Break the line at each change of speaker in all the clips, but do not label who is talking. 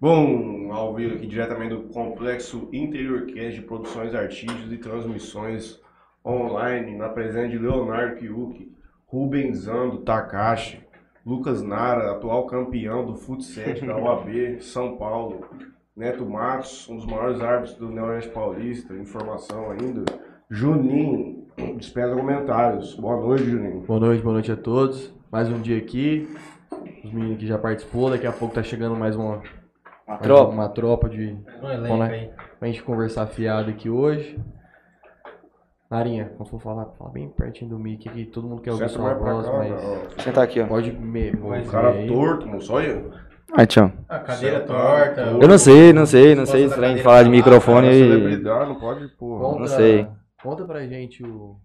Bom, ao vivo aqui diretamente do Complexo Interiorcast de Produções Artísticas e Transmissões Online, na presença de Leonardo Kiuk, Rubens Zando, Takashi, Lucas Nara, atual campeão do futsal da UAB, São Paulo, Neto Matos, um dos maiores árbitros do Noroeste Paulista, informação ainda, Juninho, dispensa comentários. Boa noite, Juninho.
Boa noite, boa noite a todos. Mais um dia aqui. Os meninos que já participou, daqui a pouco tá chegando mais uma,
Uma
mais
tropa.
uma tropa de
Um elenco
Bom, né?
aí.
pra gente conversar fiado aqui hoje. Narinha, quando for falar, fala bem pertinho do mic aqui, todo mundo quer ouvir
Senta
sua
mais pra
voz,
cá,
mas
não.
Sentar aqui, ó.
pode me
Mas
O
mover
cara
aí.
torto, moço, olha.
Aí, tchau.
A cadeira
Sentado,
torta.
torto.
Eu não sei, não sei, não sei.
Gosta da
Estranho
cadeira
falar de
pra lá,
microfone
Cara,
e.
celebridade, não pode, porra.
Conta,
não sei.
Conta pra gente o,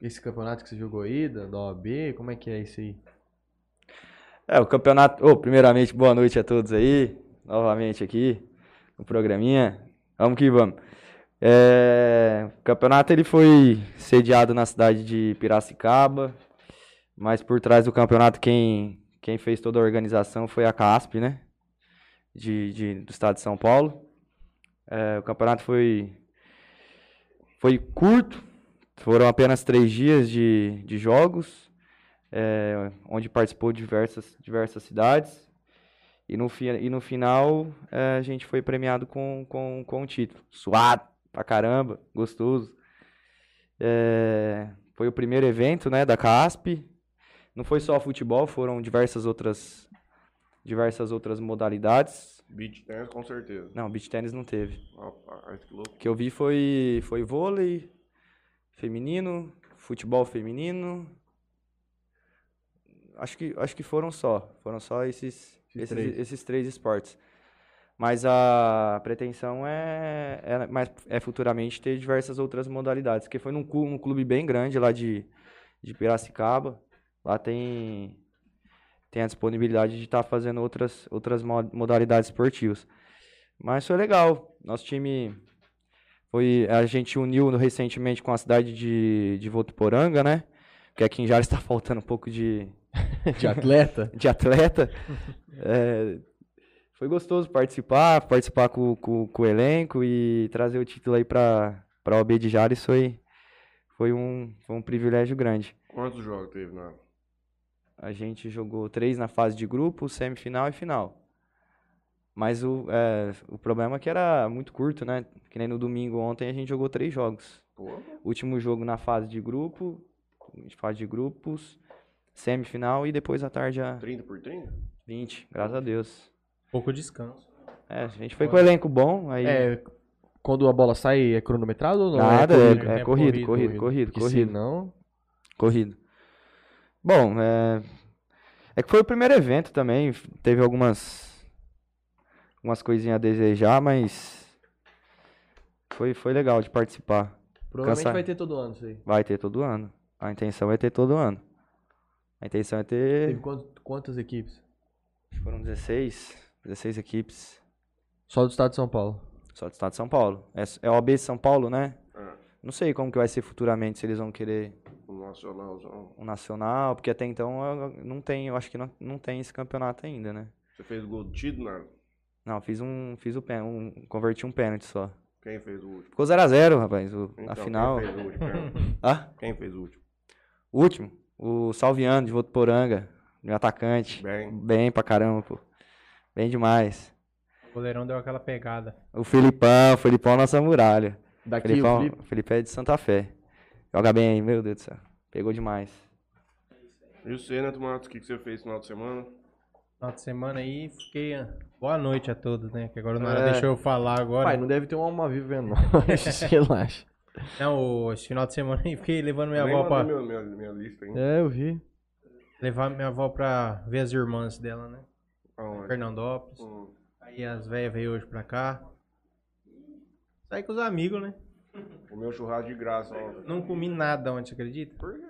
esse campeonato que você jogou aí, da, da OAB, como é que é isso aí?
É, o campeonato. Ô, primeiramente, boa noite a todos aí. Novamente aqui no programinha. Vamos que vamos. É, o campeonato ele foi sediado na cidade de Piracicaba, mas por trás do campeonato quem, quem fez toda a organização foi a CASP, né? De, de- do estado de São Paulo. É, o campeonato foi, foi curto, foram apenas três dias de, de jogos é, onde participou de diversas, diversas cidades. E no, fi, e no final é, a gente foi premiado com, com, com o título. Suado pra caramba, gostoso. É, foi o primeiro evento né, da CASP. Não foi só futebol, foram diversas outras, diversas outras modalidades.
Beat tennis, com certeza.
Não, beach tênis não teve.
Rapaz, que louco.
O que eu vi foi, foi vôlei feminino, futebol feminino. Acho que, acho que foram só. Foram só esses, esses,
três.
esses três esportes. Mas a pretensão é, é, mas é futuramente ter diversas outras modalidades. Porque foi num, cu- num clube bem grande lá de, de Piracicaba. Lá tem, tem a disponibilidade de estar fazendo outras, outras mo- modalidades esportivas. Mas foi legal. Nosso time foi. A gente uniu no- recentemente com a cidade de, de Votuporanga, né? Porque aqui em Jales está faltando um pouco de,
De atleta?
de atleta. É, foi gostoso participar, participar com, com, com o elenco e trazer o título aí para a OB de Jales foi, foi, um, foi um privilégio grande.
Quantos jogos teve na.
A gente jogou três na fase de grupo, semifinal e final. Mas o, é, o problema é que era muito curto, né? Que nem no domingo ontem a gente jogou três jogos.
Porra.
Último jogo na fase de grupo, de fase de grupos, semifinal e depois à tarde a
30 por 30?
20, graças a Deus.
Pouco descanso.
É, a gente foi com o elenco bom, aí
É, quando a bola sai é cronometrado ou não?
nada,
corrido?
é, é, corrido,
É corrido,
corrido, corrido,
Porque se
corrido,
não,
corrido. Bom, é, é que foi o primeiro evento também, teve algumas algumas coisinhas a desejar, mas foi, foi legal de participar.
provavelmente
Cansar.
vai ter todo ano isso aí.
Vai ter todo ano. A intenção é ter todo ano. A intenção é ter
Teve quant- quantas equipes?
Foram 16, 16 equipes,
Só do estado de São Paulo.
só do estado de São Paulo. É, s- é OAB de São Paulo, né?
É.
Não sei como que vai ser futuramente, se eles vão querer
O Nacionalzão.
o nacional, porque até então eu não tem, eu acho que não, não tem esse campeonato ainda, né?
Você fez gol do Tito, né?
Não, fiz um, fiz o pênalti, um, converti um pênalti só.
Quem fez o último?
Ficou 0 a 0, rapaz, o,
Então,
a final.
Quem fez o último? cara?
Ah,
quem fez o último?
o último, o Salviano de Votuporanga, meu atacante.
Bem.
Bem pra caramba, pô. Bem demais.
O goleirão deu aquela pegada.
O Filipão, o Filipão é nossa muralha.
Daqui
Felipão,
o
Felipe... é de Santa Fé. Joga bem aí, meu Deus do céu. Pegou demais.
E você, Neto Matos, o que, que você fez no final de semana?
Final de semana aí, fiquei. ah, Boa noite a todos, né? Que agora o Nara
É.
deixou eu falar agora.
Pai, não deve ter uma alma viva vendo nós, relaxa.
Não, o esse final de semana aí fiquei levando minha
Nem
avó pra.
mandei minha, minha, minha lista ainda.
É, eu vi.
Levar minha avó pra ver as irmãs dela, né?
Aonde?
Fernandópolis.
Hum.
Aí as velhas veio hoje pra cá. Saí com os amigos, né?
O meu churrasco de graça. ó.
Não comi nada ontem, você acredita?
Por quê?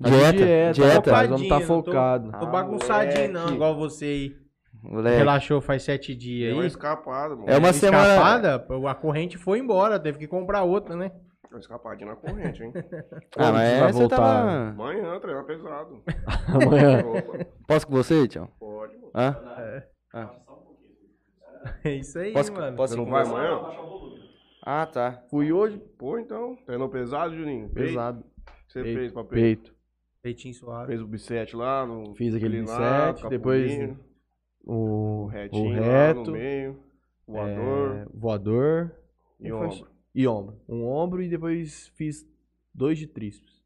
Tá de dieta,
dieta.
rapaz, vamos tá
Focadinho, não tô-
focado.
Tô
Ah,
bagunçadinho, não,
moleque.
igual você aí.
Moleque.
Relaxou faz sete dias
Deu uma
aí.
escapada, mano.
É uma semana.
escapada, pô, a corrente foi embora, teve que comprar outra, né?
Uma escapadinha na corrente, hein?
Ah, mas
Vai
essa
voltar.
tava-
Amanhã, treinar é pesado.
Amanhã.
Opa,
Posso com você, Tião?
pode, mano.
Hã? Ah.
É isso aí,
Posso-
mano.
posso-
Você não vai
conversar.
amanhã?
Ah, tá.
Fui hoje,
Pô, então. Treinou pesado, Juninho? Peito?
pesado.
Você
Peito.
fez pra peito?
Peito.
Peitinho suave.
Fez o bisete lá no.
Fiz aquele
inclinado,
bisete, depois
capoeiro,
O,
o
o
retinho lá no
reto,
meio,
é,
voador
voador
e
e
o
foi-
ombro.
e ombro. Um ombro e depois fiz dois de tríceps.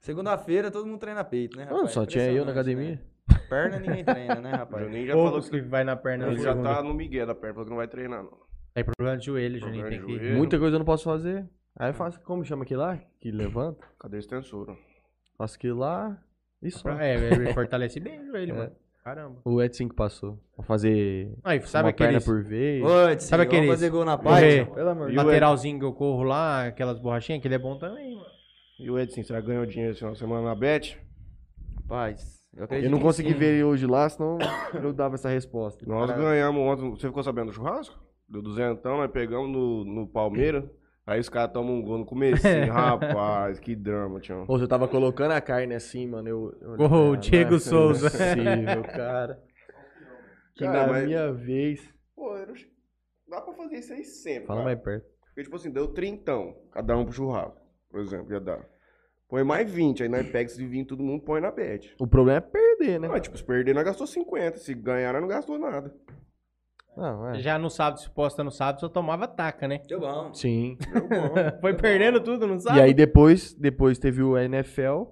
Segunda-feira todo mundo treina peito, né, rapaz?
Ah, só tinha eu na
Impressionante,
academia.
né? Perna ninguém treina, né,
O
rapaz?
Juninho já falou
Poucos
que
que vai na perna.
ele
no
já
segundo.
tá no Miguel da perna, falou que não vai treinar, não.
Tem problema de joelho, Juninho.
Problema
Tem
de
que...
Uhum.
joelho.
Muita coisa eu não posso fazer. Aí eu faço, como chama aquele lá? Que levanta.
Cadê esse tensor?
Faço aquilo lá e só.
Pra- É, ele fortalece bem o joelho,
É.
mano. Caramba.
O Edson que passou. Pra fazer
Aí, sabe
uma
aquele
perna por vez.
Ô, Edson,
Sabe
vamos
aqueles-
fazer gol na paz?
Correr.
Pelo amor de Deus.
lateralzinho que eu corro lá, aquelas borrachinhas, aquele é bom também, mano.
E o Edson, será que ganhou dinheiro esse final de semana na Bet?
Rapaz, eu acredito
Eu não
que
consegui
sim.
ver ele hoje lá, senão eu dava essa é resposta.
Nós ganhamos ontem. Você ficou sabendo do churrasco? Deu duzentão, nós pegamos no, no Palmeiras. Aí os caras tomam um gol no comecinho. rapaz, que drama, Tião.
Ou eu tava colocando a carne assim, mano. Eu, eu
Gol,
Ah, não
Diego
é
Souza.
Possível, cara. Que
Cara,
na
mas-
minha vez.
Pô, eu não- dá pra fazer isso aí sempre.
Fala
cara.
mais perto.
Porque, tipo assim, deu trintão, cada um pro churrasco, por exemplo, ia dar. Põe mais 20, aí nós pega esses 20, todo mundo põe na bet.
O problema é perder, né?
Não, é tipo, se perder, nós gastou 50. Se ganhar, nós não gastou nada.
Não, é.
Já no sábado, se posta no sábado, só tomava taca, né?
Deu bom.
Sim.
Deu bom.
Foi perdendo tudo no
E
sábado.
aí depois, depois teve o NFL,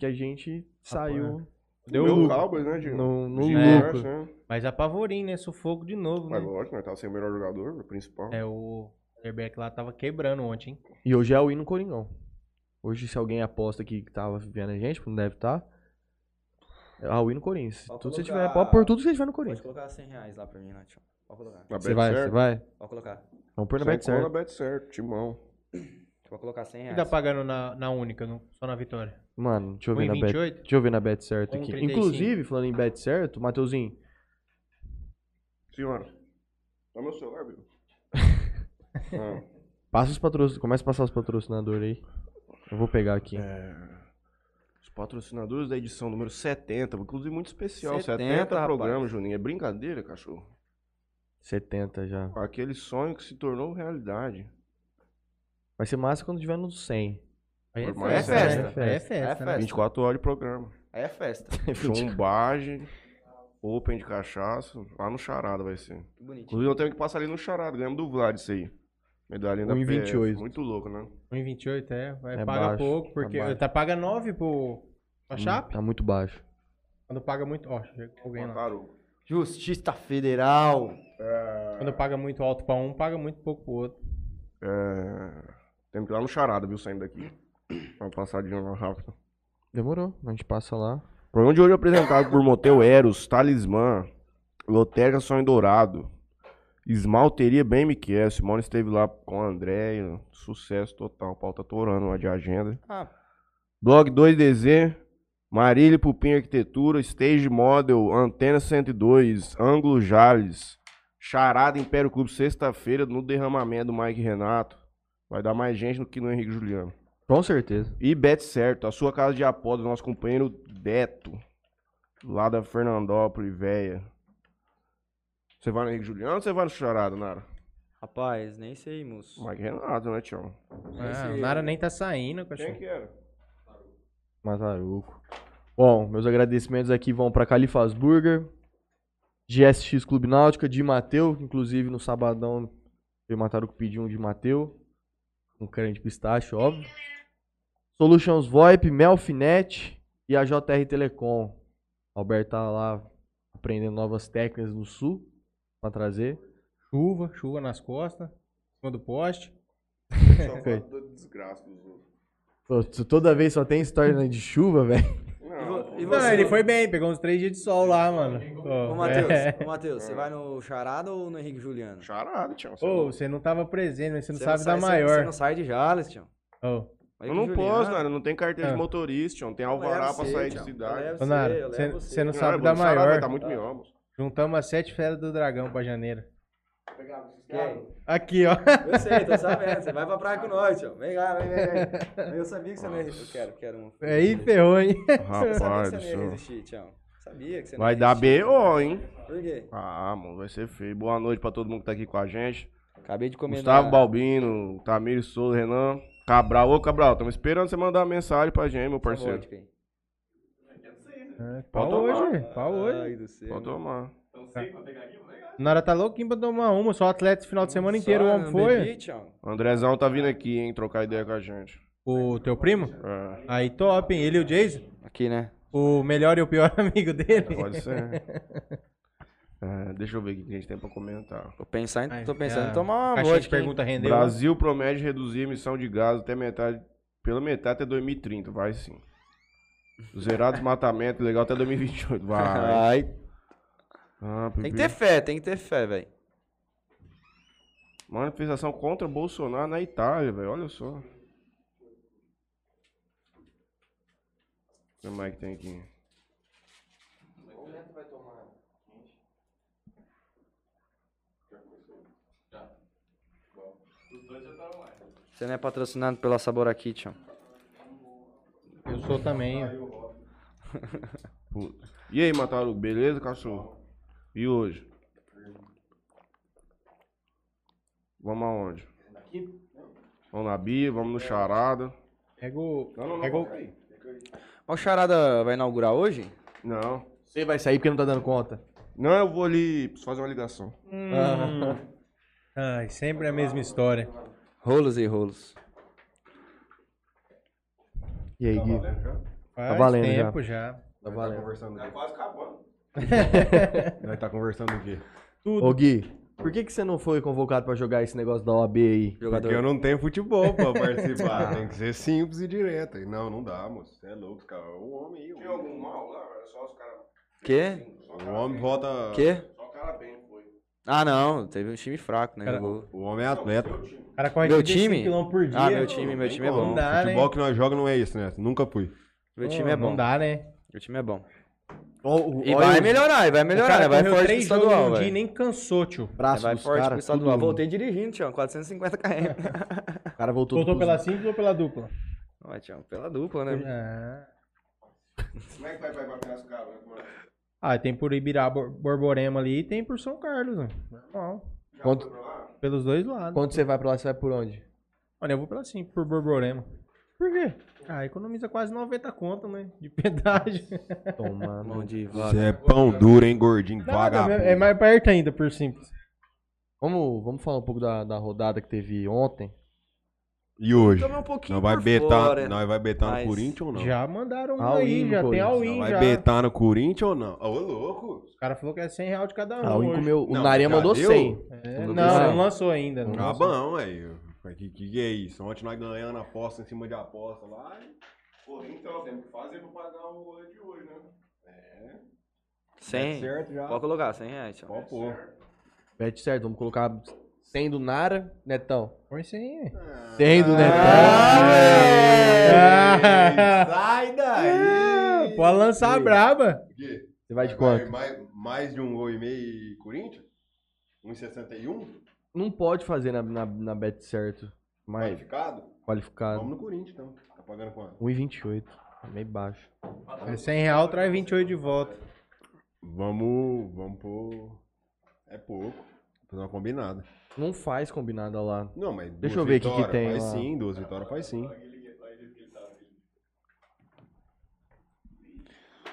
que a gente saiu
Deu o Cowboys, né, Diego?
no, no
Diego
É.
lucro.
Rush, né?
Mas apavorinho, né? Sufoco de novo,
Mas
né?
lógico, nós tava sem o melhor jogador, o principal.
É, o quarterback lá tava quebrando ontem, hein?
E hoje é o hino Coringão. Hoje, se alguém aposta aqui que tava vendo a gente, não deve estar. É o hino Corinthians.
Pode
Tudo que você
colocar-
tiver, pode pôr tudo que você tiver no
Pode
Corinthians.
colocar 100 reais lá pra mim, Nath. Pode colocar.
Na
Você vai, você vai.
Pode colocar.
Vamos pôr na bet
Sacou na
certo.
bet certo, timão.
Pode colocar 100
E
reais.
tá pagando na, na única, no- só na vitória?
Mano, É, deixa eu
um
ver na bet.
1,28?
Deixa eu ver na bet certo aqui.
1,35.
Inclusive, falando em bet certo, Mateuzinho,
Senhora, tá meu celular, viu? ah,
passa os patrocinadores. Começa a passar os patrocinadores aí. Eu vou pegar aqui.
é... Os patrocinadores da edição número 70, inclusive muito especial.
70,
70,
rapaz.
programa, Juninho. É brincadeira, cachorro.
70 já.
Aquele sonho que se tornou realidade.
Vai ser massa quando tiver no 100.
Aí
Por mais
né?
festa.
Aí
É
é festa, né?
festa.
24 horas de programa.
Aí é festa.
Chumbagem, open de cachaça, lá no Charada vai ser.
Que bonitinho.
Inclusive, eu tenho que passar ali no Charada, ganhamos do Vlad isso aí. Medalhinha da
1,28.
PF. Muito louco, né?
1,28 é, vai
É
paga
baixo,
pouco,
tá
porque
baixo.
tá paga 9 pro pra Chape.
Tá muito baixo.
Quando paga muito, ó, chega alguém lá.
Mataram.
Justiça Federal.
Quando paga muito alto pra um, paga muito pouco pro outro.
É... Temos que ir lá no Charada, viu, saindo daqui. Uma passadinha lá rápida.
Demorou. A gente passa lá.
O programa de hoje é apresentado por Motel Eros, Talismã, Loteca Sonho Dourado, Esmalteria BMQS. O Mauro esteve lá com a Andréia. Sucesso total. O pau tá torando lá de agenda.
Ah,
Blog 2DZ, Marília Pupim Arquitetura, Stage Model, Antena 102, Ângulo Jales, Charada Império Clube, sexta-feira, no derramamento do Mike Renato. Vai dar mais gente do que no Henrique Juliano.
Com certeza.
E Bet Certo, a sua casa de apoio do nosso companheiro Beto, lá da Fernandópolis, véia. Você vai no Henrique Juliano ou você vai no Charada, Nara?
rapaz, nem sei, moço.
Mike Renato, né, Tião?
Nem
Ah,
sei.
o Nara nem tá saindo,
Quem
cachorro.
que era?
Mataruco. Bom, meus agradecimentos aqui vão pra Califas Burger, GSX Clube Náutica, de Mateu, que inclusive no sabadão eu e o Mataruco pediu um de Mateu, um creme de pistache, óbvio. Solutions VoIP, Melfinet e a JR Telecom. O Alberto tá lá aprendendo novas técnicas no sul pra trazer.
Chuva, chuva nas costas, em cima do poste.
Só fala da desgraça dos outros.
Pô, tu- Toda vez só tem história né, de chuva, velho.
E vo- e
não.
você?
Não, ele foi bem, pegou uns três dias de sol lá, mano.
Ô,
Ô,
Matheus,
é.
ô, Matheus, você vai no Charada ou no Henrique Juliano?
Charada, Tião. você é
Ô,
louco.
você não tava presente, mas você não
Você
sabe
sai-
da
você- Você
maior.
não sai de Jales, tio.
Ô,
Eu não posso, cara. Não tem carteira
Ah.
de motorista, tio, não tem alvará pra sair de cidade.
Ô, Nara, você- você não
Cara,
sabe da
mano, Saraiva
maior.
Tá muito melhor, moço.
Juntamos as sete feras do dragão pra janeiro. Aqui, ó.
Eu sei, tô sabendo. Você vai pra praia com nós, tio. Vem cá, vem, vem. vem. Eu sabia que você não ia resistir. Eu quero, quero um.
Aí ferrou,
Eu
hein?
sabia que
Rapaz
você
do
não ia
céu.
resistir, tio. Sabia que você não
Vai dar
existia.
B.O., hein?
Por quê?
Ah, mano, vai ser feio. Boa noite pra todo mundo que tá aqui com a gente.
Acabei de comentar.
Gustavo Balbino, Tamir Souza, Renan. Cabral, ô Cabral, estamos esperando você mandar uma mensagem pra gente, meu parceiro.
É, pau
Pode tomar.
hoje, pau hoje.
Ai, do céu.
Pode tomar.
Nara tá louquinho pra tomar uma, só atleta esse final de semana inteiro, o
Só
homem
não
foi.
bebi, tchau.
O Andrezão tá vindo aqui, hein, trocar ideia com a gente.
O teu primo?
É,
Aí top, hein? Ele e o Jason,
Aqui, né?
o melhor e o pior amigo dele.
pode ser. É, deixa eu ver o que a gente tem pra comentar.
Tô pensando,
Aí,
tô pensando
a
em tomar uma
ah, caixinha de
vodka. hein?
pergunta rendeu.
Brasil promete reduzir a emissão de gás até metade, pela metade até 2030, vai sim. Zerar desmatamento legal até 2028, vai.
Ai,
Ah,
tem que
Pipi.
ter fé, tem que ter fé, velho.
Manifestação contra Bolsonaro na Itália, velho. Olha só. O que mais que tem aqui?
Você não é patrocinado pela Sabor aqui, tchau.
Eu sou também. ó.
Puta. E aí, Mataru, beleza, cachorro? E hoje? Vamos aonde? Vamos na Bia, vamos no Charada.
Pega o. Pega o.
Mas o Charada vai inaugurar hoje?
Não.
Você vai sair porque não tá dando conta.
Não, eu vou ali preciso fazer uma ligação.
Tá
Hum.
Ah. Ai, sempre a mesma história.
Rolos e rolos.
E aí, Gui?
Tá
Faz
valendo já.
tempo já.
Tá valendo.
conversando Tá Tá quase acabando. Nós tá conversando o quê?
Ô, Gui, por que, que você não foi convocado pra jogar esse negócio da OAB aí?
Jogador.
Porque eu não tenho futebol pra participar. Tem que ser simples e direto. E Não, não dá, moço. Você é louco, cara. O homem aí. O
Tem
homem,
algum mal lá? Era só os caras.
Quê?
o homem volta.
Quê?
Só cara bem, foi.
Ah, não. Teve um time fraco, né?
Cara,
Jogou.
um
O homem é atleta.
O cara corre
Meu
35
time?
quilômetros por dia.
Ah, meu time, meu
Tem
time é
como.
bom.
Não dá, né?
futebol que nós jogamos não é isso, né? Nunca fui.
Meu time é
Não
bom.
dá, né?
Meu time é bom.
Ó, o-
E
olha
vai
o
melhorar, e vai melhorar, né? Vai
correu
forte pro
três jogos
estadual,
num dia e
velho.
nem cansou, tio.
É,
braço
Vai
dos
forte pro
caras.
estadual.
tudo-
Voltei dirigindo, tchau. 450 km.
O cara voltou,
Voltou
do
pela simples ou pela dupla?
Ó, tchau. Pela dupla, né?
Ah.
Como é que vai pra pegar os caras, mano?
Ah, tem por Ibirá Bor- Borborema ali e tem por São Carlos, né? Normal.
Quando,
Pelos dois lados.
quando você vai pra lá, você vai por onde?
Olha, eu vou pela simples, por Borborema. Por quê? Ah, economiza quase 90 conto, né? De pedágio.
Tomando.
Mão de
Você
vaca.
é pão duro, hein, gordinho,
Nada,
vagabundo.
é mais perto ainda, por simples.
Vamos, vamos falar um pouco da, da rodada que teve ontem.
E hoje?
Tomei um pouquinho
Nós vai
por
betar,
fora.
nós vai betar
Mas-
no Corinthians ou não?
Já mandaram um
All in
aí,
no
já tem
Corinthians.
all-in
Nós vai
já.
betar no Corinthians ou não? Ô, louco.
O cara falou que é 100 reais de cada um.
Ah, o Inco
hoje.
meu, o
Não,
Narinha
já
mandou
deu?
100.
É,
Mandou
não,
bem.
não lançou ainda. Não
Tá
lançou.
bom, aí. Que, que que é isso? Ontem nós ganhando aposta em cima de aposta lá.
Pô, então, temos que fazer pra pagar o rolê de hoje, né?
É
100.
certo já.
Pode colocar, 100 reais, tchau.
Pô, pô.
Pede certo, vamos colocar 100 do Nara, Netão.
Põe 100 aí.
100 do
Ah,
Netão.
Ah.
Ei, Sai daí!
Pode lançar a braba.
O quê?
Você vai de quanto?
Mais, mais de um gol e meio e Corinthians? 1,61?
Não pode fazer na, na, na bet certo. Mais
Qualificado?
qualificado.
Vamos no Corinthians, então. Tá pagando quanto?
1,28. É meio baixo.
É 100 real, traz 28 de volta.
Vamos, vamos pôr... É pouco. Fazer uma combinada.
Não faz combinada lá.
Não, mas duas
Deixa eu ver o que que
vitórias
tem
Faz
lá.
sim, duas vitórias faz sim.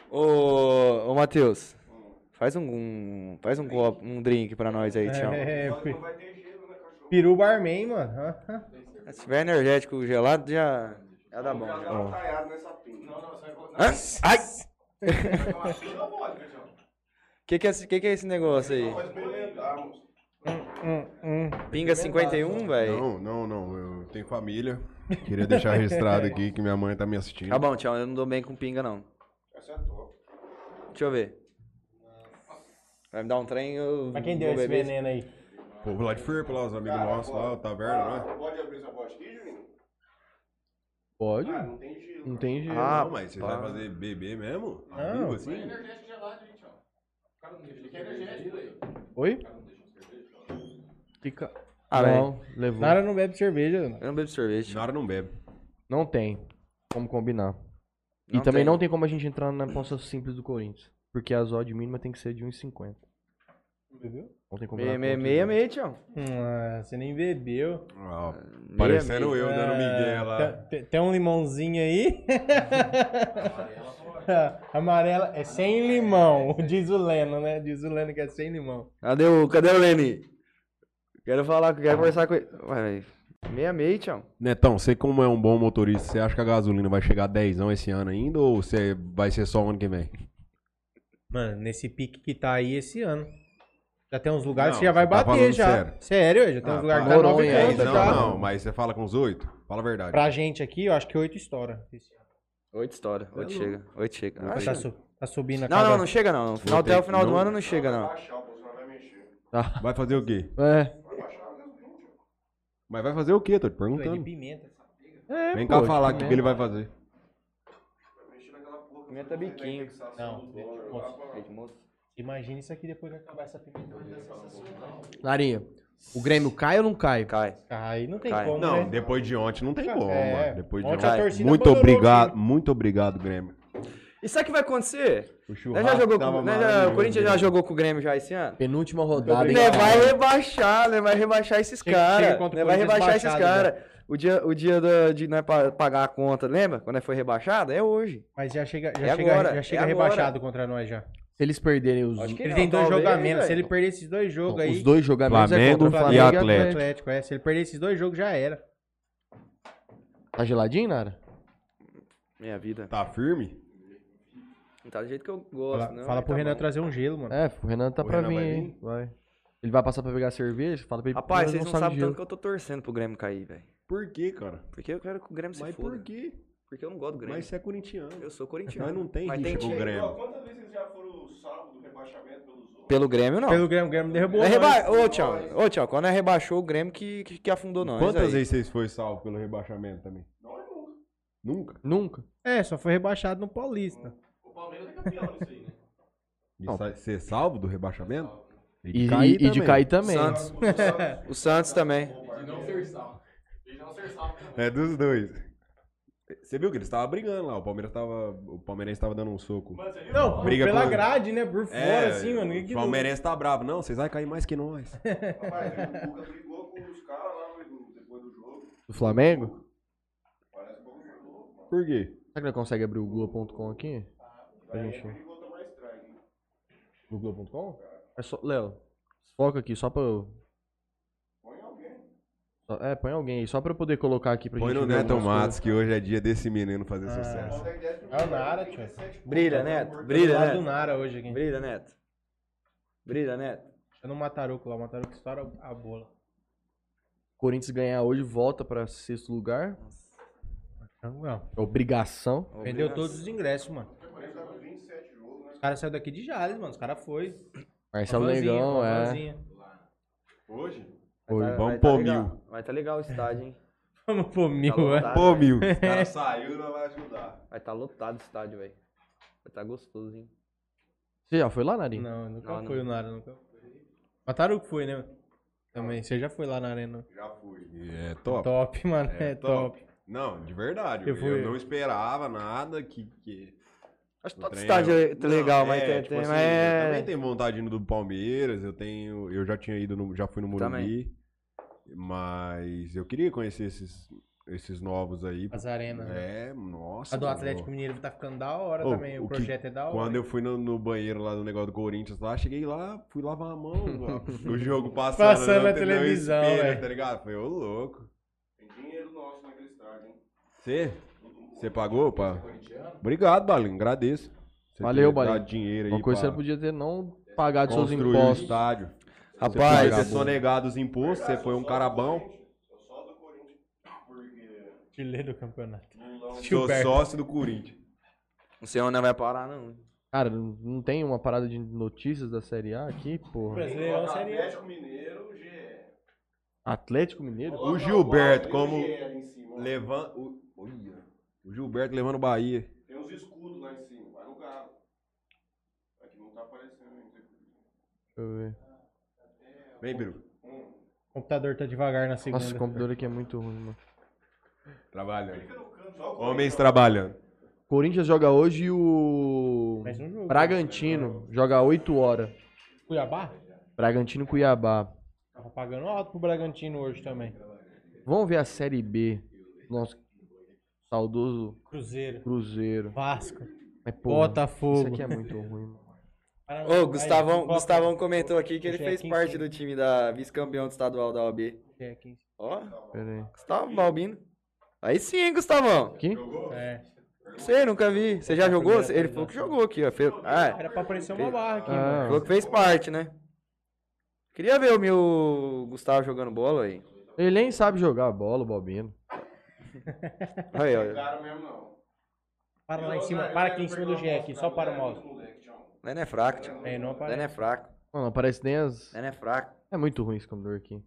Ô, ô Matheus, faz um, um- faz um, copo- um drink pra nós aí, tchau.
É, pi- Peru Barman, mano.
Se tiver energético gelado, já, já dá bom.
Já
já.
dá uma caiada nessa pinta. Não, não, sai com
Hã? Ai!
uma pinta, pode, né, João?
Que que é, esse- que que é esse negócio aí?
Pode experimentar, moço.
Hum, hum.
Pinga 51, velho?
Não, não, não. Eu tenho família. Queria deixar registrado aqui que minha mãe tá me assistindo.
Tá bom, tchau, eu não dou bem com pinga, não.
Essa é top.
Deixa eu ver. Vai me dar um trem, eu
Pra quem
vou
deu esse
beber.
veneno aí?
O povo lá de Firpo, lá, os amigos
Cara,
nossos
pô.
lá, o Taverna, né?
Pode abrir essa voz aqui, Juninho?
Pode?
Ah, não tem gelo.
Não tem jeito.
Ah,
não, mas vocês
pá.
vão fazer bebê mesmo? Ao
Não.
vivo, assim?
Oi?
Ah,
Fica...
Ah,
não, levou.
Nara não bebe cerveja.
Eu não bebo sorvete.
Nara não bebe.
Não tem. Como combinar. e
Não
também
tem.
não tem como a gente entrar na aposta simples do Corinthians. Porque as odds mínimas tem que ser de 1,50.
Entendeu?
Não tem como
Meia,
dar
meia,
um
conta,
meia,
né?
meia, Tião.
Ah, você nem bebeu.
Ah,
Ó,
Meia,
parecendo
meia.
eu dando migué lá.
Tem- Tem, tem um limãozinho aí? Amarela é sem limão, diz o Leno, né? Diz o Leno que é sem limão.
Cadê o, cadê o Lenny? Quero falar, quero conversar com ele. Ué, velho. Meia, meia, Tião.
Netão, você como é um bom motorista, você acha que a gasolina vai chegar a 10 esse ano ainda ou você vai ser só o ano que vem?
Mano, nesse pique que tá aí esse ano. Já tem uns lugares
Não,
que já vai
você tá
bater
falando
já.
sério. Ah,
já tem uns lugares que
para.
tá nove
Noronha
pontos
ainda,
não,
já.
não, mas você fala com os 8? Fala a verdade.
Pra gente aqui, eu acho que oito estoura.
Oito história. Oito chega. Oito chega. Ah,
Tá,
chega.
su- tá subindo a
Não,
cada-
não, não chega não. No final,
ter
até o
que-
final do
não-
ano não chega não.
Baixar, o Bolsonaro vai mexer.
Tá.
Vai fazer o quê?
É.
Vai baixar, né?
Mas vai fazer o quê? Tô te
É de
perguntando.
pimenta.
É,
Vem
pô,
cá
de
falar o que, que
pimenta.
ele vai fazer.
Vai mexer naquela porra.
Meta biquinho.
Não, é Imagina isso aqui depois que acabar essa pimenta.
Larinha, o Grêmio cai ou não cai?
Cai.
Aí não tem
Cai.
como, né?
Não, depois de ontem não tem como,
É,
mano. Depois de
ontem a
ontem.
torcida
Muito
abandonou o
obrigado, muito obrigado, Grêmio.
E sabe o que vai acontecer?
O
Nós
churrasco
já jogou
tava
com, nós já-
maravilhoso,
o Corinthians já
né?
jogou com o Grêmio já esse ano?
Penúltima rodada. então. hein,
Né, vai
cara?
rebaixar, né? Vai rebaixar esses
Chega- chega
caras.
contra o
Né, vai
Corinthians
rebaixar esses
baixado,
caras. O dia, o dia da- de nós pa- pagar a conta, lembra? Quando nós foi rebaixado? É hoje.
Mas já chega, já
É
chega,
agora,
já
é
chega
agora.
rebaixado contra nós já.
Se eles perderem os,
Acho que
Ele
não,
tem dois
talvez,
jogos a menos. Se
velho.
ele perder esses dois
é
jogos aí.
os dois jogamentos é
Flamengo
contra o
e
Flamengo e
Atlético.
Atlético.
Atlético, é. Se ele perder esses dois jogos, já era.
Tá geladinho, Nara?
Minha vida.
Tá firme?
Não tá do jeito que eu gosto,
Fala,
não.
fala
mas
pro
tá
Renan
bom.
trazer um gelo, mano.
É, o Renan tá
O
pra
Renan
vir,
vai
hein? Vai. Ele vai passar pra pegar cerveja? Fala pra ele.
Rapaz,
ele
vocês não,
sabe
sabem
de
tanto que
gelo.
eu tô torcendo pro Grêmio cair, velho.
Por quê, cara?
Porque eu quero que o Grêmio se
Mas
foda.
por quê?
Porque eu não gosto do Grêmio.
Mas você é corintiano.
Eu sou corintiano.
Mas não tem rixa com o
time.
Grêmio.
Quantas vezes vocês já foram salvo do rebaixamento pelos outros?
Pelo Grêmio, não.
Pelo Grêmio, o Grêmio derrubou.
É
nós.
reba... Ô, tchau. Ô, tchau. Quando é rebaixou o Grêmio que, que, que afundou nós.
Quantas
aí.
vezes vocês foram salvos pelo rebaixamento também?
Não é nunca.
Nunca.
Nunca.
É, só foi rebaixado no Paulista.
O Palmeiras é campeão nisso aí, né?
De
Não.
sa- ser salvo do rebaixamento?
E, e- e de cair também.
Santos. o Santos também.
De não ser salvo. De não ser salvo também.
É dos dois. Você viu que eles estavam brigando lá. O Palmeiras tava. O Palmeirense tava dando um soco.
Mano, você viu?
Não,
Briga
pela
com-
grade, né?
É,
Por fora, assim, mano. Que
O
que
Palmeirense tá bravo. Não, vocês vão cair mais que nós.
Rapaz, o Lucas brigou com os caras lá no- depois do jogo.
Do Flamengo?
Parece que o Palmeiras foi louco, mano.
Por quê?
Será que nós consegue abrir o Gula.com aqui? Pra
Aí
gente.
ele brigou tomar strike. hein?
No Gula.com? É só. Léo, foca aqui, só pra eu.
Põe alguém.
só- É, põe alguém aí, só pra eu poder colocar aqui pra
Põe
gente.
no
ver
Neto
algumas
Matos que hoje é dia desse menino fazer
Ah.
sucesso.
Consegue 10
É o Nara, tio.
Brilha, Neto.
Do
Brilha,
lado do
Neto.
Nara hoje aqui.
Brilha, Neto. Brilha, Neto.
Tá no Mataruco lá. O Mataruco estoura a bola.
coisas. Corinthians ganhar hoje, volta pra sexto lugar.
Não,
É obrigação.
Vendeu todos os ingressos, mano.
né?
Os caras saíram daqui de Jales, mano. Os caras foi.
Marcelo
Vanzinha,
Negão, é.
vanzinha.
Hoje?
Hoje.
Vamos
vai
pôr
legal.
mil.
Vai tá legal o estádio, hein?
Vamos pro mil,
Tá
é.
lotado,
Pô, mil.
velho.
O cara saiu e não vai ajudar.
Vai tá lotado o estádio, velho. Vai tá gostoso, hein?
Você já foi lá, Narinho?
Não, eu nunca
Não,
foi
não.
o Nara, nunca foi. Mataruco foi, né? Também, você já foi lá na arena.
Já fui.
É top.
Top, mano, é,
É
top.
Não, de verdade.
Eu
Eu,
fui-
não esperava nada que. que...
Acho que
o
todo
trem
estádio
é-
é
Não,
legal, mas
é,
tem.
tipo
tem-
assim,
mas
Eu
é-
também tenho vontade de ir no do Palmeiras, eu tenho. Eu já tinha ido no. Já fui no Morumbi. Mas eu queria conhecer esses, esses novos aí.
As arenas. né?
É, nossa.
A do
mano.
Atlético Mineiro tá ficando da hora
Ô,
também. O,
o que-
projeto é da hora.
Quando eu fui no, no banheiro lá do negócio do Corinthians lá, cheguei lá, fui lavar a mão, ó, o jogo passando,
Passando
não
na
tem- não
televisão,
espelho,
velho.
tá ligado? Foi ô louco.
Tem dinheiro nosso naquele estádio, hein? é
Você? Você pagou, pá? Obrigado, Balinho, agradeço. Você
Valeu,
ter dado
Balinho.
dinheiro aí
Uma coisa que
pra
você não podia ter não pagar de seus
construir o
impostos.
estádio. tipo
Rapaz,
você sonegado os impostos, você foi um carabão.
Eu só do Corinthians. Porque
Artilheiro do campeonato.
Lulão
Sou
Gilberto.
sócio do Corinthians.
Não sei onde vai parar, não.
Cara, não- não tem uma parada de notícias da Série A aqui, porra.
Brasileirão
coloca
seria-
Atlético Mineiro, GE.
Atlético Mineiro?
Coloca
Gilberto,
Bahia,
como-
GE em cima, ó.
Levando. O... Olha, o Gilberto levando o Bahia.
Tem uns escudos lá em cima, vai no galo. Aqui não tá aparecendo ainda.
Deixa eu ver.
Vem, Peru.
O computador tá devagar na segunda.
Nossa, o computador aqui é muito ruim, mano.
Trabalhando.
Só o Corinthians.
Homens trabalhando.
Corinthians joga hoje e o
Mais um jogo.
Bragantino joga 8 horas.
Cuiabá?
Bragantino e Cuiabá.
Tava pagando alto pro Bragantino hoje também.
Vamos ver a Série B. Nosso saudoso
Cruzeiro.
Cruzeiro.
Vasco.
Mas, porra,
Botafogo.
isso aqui é muito ruim, mano.
Paraná-
Ô, Gustavão,
Aí, Copa-
Gustavão comentou aqui que ele fez
Check-in,
parte
sim.
do time da vice-campeão do estadual da OB.
Check-in.
Ó,
Pera aí.
Gustavo Balbino. Aí sim, hein, Gustavão?
Aqui?
É.
Você nunca vi. Você tá já jogou? Ele falou que jogou aqui, ó. Fe- Ah, é.
Era pra aparecer uma barra aqui,
Ah.
mano.
falou que fez parte, né? Queria ver o meu Gustavo jogando bola aí.
Ele nem sabe jogar bola, o Balbino.
Aí, ó.
Claro mesmo, não.
Para lá em cima, para aqui em cima do Jack, só para o mouse.
Não é fraco, tio.
É, não
Não
para.
é fraco.
Mano, aparece nem as...
Não é fraco.
É muito ruim esse computador aqui.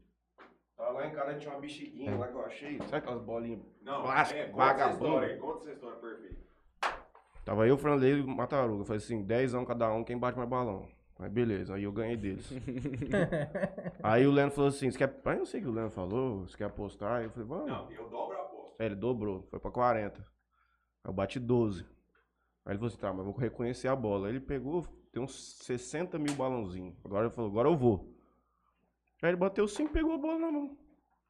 Tava lá em casa, tinha uma bexiguinha lá que eu achei. Sabe aquelas bolinhas?
Não,
Clássico,
é, conta essa
vagabundo.
história, aí, conta essa história perfeita.
Tava eu, Franley e o Mataruga. Eu falei assim, 10 anos cada um, quem bate mais balão. Aí beleza, aí eu ganhei deles. aí o Leno falou assim, você quer... Aí eu sei o que o Leno falou, você quer apostar? Aí eu falei, vamos.
Não, eu dobro a aposta.
Aí ele dobrou, foi pra 40. Aí eu bati 12. Aí ele falou assim, tá, mas eu vou reconhecer a bola. Aí ele pegou, tem uns 60 mil balãozinhos. Agora ele falou, agora eu vou. Aí ele bateu 5 pegou a bola na mão.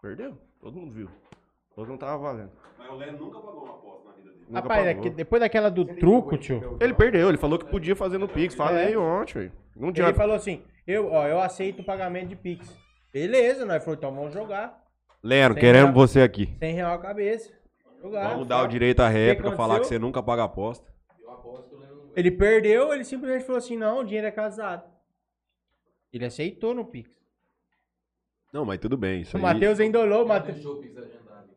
Perdeu, todo mundo viu. Todo mundo tava valendo.
Mas o Léo nunca pagou uma aposta na vida dele.
Nunca
Rapaz, é
pagou.
que depois daquela do truco, tio,
Ele perdeu, ele falou que podia fazer no Pix. Falei ontem, velho. Não
É. ele
adianta.
falou assim: eu, ó, eu aceito o pagamento de Pix. Beleza, nós falou, então vamos jogar.
Leno,
Sem queremos nada. Tá,
você aqui.
100 real a cabeça. Jogar.
Vamos dar o direito à réplica,
aconteceu?
falar que você nunca paga aposta.
Ele perdeu, ele simplesmente falou assim: não, o dinheiro é casado. Ele aceitou no Pix.
Não, mas tudo bem, isso
O
aí.
Matheus ainda olhou, o Matheus,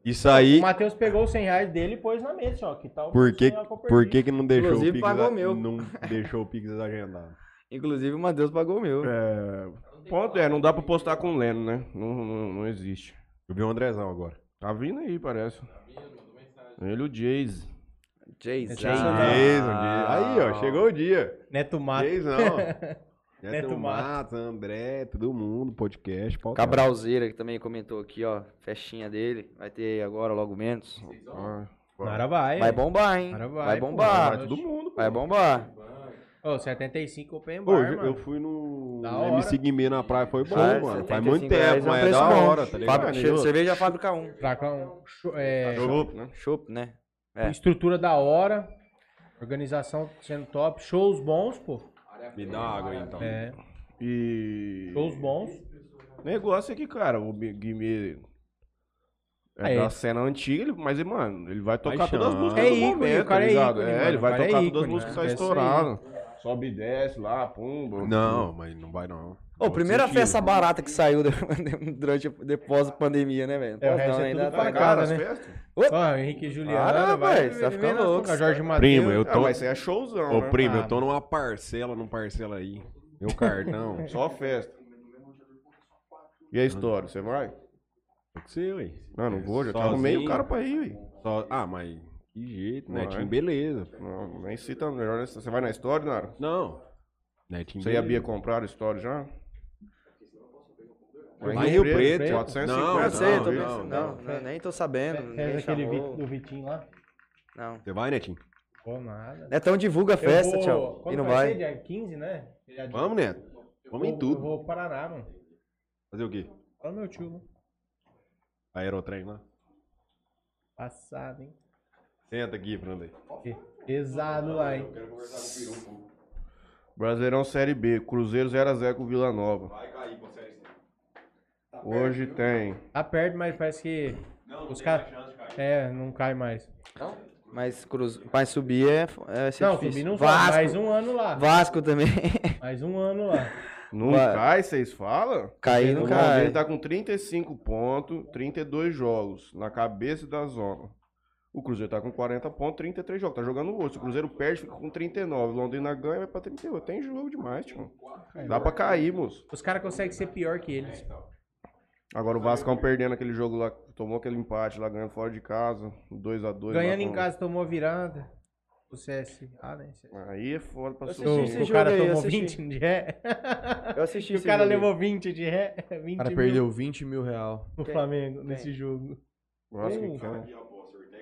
Isso aí,
o Matheus pegou os 100 reais dele e pôs na mesa, ó. Que tá tal?
por que, por
quê?
que, que não deixou
Inclusive,
o Pix
pagou
a-
o meu.
não deixou o Pix agendado?
Inclusive, o Matheus pagou o meu.
É, ponto é, não dá pra postar com o Leno, né? Não, não, não existe.
Eu vi o Andrezão agora.
Tá vindo aí, parece. Ele e o Jayce.
Jason.
É Jason.
Jason, Jason. Aí, ó, chegou o dia.
Neto Mato.
Jason.
Neto
Neto Matos, André, todo mundo, podcast, pau.
Cabralzeira, que também comentou aqui, ó. Festinha dele. Vai ter agora, logo menos.
Ah,
Agora vai.
Vai bombar, hein?
Agora vai,
Vai
pô,
vai
bombar.
todo mundo, pô.
Vai bombar.
Ô, 75 open bar,
Hoje
mano.
eu fui no
Da hora.
MC Guimê na praia, foi bom,
Faz
mano.
75
Faz muito
reais,
tempo,
é um
mas é
preço
da
bom.
hora, tá ligado?
Fábrica-
Valeu.
cerveja Fábrica 1.
Pra com cho- é,
Chopp, né?
Chopp, né? É.
estrutura da hora, organização sendo top, shows bons, pô.
Me dá água aí, então.
É,
E.
shows bons.
O negócio é que, cara, o Bi- Guimê. É,
É.
da cena antiga, ele- mas, ele, mano, ele vai tocar
Paixão.
todas as músicas
É
do
ícone,
momento,
o cara é
tá ligado?
ícone,
É,
mano,
ele
o
vai
cara é
tocar todas as
ícone,
músicas que
né?
saem
É isso aí.
estouradas. Sobe e desce lá, pumba.
Não, mas não vai não.
Ô,
Outro
primeira
sentido.
festa barata que saiu da- durante depois da pandemia, né, velho? Não
É, o
posso
resto
não,
é
ainda
tudo
tá-
Tá
pagado.
ligado
cara,
as
né?
festas?
Ó, Henrique e Juliana,
Para, rapaz,
vai,
você tá
vai
ficando
vendo,
louco,
toca Jorge Matheus.
Primo, eu
Ah,
tô.
mas isso aí é showzão.
Ô,
né?
primo, eu
Ah,
tô numa parcela, num parcela aí. Meu cartão.
Só festa. E a história, você vai?
Aconteceu, hein?
Não, não vou, já tá
Sozinho.
arrumei o cara pra ir, ué.
Só- Ah, mas que jeito,
Vai.
Netinho, beleza.
Não, nem cita melhor. essa- Você vai na história, Nara?
Não. Netinho,
Você e a Bia
beleza.
compraram a história já?
Lá em Rio Preto.
Preto.
450.
Não,
Eu sei, tô
não,
pensando. Não, não, nem tô sabendo.
Fez
Ninguém
aquele
chamou.
vi- do Vitinho lá.
Não.
Você vai, Netinho?
Pô, nada.
Netão divulga a festa,
Eu vou-
tchau.
quando
E não
vai?
vai.
ser? Dia 15, né? Dia-
Vamos, Neto. Vamos em
Eu- Eu
tudo.
vou pro Paraná, mano.
Fazer o quê?
Olha o meu tio, mano.
Aerotrem
né?
lá.
Passado, hein?
Senta aqui, Franley.
Pesado lá, hein?
Brasileirão Série B, Cruzeiro 0x0 com Vila Nova. Vai cair com Série Hoje tem.
Tá perto, mas parece que. os caras. É, não cai mais.
Mas, cruz... mas subir é, é vai ser
não,
difícil.
subir não vai.
Vasco.
Mais um ano lá.
Vasco também.
Mais um ano lá.
Não
Vai.
cai, vocês falam?
Cair
O
não
Cruzeiro
cai.
tá com 35 pontos, 32 jogos na cabeça da zona. O Cruzeiro tá com 40 pontos, 33 jogos. Tá jogando hoje. Se o Cruzeiro perde, fica com 39. Londrina ganha, vai pra 38. Tem jogo demais, tio. Dá pra cair, moço.
Os caras conseguem ser pior que eles.
É, então.
Agora o Vascão perdendo aquele jogo lá, tomou aquele empate lá, ganhando fora de casa, 2x2.
Ganhando em casa, tomou a virada. O CS. Ah, né? CS.
Aí é foda pra
Eu
subir.
assisti
O,
esse
o cara
jogo aí,
tomou
assisti.
20 de ré.
Eu assisti
E o
esse
cara
jogo aí.
levou 20 de ré. 20
O cara
mil
perdeu 20 mil real.
no
Quem?
Flamengo
Quem? um,
nesse jogo.
Nossa, que
Hum.
cara.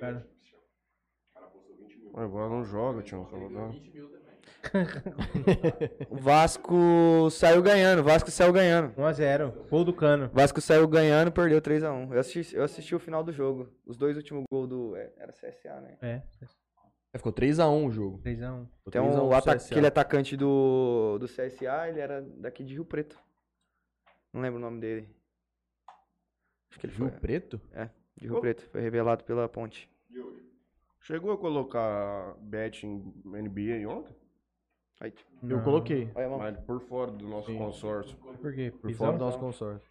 Cara.
Agora não joga, Tião.
O Vasco saiu ganhando, o Vasco saiu ganhando.
1x0. Gol do Cano.
O Vasco saiu ganhando, perdeu 3x1. Eu assisti, eu assisti o final do jogo. Os dois últimos gols do. é, Era CSA, né?
É,
É, Ficou 3x1 o jogo.
3x1.
Ficou
Tem um
3x1 pro
ata-
CSA.
aquele atacante do, do CSA, ele era daqui de Rio Preto. Não lembro o nome dele. Acho que ele foi
Rio Preto?
de Rio Preto, foi revelado pela ponte.
Chegou a colocar bet em NBA ontem?
Aí,
Eu coloquei.
olha a mão.
Mas por fora do nosso consórcio.
Por quê?
Por fora do
Pisão?
nosso consórcio.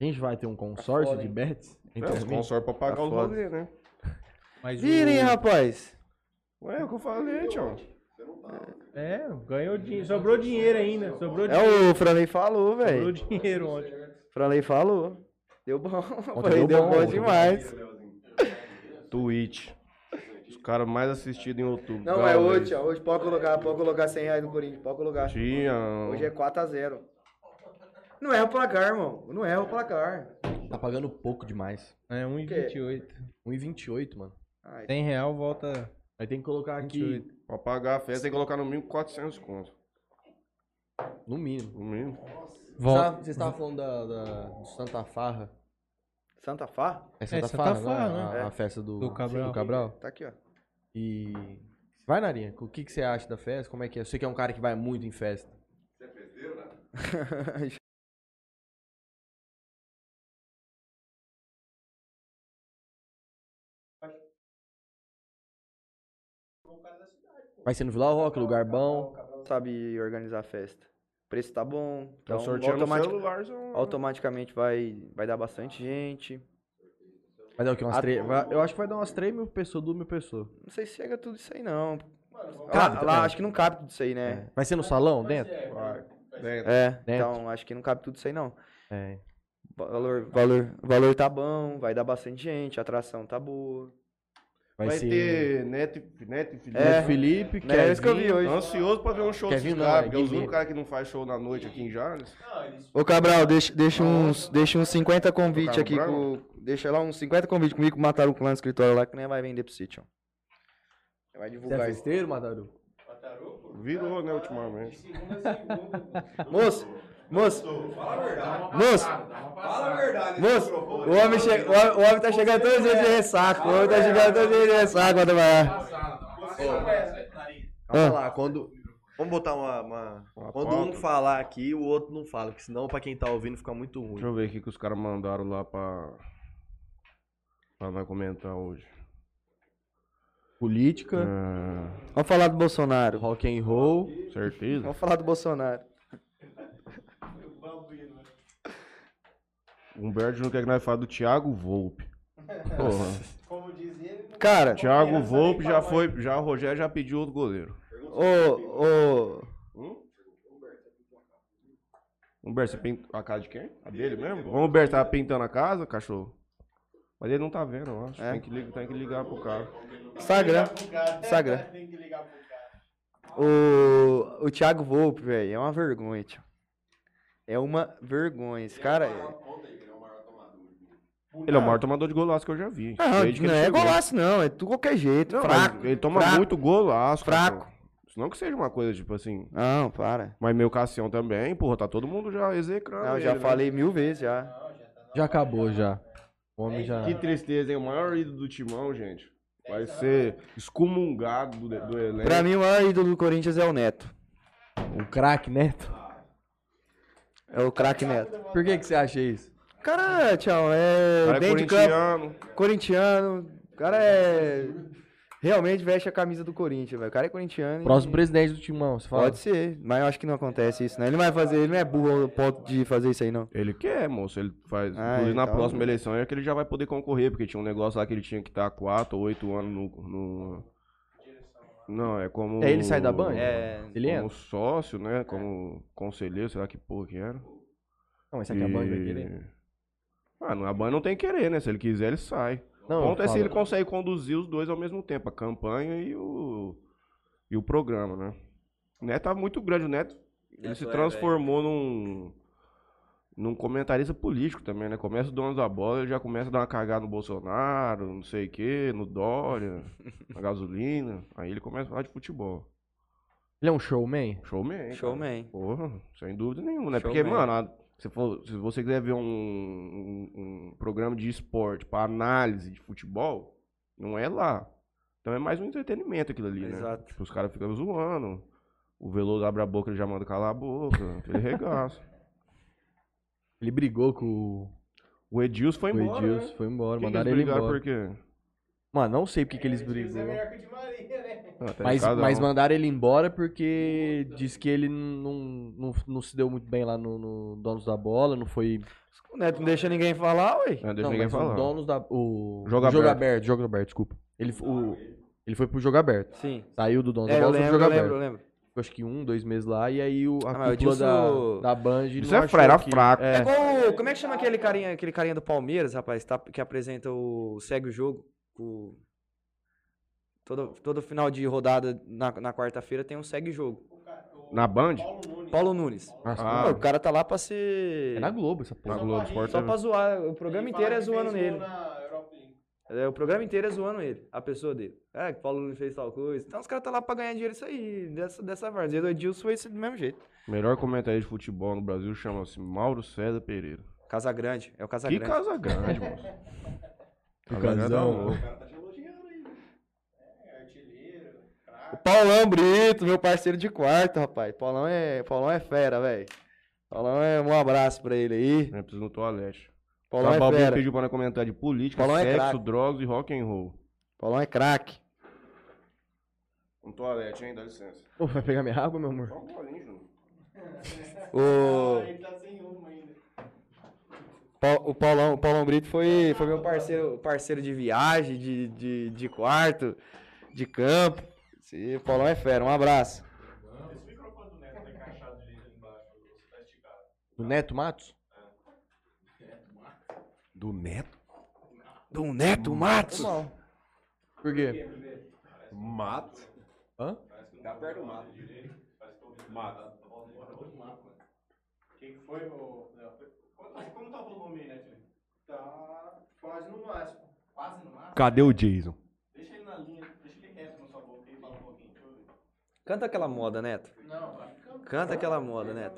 A gente vai ter um consórcio
Tá foda,
de
hein?
bets? Então,
É,
Entre
os
amigos?
consórcios pra pagar
Tá
os
foda.
rolês, né?
Mas o-
Virem, rapaz!
Ué, é o que eu falei, Tião.
É, ganhou dinheiro. Sobrou dinheiro ainda. Sobrou dinheiro.
É o Franley falou,
Sobrou
velho.
dinheiro ontem.
Franley falou. Deu bom.
Ontem
Falei,
deu
deu
bom,
bom
ontem deu bom.
demais.
Twitch. Os caras mais assistidos em outubro.
Não, é
hoje.
hoje, ó. Hoje pode colocar, pode colocar 100 reais no Corinthians, pode colocar.
Tião.
Hoje é 4x0. Não é o placar, irmão. Não é o placar.
Tá pagando pouco demais.
É 1,28.
1,28, mano.
100 real volta.
Aí tem que
Um
colocar aqui,
é-
28.
Pra pagar a festa tem que colocar no mínimo 400 conto.
no mínimo.
No mínimo.
É
Sabe, Vocês estavam falando da, da- do Santa Farra.
Santa Fá?
É Santa,
Santa
Farra,
Farra, É.
né? A-
né?
A, festa do,
Do Cabral.
do Cabral.
Tá aqui, ó.
E... Vai, Narinha. O que, que você acha da festa? Como é que é? Você que é um cara que vai muito em festa. Vai ser no Vila Roca, lugar bom.
Sabe organizar a festa. O preço tá bom.
Então,
Então,
sorteio no
automatic-
celular. São...
automaticamente vai, vai dar bastante gente.
Vai dar é o quê? Umas
A-
três... vai- Eu acho que vai dar umas 3 mil pessoas, 2 mil pessoas.
Não sei se chega tudo isso aí, não. Lá-
Cabe,
lá,
é.
acho que não cabe tudo isso aí,
É.
né?
Vai ser no salão, dentro?
Vai. Dentro.
É,
Dentro.
então acho que não cabe tudo isso aí, não.
É.
Valor, valor, valor tá bom, vai dar bastante gente, a atração tá boa.
Vai,
Vai
ser...
ter Neto, e- Neto e Felipe.
Neto Felipe,
Né, é isso que eu
Kevin,
vi hoje.
Ansioso pra ver um show
Quer
desses
vir, não,
caras,
é
porque eu sou
Guimê.
o cara que não faz show na noite aqui em Jales.
Ô Cabral, deixa, deixa, uns, deixa uns 50 convites aqui.
Cabral?
Com, deixa um lá uns 50 convites comigo que mataram com lá no escritório lá que nem vai vender pro sítio.
Você
Vai
é
divulgar isso.
festeiro, Mataru?
Virou, né, ultimamente.
Moço, moço, moço,
Fala a verdade.
moço, o homem, che- o homem- o homem tá chegando todas as vezes de ressaca. O homem tá chegando todas as vezes de ressaca. quando vai-
Calma
Ah.
lá, quando. Vamos botar uma. uma-
Uma
Quando
pauta.
um falar aqui, o outro não fala, porque senão pra quem tá ouvindo fica muito ruim.
Deixa eu ver o que que os caras mandaram lá pra. pra nós comentar hoje.
Política,
Ah,
Vamos falar do
É.
Bolsonaro.
rock and roll.
certeza?
Vamos falar do Bolsonaro.
Humberto não quer que nós fale do Thiago Volpe. Porra.
né?
Cara,
Thiago Volpe já foi. Já, o Rogério já pediu outro goleiro.
ô, ô.
Hum? tá Humberto, você pintou a casa de quem? A dele mesmo? O Humberto tá pintando a casa, cachorro? Mas ele não tá vendo, eu acho.
É.
Tem, que ligar, tem que ligar pro cara.
Instagram. Instagram. O, o Thiago Volpe, velho, é uma vergonha, tio. É uma vergonha. Esse cara. é-
Ele é o maior tomador de golaço que eu já vi.
Não,
Desde que
não
ele
é
chegou.
golaço, não. É de qualquer jeito.
Não, mas
fraco.
Ele toma
fraco.
muito golaço.
Fraco.
cachorro. Não que seja uma coisa, tipo assim.
Não, para.
Mas meu Cassião também, porra, tá todo mundo já execrando.
Não,
ele,
já
né?
falei mil vezes já.
Já acabou, já. O
É
homem já...
Que tristeza, hein? O maior ídolo do timão, gente. Vai ser excomungado do, do elenco.
Pra mim, o maior ídolo do Corinthians é o Neto.
O craque, Neto.
É o craque Neto.
Por que, que você acha isso?
Cara, tchau,
O
é.
cara é
Dentro de campo,
corintiano.
corintiano. O cara é. Realmente veste a camisa do Corinthians, velho. O cara é corintiano. e-
Próximo presidente do Timão, você fala.
Pode ser, mas eu acho que não acontece isso, né? Ele não vai fazer, ele não é burro ao ponto de fazer isso aí, não.
Ele quer, moço. Ele faz.
Ah,
Inclusive, na
então-
próxima eleição é que ele já vai poder concorrer, porque tinha um negócio lá que ele tinha que estar há 4 ou 8 anos no. no- Não, é como.
É ele sai da banha?
É.
Ele entra?
Como sócio, né? Como conselheiro, sei lá que porra que era.
Não, esse aqui é a banca
E-
dele.
Mano, a banha não tem querer, né? Se ele quiser, ele sai.
Não,
o ponto
eu
é se
falo-
ele consegue conduzir os dois ao mesmo tempo, a campanha e o, e o programa,
é
né? O Neto tá muito grande, o Neto, ele se transformou num, num comentarista político também, né? Começa o dono da bola, ele já começa a dar uma cagada no Bolsonaro, não sei o quê, no Dória, na gasolina. Aí ele começa a falar de futebol.
Ele é um showman?
Showman.
né?
cara.
Showman.
Porra, sem dúvida nenhuma, né?
Show
Porque,
mesmo.
mano, a- se, for- se você quiser ver um, um- um programa de esporte para análise de futebol, não é lá. Então é mais um entretenimento aquilo ali, né?
Exato.
Tipo, os caras ficam zoando. O Veloso abre a boca, ele já manda calar a boca. Aquele regaço.
Ele brigou com o-
O Edilson foi
com o
embora,
Edilson,
né?
foi
Por
embora,
que
mandaram
que
ele
eles brigaram
embora.
por quê?
Mano, não sei porque que eles
é
né? brigou.
né?
Ah, tá em
Mas,
cada
mas
um.
mandaram ele embora porque diz que ele não, não, não se deu muito bem lá no, no Donos da Bola, não foi.
O Neto não deixa ninguém falar, ué.
Não, deixa
não,
ninguém
mas o
falar.
Donos da. O
Jogo
o
aberto.
aberto, jogo aberto, desculpa. Ele, f- o, ele foi pro jogo aberto.
Sim.
Saiu do Donos
Ah, É,
da
eu
Bola, foi pro
lembro,
jogo
eu
aberto.
lembro, eu lembro.
Ficou acho que um, dois meses lá, e aí o, a
Ah, mas o
cúpula
Edilson-
da, da Band.
Isso
não
é
achou
fraco, era
que-
fraco.
É igual. o- Como é que chama aquele carinha, aquele carinha do Palmeiras, rapaz, tá- que apresenta o. Segue o jogo. O, todo, todo final de rodada na, na quarta-feira tem um segue jogo.
Na Band?
Paulo Nunes.
Nossa,
Ah.
Pô, o cara tá lá pra ser.
É na Globo essa
Na
porra.
Globo Esporte
Só
TV.
pra zoar. O programa inteiro é zoando nele. É, o programa inteiro é zoando ele, a pessoa dele. É, que o Paulo Nunes fez tal coisa. Então os caras tá lá pra ganhar dinheiro isso aí, dessa, dessa várzea. E O Edilson foi esse do mesmo jeito.
Melhor comentarista de futebol no Brasil chama-se Mauro César Pereira.
Casa Grande, é o
Tá
Casa
Que
Grande.
casa grande, mano.
Que
Casa grande tá
casão.
louco.
O Paulão Brito, meu parceiro de quarto, rapaz. Paulão é, Paulão é fera, velho. Paulão é um abraço pra ele aí.
Eu Né, preciso no toalete.
Paulão é
Balbinho
fera.
pediu pra nós comentar de política,
Paulão é
sexo,
craque.
drogas e rock and roll.
Paulão é craque.
Um toalete, hein? Dá licença.
Ô, vai pegar minha água, meu amor?
Só um bolinho, Júnior.
O... Pa- O Paulão, o Paulão Brito foi, foi meu parceiro, parceiro de viagem, de, de, de quarto, de campo. Sim, o Paulão é fera, um abraço.
O Neto Matos?
Do Neto?
Do Neto Matos.
Por quê?
Mato?
Hã?
Tá perto do mato. Mato.
Quem foi, ô... Como tá o volume aí, né, Tá quase no máximo. Quase no máximo?
Cadê o Jason?
Deixa ele na linha, deixa ele reto na sua boca e fala um pouquinho.
Canta aquela moda, Neto. Não, Canta aquela moda, Neto.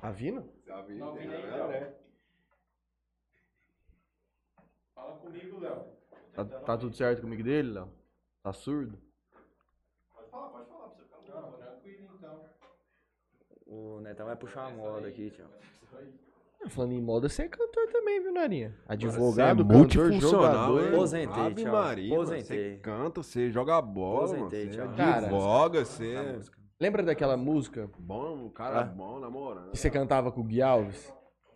Tá vindo?
Fala comigo, Léo.
Tá, tá tudo certo comigo dele, Léo? Tá surdo?
O Netão vai puxar uma moda aqui, tio.
Falando em moda, você é cantor também, viu, Narinha?
Advogado,
Advogado, cantor,
multifuncional.
jogador.
é hein?
Aposentei,
Ave
tchau.
Maria, mano,
Aposentei.
Você canta, você joga bola, mano.
Aposentei,
Você
tchau.
Cara,
advoga, você
Tá a
é
música.
Lembra daquela música
bom, um cara
Ah.
bom, na moral.
que você cantava com o Gui Alves?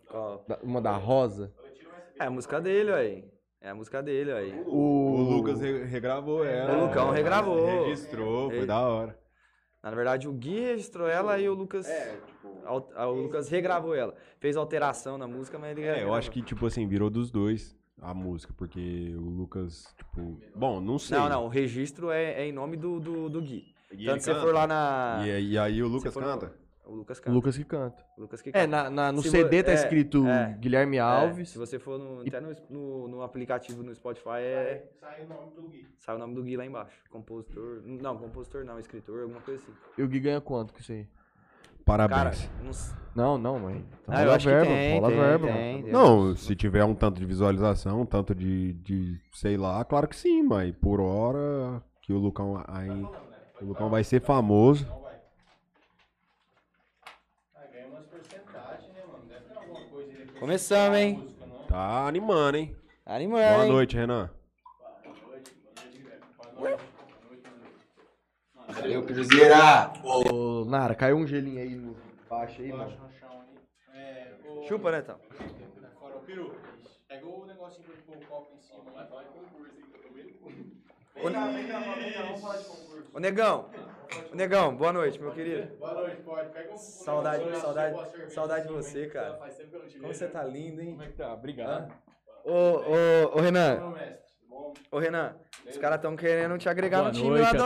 Qual?
Da- Uma da Rosa?
É a música dele, aí. É a música dele, aí.
O Lucas re- regravou ela.
O Lucão regravou.
Registrou, foi
Ei.
da hora.
Na verdade, o Gui registrou ela e o Lucas. al- ah, o Lucas regravou ela. Fez alteração na música, mas ele.
É, eu
regravou.
acho que, tipo assim, virou dos dois a música, porque o Lucas, tipo. Bom, não sei.
Não, não, o registro é, é em nome do, do, do Gui.
E ele
Tanto que você
canta.
for lá na.
E, é- aí- e aí o
você
Lucas
for lá-
canta?
O Lucas
O
canta.
Lucas que canta.
O Lucas que canta.
É, na, na- no
Se
CD
vo-
tá
é,
escrito
é.
Guilherme
É, se
Alves.
você for no, até no, no, no aplicativo no Spotify, é,
Sai o nome do Gui.
sai o nome do Gui lá embaixo. Compositor. Não, compositor não, escritor, alguma coisa assim.
E o Gui ganha quanto com isso aí?
Cara,
Parabéns.
não s-
Não, não, mãe. Então,
Ah, eu
rola
acho que
verba,
tem,
rola
tem,
verba.
tem,
mano.
tem.
Não, se tiver um tanto de visualização, um tanto de, de sei lá, claro que sim, mas por hora que o Lucão aí, o Lucão vai ser famoso.
Começamos, hein?
Tá animando, hein?
Animal.
Boa
É, hein?
noite, Renan.
Valeu, Cruzeira.
Ô, Nara, caiu um gelinho aí no baixo aí, mano.
Chupa, né, então?
Fora o peru. Pega o negocinho pra pôr o copo em cima lá e fala concurso, hein? que Eu tô meio curto. Vem cá, vem cá, vamos, vem cá, vamos falar de concurso.
Ô, Negão. Ô, Negão, boa noite, meu querido.
Boa noite, pode. Pega um. um
Saudade,
negocinho,
saudade,
boa cerveja,
saudade de
assim,
você,
hein?
cara.
Faz tempo que eu não te
Como
vejo.
você tá lindo, hein?
Como é que tá?
Hã?
Obrigado.
Ô, ô, ô, Renan.
Não, mestre. Bom,
Ô, Renan. Os caras tão querendo te agregar
Boa
no time lá
noite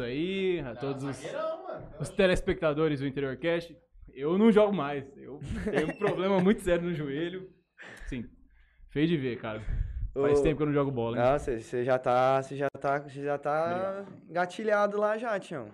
a todos
Amém.
Ah,
aí, a todos os, zagueirão, mano. os telespectadores do Interior Cast.
Eu não jogo mais. Eu tenho um problema muito sério no joelho. Sim. Feio de ver, cara. Faz
Ô,
tempo que eu não jogo bola, hein?
Não, você você já tá, você já tá, você já tá engatilhado lá já, Tião.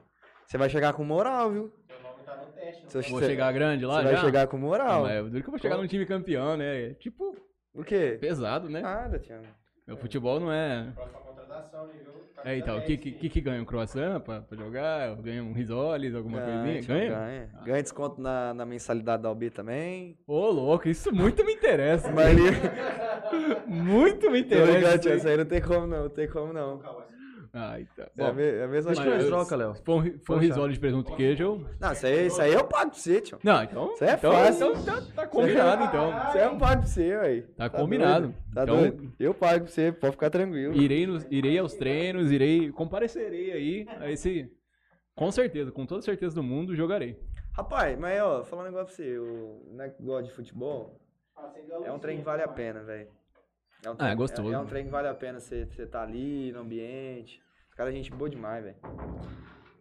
Você vai chegar com moral, viu?
Meu nome tá no teste. não
Você
tá?
Vou
você-
chegar grande lá
Você
já?
vai chegar com
Não,
moral.
mas eu duro que eu vou chegar num time campeão, né? É, Tipo,
O quê?
pesado, né?
Nada, Tião.
Meu futebol não é...
Próxima contratação, nível. camisa
É, então, o
10,
que, que,
sim.
que que ganha? Um croissant pra, pra jogar? Eu ganho um risoles, alguma coisinha?
Tião,
Ganha? Ah.
Ganha. Ganha desconto na, na mensalidade da UB também.
Ô, louco, isso muito me interessa.
Mas ali,
Muito me
tô ligado,
interessa.
Tião, isso
isso aí.
aí não tem como não, não tem como não.
Ah, então.
É a,
Bom,
me, é a mesma
Deixa
coisa.
eu-
Troca, Léo.
se for um, ri- for um risole de presunto e queijo, eu...
Não, isso aí, isso aí eu pago pra você, Tião.
Não, então.
Isso é
então,
fácil.
então
Ah,
tá, tá combinado, então.
Isso aí eu pago pra você, velho.
Tá combinado.
Tá
Então-
doido? Eu pago pra você, pode ficar tranquilo.
Irei, nos- irei aos treinos, irei. Comparecerei aí a esse. Com certeza, com toda certeza do mundo, jogarei.
Rapaz, mas ó, falar um negócio pra você, o negócio de futebol é um trem que vale a pena, velho. É um trem-
Ah, é gostoso.
É, é um trem que vale a pena você, você tá ali no ambiente. Os caras, é gente boa demais, velho.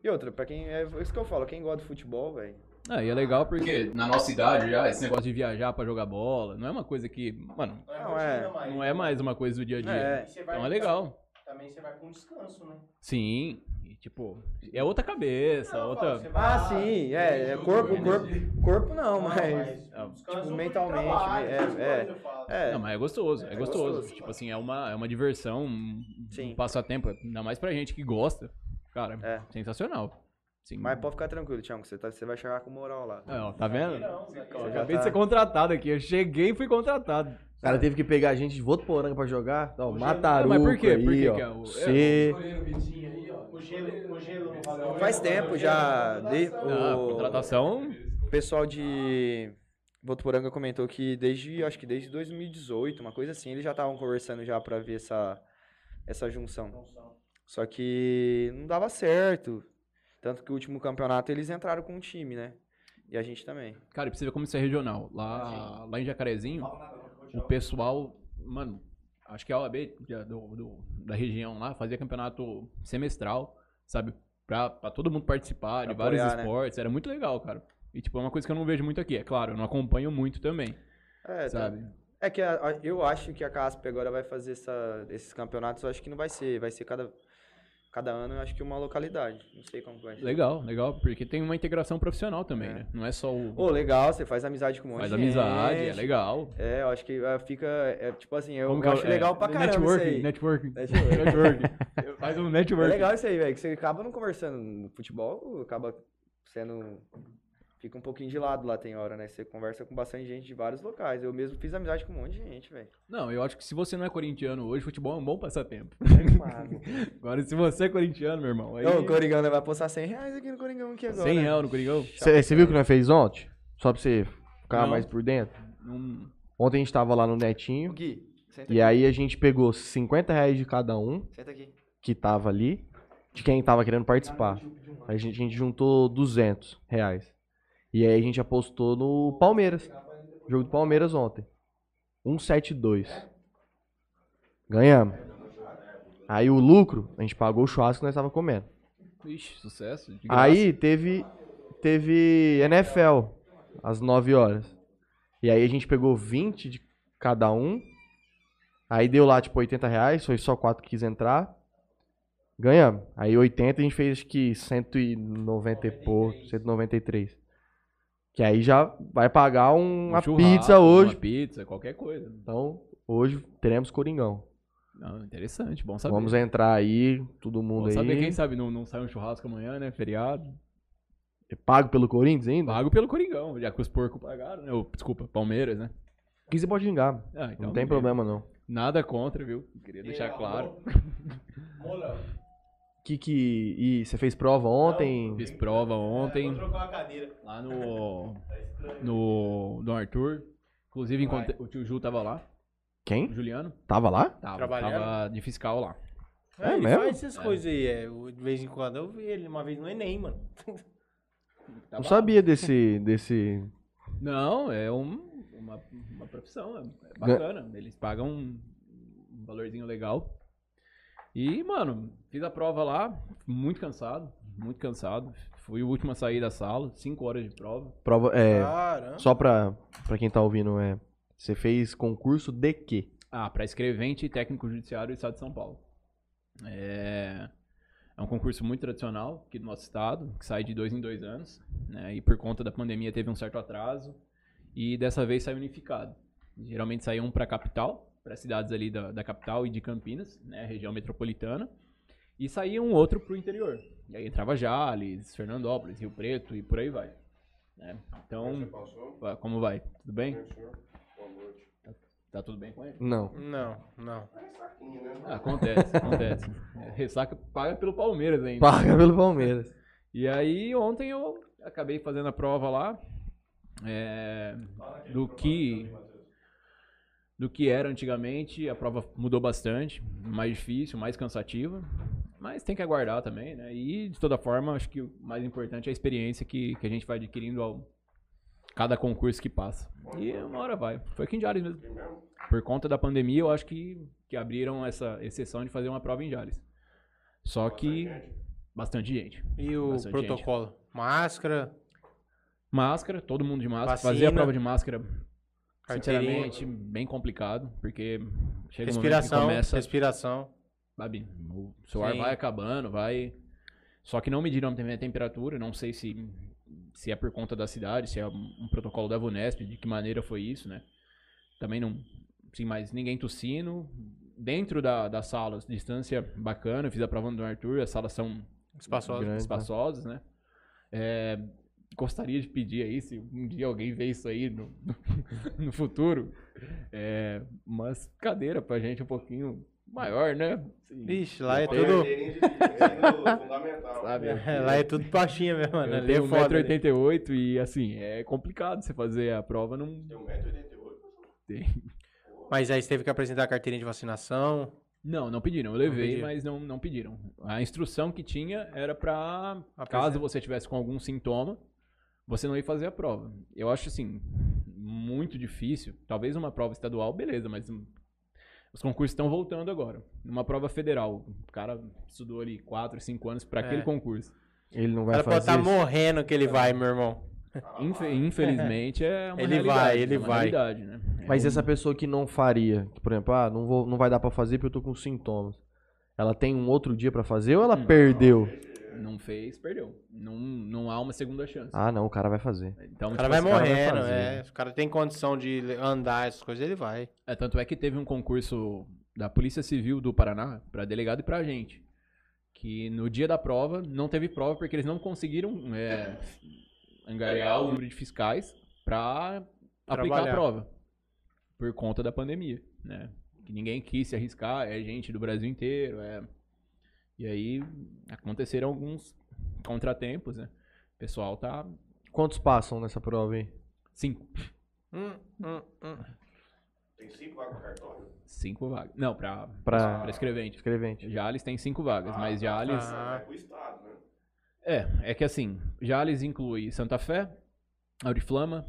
E outra, pra quem. É isso que eu falo, quem gosta de futebol, velho.
Ah, e é legal porque na nossa idade já, esse negócio de viajar pra jogar bola, não é uma coisa que, mano,
Ah,
Não, é.
rotina mais.
não é mais uma coisa do dia a dia.
É.
E você vai-
Então é legal.
Também você vai com descanso, né?
Sim, e, tipo, é outra cabeça, outra.
Você vai
Ah,
lá,
sim, é. é
jogo,
corpo,
né?
corpo. Corpo não,
Não,
um
mas.
Ah,
descanso
tipo,
pro
mentalmente,
trabalho,
é,
essas
é,
coisas eu falo.
É.
Não, mas é gostoso, é,
É
gostoso.
gostoso.
Tipo assim, é uma, é uma diversão, um
Sim.
passatempo, ainda mais pra gente que gosta. Cara,
É.
sensacional. Sim.
Mas pode ficar tranquilo, Tião, que você, tá, você vai chegar com moral lá.
É, ó, tá vendo?
Não,
Eu
já
acabei
tá.
de ser contratado aqui. Eu cheguei e fui contratado.
O cara teve que pegar a gente de Votuporanga pra jogar. Não,
Hoje é-
Mataruco
Mas por quê?
Aí,
Por quê
ó.
que é o- é,
Você...
O gelo, o gelo não
é
valeu.
Faz tempo já. De,
Ah,
o-
contratação.
O pessoal de Votuporanga comentou que desde, acho que desde 2018, uma coisa assim, eles já estavam conversando já pra ver essa, essa junção. Só que não dava certo. Tanto que o último campeonato eles entraram com um time, né? E a gente também.
Cara, precisa ver como isso é regional. Lá, lá em Jacarezinho, o pessoal, mano, acho que a OAB da- do- do- da região lá fazia campeonato semestral, sabe? Pra, pra todo mundo participar de
Pra apoiar,
vários
né?
esportes. Era muito legal, cara. E, tipo, é uma coisa que eu não vejo muito aqui. É claro, eu não acompanho muito também,
É, tá-
sabe?
é que a- a- eu acho que a CASP agora vai fazer essa- esses campeonatos, eu acho que não vai ser. Vai ser cada, cada ano, eu acho que uma localidade. Não sei como que vai ser.
Legal, legal. Porque tem uma integração profissional também,
É.
né? Não é só o...
Ô, legal, você faz amizade com um monte
Faz
de
amizade, é
gente.
legal.
É, eu acho que ah, fica. É, tipo assim, eu,
Como
eu
que é o-
acho
é,
legal pra caramba
networking, né? É
isso aí. É Networking.
Networking, networking. Faz um
É
networking.
legal isso aí, velho. Que você acaba não conversando no futebol, acaba sendo. Fica um pouquinho de lado lá, tem hora, né? Você conversa com bastante gente de vários locais. Eu mesmo fiz amizade com um monte de gente, velho.
Não, eu acho que se você não é corintiano hoje, futebol é um bom passatempo.
Mano.
Agora, se você é corintiano, meu irmão, aí...
Ô, o Coringão né, vai postar 100 reais aqui no Coringão aqui agora.
100 reais no Coringão?
Você você viu o que nós fez ontem? Só pra você ficar
Não.
mais por dentro.
Não-
Ontem a gente tava lá no Netinho.
Gui, senta
E aí a gente pegou 50 reais de cada um
Senta aqui.
que tava ali, de quem tava querendo participar. A gente, a gente juntou 200 reais. E aí a gente apostou no Palmeiras. Jogo do Palmeiras ontem. 172. Ganhamos. Aí o lucro, a gente pagou o churrasco que nós tava comendo.
Ixi, sucesso. de graça.
Aí teve teve NFL às 9 horas. E aí a gente pegou 20 de cada um. Aí deu lá tipo 80 reais, foi só 4 que quis entrar. Ganhamos. Aí 80 a gente fez acho que 190 e pouco, 193. Que aí já vai pagar um-
Um
uma
churrasco,
pizza hoje.
Uma pizza, qualquer coisa.
Então, hoje teremos Coringão.
Não, interessante, bom saber.
Vamos entrar aí, todo
Bom
mundo
Tá saber, quem
aí.
sabe não, não sai um churrasco amanhã, né? Feriado.
Pago pelo Corinthians ainda?
Pago pelo Coringão, já que os porcos pagaram, né? Ou, desculpa, Palmeiras, né?
15 pode vingar.
Ah, então
Não tem problema não.
Nada contra, viu? Queria deixar claro.
Mola,
que que e você fez prova ontem?
Fiz prova ontem
É, vou trocar uma cadeira. Tá
lá no no Dom Arthur. Inclusive encontrei, o tio Ju tava lá, o
Quem?
Juliano.
Tava lá?
Tava,
Trabalhando?
tava de fiscal lá.
É
ele
mesmo?
faz essas coisas aí. É. Eu, de vez em quando eu vi ele, uma vez no Enem, mano.
Tava-
Não sabia desse desse
Não, é um- uma, uma profissão, é, é bacana. Eles pagam um, um valorzinho legal. E, mano, fiz a prova lá, muito cansado, muito cansado. Fui o último a sair da sala, cinco horas de prova.
Prova, é,
Caramba.
só pra, pra quem tá ouvindo, é, você fez concurso de quê?
Ah, para escrevente e técnico judiciário do estado de São Paulo. É, é um concurso muito tradicional aqui do nosso estado, que sai de dois em dois anos, né? E por conta da pandemia teve um certo atraso e dessa vez saiu unificado. Geralmente sai um para a capital, para cidades ali da, da capital e de Campinas, né? Região metropolitana. E saía um outro para o interior. E aí entrava Jales, Fernandópolis, Rio Preto e por aí vai. né? Então,
passou?
va- como vai? Tudo bem?
Boa noite.
Tá tudo bem com ele?
Não.
Não, não.
Ah, acontece, acontece. É, Ressaca paga pelo Palmeiras ainda.
Paga pelo Palmeiras.
E aí ontem eu acabei fazendo a prova lá é, do que do que era antigamente. A prova mudou bastante, mais difícil, mais cansativa, mas tem que aguardar também, né? E de toda forma, acho que o mais importante é a experiência que, que a gente vai adquirindo ao cada concurso que passa. E uma hora vai. Foi então. aqui em Jales mesmo. Por conta da pandemia, eu acho que, que abriram essa exceção de fazer uma prova em Jales. Só que bastante gente.
E o
Bastante gente. um
protocolo? Máscara,
Máscara, todo mundo de máscara.
Vacina.
Fazer a prova de máscara,
carteirinha,
sinceramente, bem complicado, porque chega um
respiração,
momento que começa,
respiração.
sabe, o seu ar
Sim.
vai acabando, vai... Só que não mediram também a temperatura, não sei se, se é por conta da cidade, se é um um protocolo da Vunesp, de que maneira foi isso, né? Também não... Sim, mas ninguém tossindo. Dentro da, da sala, distância bacana, eu fiz a prova do Arthur, as salas são
Espaçosa.
Grande. né?
espaçosos, né? É, gostaria de pedir aí, se um dia alguém vê isso aí no, no futuro, é, umas cadeira pra gente um pouquinho maior, né? Assim,
Ixi, lá é
Tem
tudo.
carteirinha de ensino fundamental.
sabe?
É, lá é tudo baixinha mesmo, mano.
Eu
Ali é
tenho
foda. ali.
1,88m e assim, é complicado você fazer a prova num...
Tem 1,88m.
né? Mas aí você teve que apresentar a carteirinha de vacinação.
Não, não pediram. Eu levei,
pediram.
mas não, não pediram. A instrução que tinha era pra
Apresenta.
caso você tivesse com algum sintoma, você não ia fazer a prova. Eu acho assim, muito difícil. Talvez uma prova estadual, beleza, mas hum, os concursos estão voltando agora. Uma prova federal, o cara estudou ali 4, 5 anos pra
É.
aquele concurso.
Ele não vai
Ela pode
tá
fazer
estar
isso.
morrendo que ele vai, meu irmão.
Infe- infelizmente é uma
Ah, Ele
realidade,
vai, ele
é uma
vai.
realidade, né? É
Mas
um-
essa pessoa que não faria, que, por exemplo, ah, não, vou, não vai dar pra fazer porque eu tô com sintomas. Ela tem um outro dia pra fazer ou ela perdeu?
não fez, perdeu. Não, não há uma segunda chance.
Ah, não, o cara vai fazer.
Então,
O cara
tipo
vai
assim,
morrendo,
fazer.
é. Se o cara tem condição de le- andar, essas coisas, ele vai.
É, tanto é que teve um concurso da Polícia Civil do Paraná para delegado e para agente. Que no dia da prova não teve prova porque eles não conseguiram é, angariar o número de fiscais para aplicar
Trabalhar.
a prova. Por conta da pandemia, né? Que ninguém quis se arriscar, é gente do Brasil inteiro. É... E aí aconteceram alguns contratempos, né? O pessoal tá.
Quantos passam nessa prova aí?
Cinco.
Hum, hum, hum.
Tem 5 vagas no cartório.
Cinco vagas. Não, para
Pra-
escrevente.
Escrevente.
Jales tem cinco vagas, mas Jales.
Ah.
É o Estado, né?
É, é que assim, Jales inclui Santa Fé, Auriflama,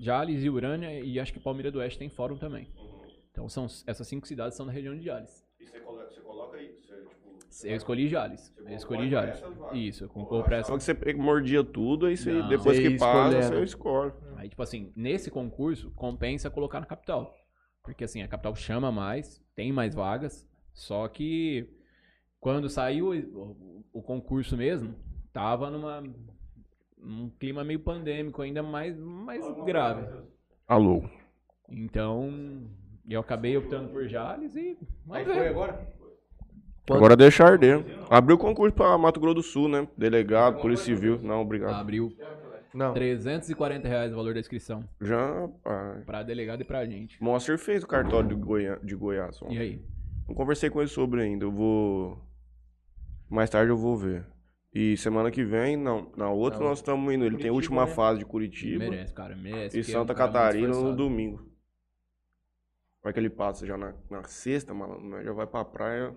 Jales e Urânia e acho que Palmeira do Oeste tem fórum também.
Uhum.
Então são essas cinco cidades são da região de Jales.
E você coloca, você coloca aí. Você, tipo,
Eu escolhi Jales. Eu escolhi Jales. Isso, eu concorro pra essa.
Só que você mordia tudo, aí você,
Não.
depois
Você
que
ia
passa,
escolhendo.
você escolhe.
Aí, tipo assim, nesse concurso, compensa colocar na capital. Porque, assim, a capital chama mais, tem mais vagas, só que quando saiu o, o concurso mesmo, tava numa um clima meio pandêmico, ainda mais, mais grave.
Alô.
Então, eu acabei optando por Jales e... Mas
agora?
Quando-
Agora deixa arder. Abriu o concurso pra Mato Grosso do Sul, né? Delegado, Polícia Civil. Não, obrigado.
Abriu
Não.
340 reais o valor da inscrição
Já, pai.
pra delegado e pra gente.
Monster fez o cartório de, Goiá- de Goiás.
E
ontem.
aí?
Não conversei com ele sobre ainda. Eu vou. Mais tarde eu vou ver. E semana que vem, não. Na outra nós estamos indo. Ele tem a última fase de Curitiba
né? Merece, cara, merece.
e
porque é um
Santa
cara muito
Catarina no
esforçado.
domingo. Vai que ele passa já na, na sexta, malandro. né? Já vai pra praia.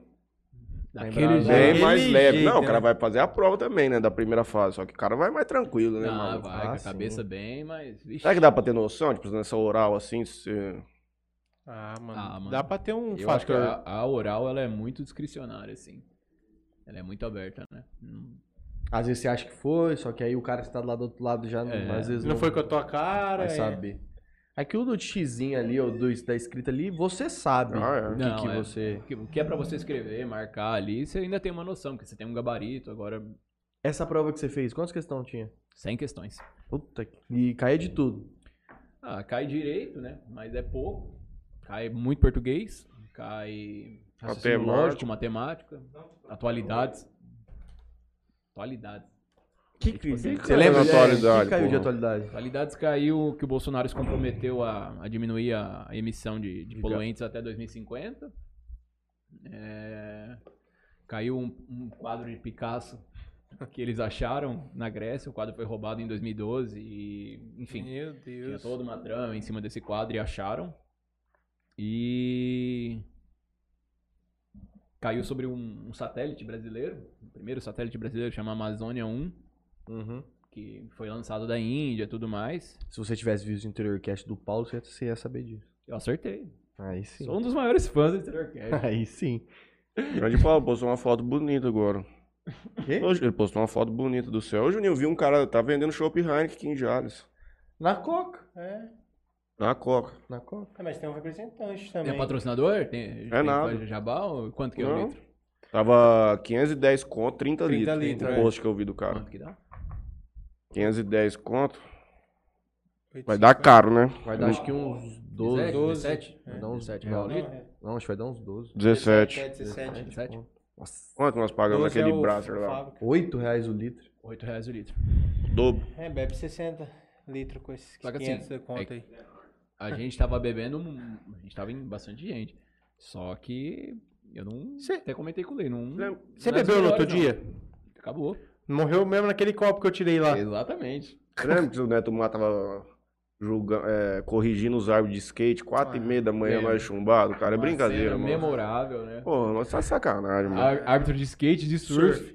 Daquele
Lembrado.
jeito.
Bem mais
Daquele
leve.
jeito,
não, o cara
né?
vai fazer a prova também, né? Da primeira fase. Só que o cara vai mais tranquilo, né,
Ah,
maluco?
vai, com
Ah,
a
sim.
cabeça bem, mas. é Vixe,
Será que dá pra ter noção? Tipo, nessa oral assim, se...
Ah, mano.
Ah, mano.
Dá pra ter um
eu acho que
fator.
a, a oral ela é muito discricionária, assim. Ela é muito aberta, né? Não-
Às vezes você acha que foi, só que aí o cara que tá lá do outro lado já não.
É.
Às vezes
Não foi com a tua cara.
vai
é.
saber. Aqui o do xizinho ali, ou do, da escrita ali, você sabe
Ah,
o que,
Não,
que
é.
você.
O que- O que é pra você escrever, marcar ali, você ainda tem uma noção, porque você tem um gabarito, agora,
Essa prova que você fez, quantas questões tinha?
sem questões.
Puta que. E caía de tudo.
Ah, cai direito, né? Mas é pouco. Cai muito português, cai raciocínio
Matemática.
lógico, matemática, atualidades. Atualidades.
Que,
tipo assim,
você lembra?
de
é,
atualidade,
que caiu de
porra?
atualidade?
Atualidades caiu que o Bolsonaro se comprometeu a, a diminuir a emissão de, de poluentes até 2050. É, caiu um, um quadro de Picasso que eles acharam na Grécia. O quadro foi roubado em 2012 e, enfim,
Meu
Tinha
Deus.
toda uma trama em cima desse quadro e acharam. E. Caiu sobre um, um satélite brasileiro, o primeiro satélite brasileiro chama Amazônia 1,
Uhum.
que foi lançado da Índia e tudo mais.
Se você tivesse visto o interiorcast do Paulo, você ia- você ia saber disso.
Eu acertei.
Aí sim.
Sou um dos maiores fãs do Exterior Cash.
Aí sim.
Grande Paulo postou uma foto bonita agora.
Quê?
Hoje ele postou uma foto bonita do céu. Hoje eu vi um cara tá vendendo chopp Heineken aqui em Jales.
Na Coca.
É.
Na Coca.
Na Coca.
Ah, mas tem um representante também.
Tem patrocinador?
É
Tem, tem
nada.
fã de Jabal? Quanto que é
Não.
o litro?
Tava 510 conto, 30,
30
litros.
litros,
o
é.
post que eu vi do cara.
Quanto que dá?
510 conto. Vai
850.
dar caro, né?
Vai dar acho que uns 12.
17?
12.
17?
Vai dar uns
17
não,
real.
Não, é.
Não, acho que vai dar uns Tipo, 12.
17.
17.
17?
Nossa.
Quanto nós pagamos
12 é
naquele
o
braço lá?
Fábio.
8 reais o litro.
8 reais o litro.
Dobro.
É, bebe 60 litros com esses
Só que
500
assim,
conta aí.
A gente tava bebendo, um- a gente tava em bastante gente. Só que eu não. Até comentei com o Lei. Não,
Você
não é dos
bebeu no outro
melhores,
dia? Ah.
não. Acabou.
Morreu mesmo naquele copo que eu tirei lá.
Exatamente.
Lembra que o Neto Mato tava julgando, é, corrigindo os árbitros de skate, 4 e
Ah,
meia da manhã,
lembro.
nós chumbado, cara. É
Uma
brincadeira,
cena
mano.
memorável, né?
Porra, mas tá sacanagem, mano.
Á- Árbitro de skate, de surf.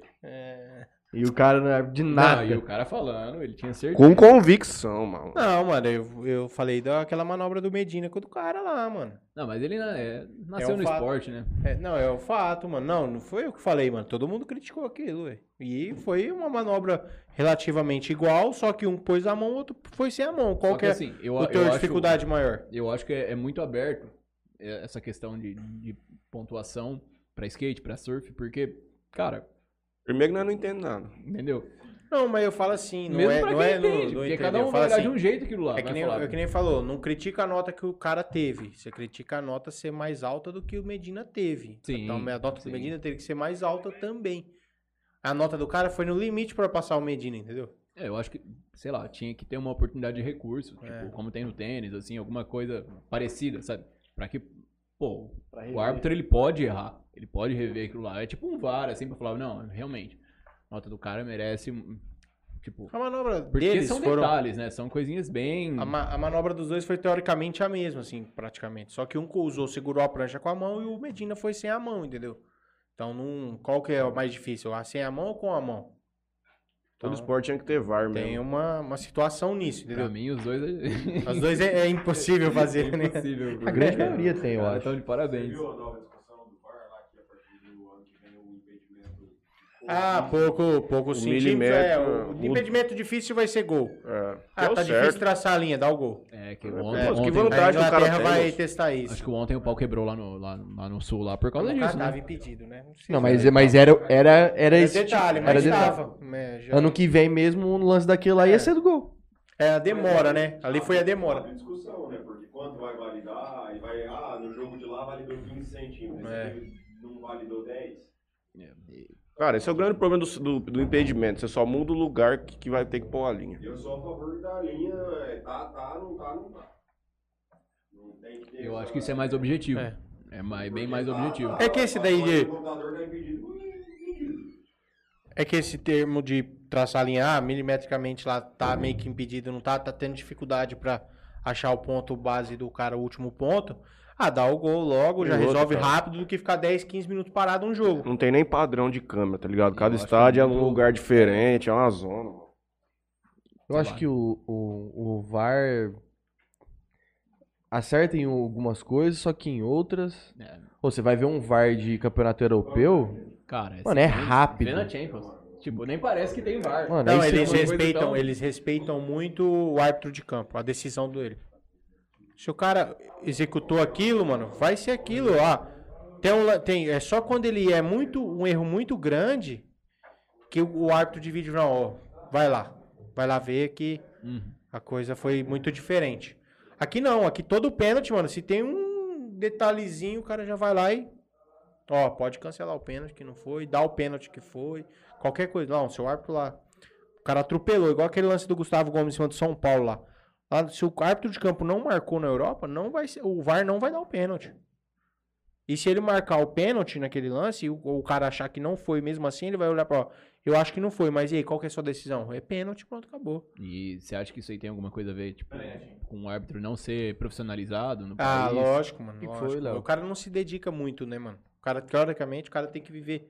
E o cara não é de
Não,
nada.
e o cara falando, ele tinha
Ah,
certeza.
Com convicção, mano.
Não, mano, eu, eu falei daquela manobra do Medina com o do cara lá, mano.
Não, mas ele na- é- nasceu
É um
no
fato.
esporte, né?
É, não, é o fato, mano. Não, não foi eu que falei, mano. Todo mundo criticou aquilo, ué. E foi uma manobra relativamente igual, só que um pôs a mão, o outro foi sem a mão. Qual
Só
que
que
é
assim, eu,
o
eu
teu
acho-
dificuldade maior?
eu acho que é, é muito aberto é, essa questão de, de pontuação pra skate, pra surf, porque, cara,
Primeiro que nós não entendemos nada.
entendeu?
Não, mas eu falo assim, não
Mesmo
é,
pra
não
quem
é, não,
entende,
não
porque
entendeu.
cada um
Eu
vai
falo
olhar
assim,
de um jeito aquilo lá.
É que,
vai
nem,
falar,
é que nem falou, não critica a nota que o cara teve. Você critica a nota ser mais alta do que o Medina teve.
Sim,
então a nota
sim.
do Medina teve que ser mais alta também. A nota do cara foi no limite pra passar o Medina, entendeu?
É, eu acho que, sei lá, tinha que ter uma oportunidade de recurso,
É.
tipo, como tem no tênis, assim, alguma coisa parecida, sabe? Pra que, pô, o árbitro ele pode errar, ele pode rever aquilo lá. É tipo um VAR, assim, pra falar, não, realmente, a nota do cara merece, um- tipo...
A manobra
Porque
deles
são
foram
detalhes, né? São coisinhas bem...
A, ma- a manobra dos dois foi teoricamente a mesma, assim, praticamente. Só que um usou, segurou a prancha com a mão e o Medina foi sem a mão, entendeu? Então, não, qual que é o mais difícil? A sem a mão ou com a mão?
Todo
Então,
esporte tinha que ter VAR
Tem
mesmo.
uma, uma situação nisso,
Pra
entendeu?
mim, os dois... é
Os dois é, é impossível fazer, né?
impossível.
A grande maioria tem, eu acho.
Então, de parabéns.
Viu a nova discussão do VAR lá que a partir do ano que vem o impedimento.
Ah, pouco, pouco sim.
Um milímetro,
é, o,
o-
impedimento difícil vai ser gol.
É.
Ah,
Deu
tá
certo.
difícil traçar a linha, dá o gol.
É, que
Pô,
ontem...
que
ontem-
vantagem.
A
Atrás do cara
Inglaterra
tem,
vai
moço.
testar isso.
acho que ontem o pau quebrou lá no, lá, lá no sul, lá, por causa
Não,
disso,
tava
né?
impedido, né? Não, sei
Não,
se
mas,
era.
mas era, era, era
Era
esse
detalhe,
tipo,
mas
era detalhe.
tava. É, já-
Ano que vem mesmo, o lance daquele lá ia ser do gol.
É a demora, né? Ali foi a demora.
Abre tá discussão, né? Porque quanto vai validar? E vai, ah, no jogo de lá validou 15 centímetros.
É.
esse Não validou 10.
Cara, esse é o grande problema do, do, do impedimento. Você só muda o lugar que, que vai ter que pôr a linha.
Eu sou a favor da linha. é, Tá, tá, não tá, não tá. Não tem que ter
Eu
essa-
acho que isso é mais objetivo.
É.
É, mais- bem mais objetivo.
É que esse daí de-
O computador tá impedido, mas é impedido.
É que esse termo de traçar a linha, ah, milimetricamente lá tá meio que impedido, não tá? Tá tendo dificuldade pra achar o ponto base do cara, o último ponto. Ah, dá o gol logo, já
E outro, tá.
resolve
cara.
rápido do que ficar 10, 15 minutos parado um jogo.
Não tem nem padrão de câmera, tá ligado? Cada
acho
estádio é
muito-
um lugar diferente, é uma zona. mano.
Eu
Sei
acho
lá.
que o, o, o VAR acerta em algumas coisas, só que em outras.
É,
Pô, você vai ver um VAR de campeonato europeu.
cara,
Mano, é
esse-
rápido.
Vê na Champions. Tipo, nem parece que tem VAR.
Mano,
Não,
aí
eles
sim é uma coisa
respeitam,
tão-
eles respeitam muito o árbitro de campo, a decisão dele. Se o cara executou aquilo, mano, vai ser aquilo, ó. Tem um, la- tem, é só quando ele é muito um erro muito grande que o, o árbitro de vídeo não, ó, vai lá. Vai lá ver que
Uhum.
a coisa foi muito diferente. Aqui não, aqui todo pênalti, mano, se tem um detalhezinho, o cara já vai lá e ó, pode cancelar o pênalti que não foi, dá o pênalti que foi, qualquer coisa. Não, seu árbitro lá o cara atropelou, igual aquele lance do Gustavo Gomes em cima do São Paulo lá. Lá, se o árbitro de campo não marcou na Europa, não vai ser- o VAR não vai dar o pênalti. E se ele marcar o pênalti naquele lance e o, o cara achar que não foi mesmo assim, ele vai olhar pra, ó, eu acho que não foi, mas e aí, qual que é a sua decisão? É pênalti, pronto, acabou.
E você acha que isso aí tem alguma coisa a ver, tipo, com o árbitro não ser profissionalizado no
Ah,
país?
lógico, mano.
Que foi,
lógico.
Léo?
o cara não se dedica muito, né, mano? O cara, teoricamente, o cara tem que viver.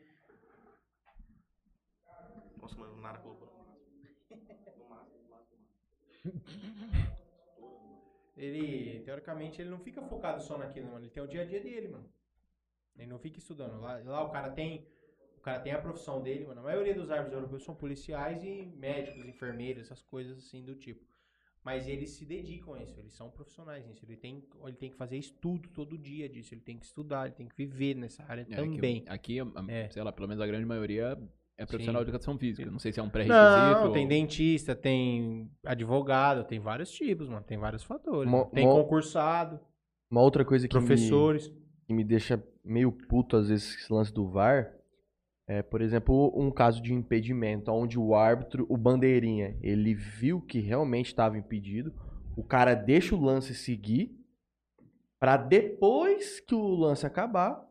Nossa, mano, o Nara colocou no máximo. No máximo, no máximo.
Ele, teoricamente, ele não fica focado só naquilo, mano. Ele tem o dia a dia dele, mano. Ele não fica estudando. Lá, lá o cara tem. O cara tem a profissão dele, mano. A maioria dos árbitros europeus são policiais e médicos, enfermeiros, essas coisas assim do tipo. Mas eles se dedicam a isso, eles são profissionais nisso. Ele tem, ele tem que fazer estudo todo dia disso. Ele tem que estudar, ele tem que viver nessa área
É, aqui-
também.
Aqui, a-
É.
sei lá, pelo menos a grande maioria é profissional de educação física. Não sei se é um pré-requisito.
Não,
ou-
tem dentista, tem advogado, tem vários tipos, mano. Tem vários fatores.
Mo-
mano. tem
mo-
concursado,
Uma outra coisa que me,
professores.
que me deixa meio puto às vezes esse lance do VAR é, por exemplo, um caso de impedimento onde o árbitro, o bandeirinha, ele viu que realmente estava impedido, o cara deixa o lance seguir pra depois que o lance acabar,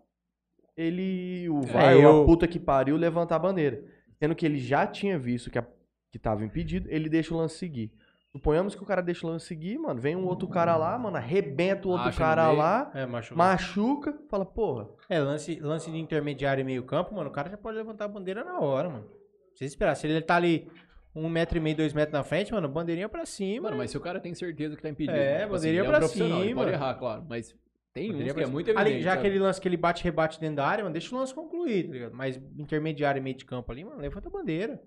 ele o VAR,
É,
ou
eu-
a puta que pariu, levantar a bandeira, sendo que ele já tinha visto que a, que tava impedido, ele deixa o lance seguir. Suponhamos que o cara deixa o lance seguir, mano, vem um outro cara lá, mano, arrebenta o outro
Acha no
cara
meio.
lá.
É, machucado.
Machuca, fala, porra.
É, lance, lance de intermediário e meio campo, mano, o cara já pode levantar a bandeira na hora, mano. Precisa esperar. Se ele tá ali um metro e meio, dois metros na frente, mano, bandeirinha pra cima.
Mano, mas se o cara tem certeza que tá impedido.
É, bandeirinha
ele
pra
profissional, ele
cima.
Pode errar, claro. Mas tem
Bandeirinha
uns que
pra
é
cima.
muito
Ali,
evidente.
já
sabe?
aquele lance que ele bate, rebate dentro da área, mano, deixa o lance concluído, tá ligado? Mas intermediário e meio de campo ali, mano, levanta a bandeira.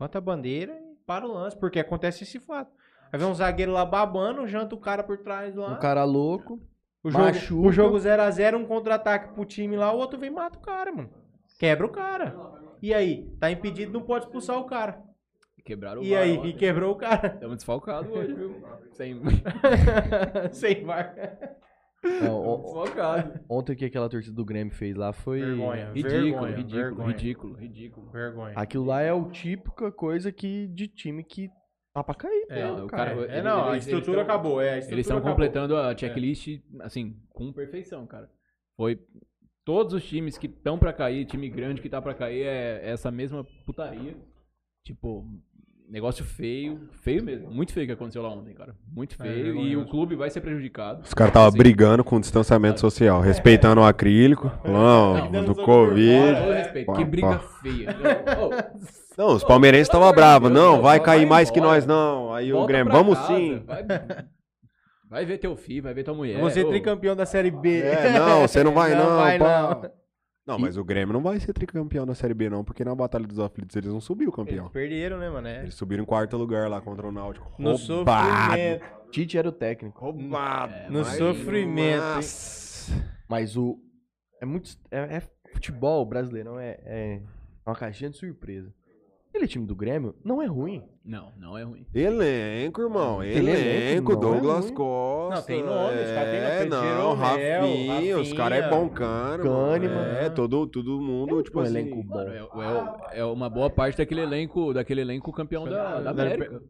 Levanta a bandeira e para o lance, porque acontece esse fato. Aí vem um zagueiro lá babando, janta o cara por trás lá.
Um cara louco.
O jogo,
Machuca.
o jogo 0x0, um contra-ataque pro time lá, o outro vem e mata o cara, mano. Quebra o cara. E aí? Tá impedido, não pode expulsar o cara.
Quebraram o
E
VAR
aí?
ontem.
E quebrou o cara.
Estamos desfalcados hoje, viu? Sem...
Sem marca.
Não, o-
desfalcados.
ontem o que aquela torcida do Grêmio fez lá foi.
Vergonha.
Ridículo,
Vergonha,
ridículo,
vergonha.
ridículo, ridículo.
Vergonha.
Aquilo lá é o típica coisa que de time que tá pra cair.
É,
mesmo,
o
cara.
cara-
É,
ele-
não, a
eles-
estrutura
eles tão-
acabou. É, a estrutura
Eles estão
acabou. É.
completando a checklist, assim, com perfeição, cara. Foi. Todos os times que estão pra cair, time grande que tá pra cair, é essa mesma putaria. Tipo, negócio feio. Feio mesmo. Muito feio que aconteceu lá ontem, cara. Muito
É,
feio. e
vergonhoso.
o clube vai ser prejudicado.
Os caras estavam
Sim.
brigando com o distanciamento social, respeitando o acrílico, não,
Não,
do
não,
Com
Covid.
todo respeito, que
É. Pá,
briga
pá.
feia. Não, ô,
Não, os palmeirenses
Pelo amor
estavam
de
bravos.
Deus,
Não,
meu,
vai
só
cair
vai
mais que
embora.
nós, não. Aí o
volta
Grêmio,
pra
vamos
casa,
sim.
Vai, vai ver teu filho, vai ver tua mulher.
Você é
ô.
tricampeão da Série B.
É, não, você não vai, não.
vai,
pá.
não.
Não, mas o Grêmio não vai ser tricampeão na Série B, não, porque na Batalha dos Aflitos eles não subiu
Eles
campeão.
perderam, né, mano? É.
Eles subiram em quarto lugar lá contra o Náutico.
No
Roubado.
sofrimento.
Tite era o técnico.
Roubado.
No
Mas-
sofrimento. hein?
Nossa.
Mas o. É muito. É, é futebol brasileiro, não é, é uma caixinha de surpresa. Aquele time do Grêmio não é ruim.
Não, não é ruim.
Elenco, irmão.
Tem elenco,
Elenco,
não é
Douglas
ruim.
Costa.
Não, tem nome, os caras têm
É,
nome,
não,
Jeromel,
Rafinha, os caras é
Rafinha,
bom cano. mano.
Kahneman.
É, todo, todo mundo,
Tem
tipo
um
assim.
elenco bom.
Ah,
Mano, é, é- é uma boa parte daquele elenco, daquele elenco campeão da, da América.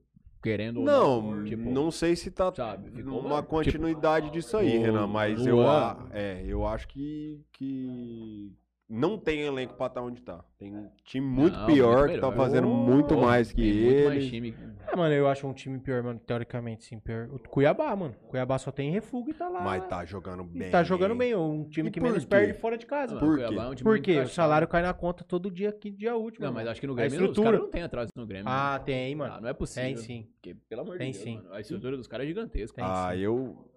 Querendo ou
Não,
tipo,
não sei se tá
sabe, ficou
numa
bom.
continuidade disso aí,
o
Renan, mas eu,
Luan-
a- é, eu acho que, que não tem elenco pra estar onde tá. Tem time muito
Não,
pior
muito
que tá
melhor.
fazendo muito
Pô,
mais que
tem muito mais
ele.
time.
É, mano, eu acho um time pior, mano, teoricamente, sim, pior. O Cuiabá, mano. Cuiabá só tem refúgio e tá lá.
Mas tá jogando bem.
Tá jogando bem, um time
E
que
por
menos
quê?
perde fora de casa.
Não,
Por
o
quê?
Cuiabá é um time
Por
muito
quê? O
encaixado.
salário cai na conta todo dia, aqui, dia último.
Não, mas
mano.
acho que no
A
Grêmio os
estrutura-
caras não tem atraso no Grêmio.
Ah, tem, hein,
Ah,
mano.
não é possível.
Tem sim.
Porque, pelo amor
Tem
de Deus,
sim.
mano, a estrutura dos caras é gigantesca.
Tem
Ah, eu.
Ah,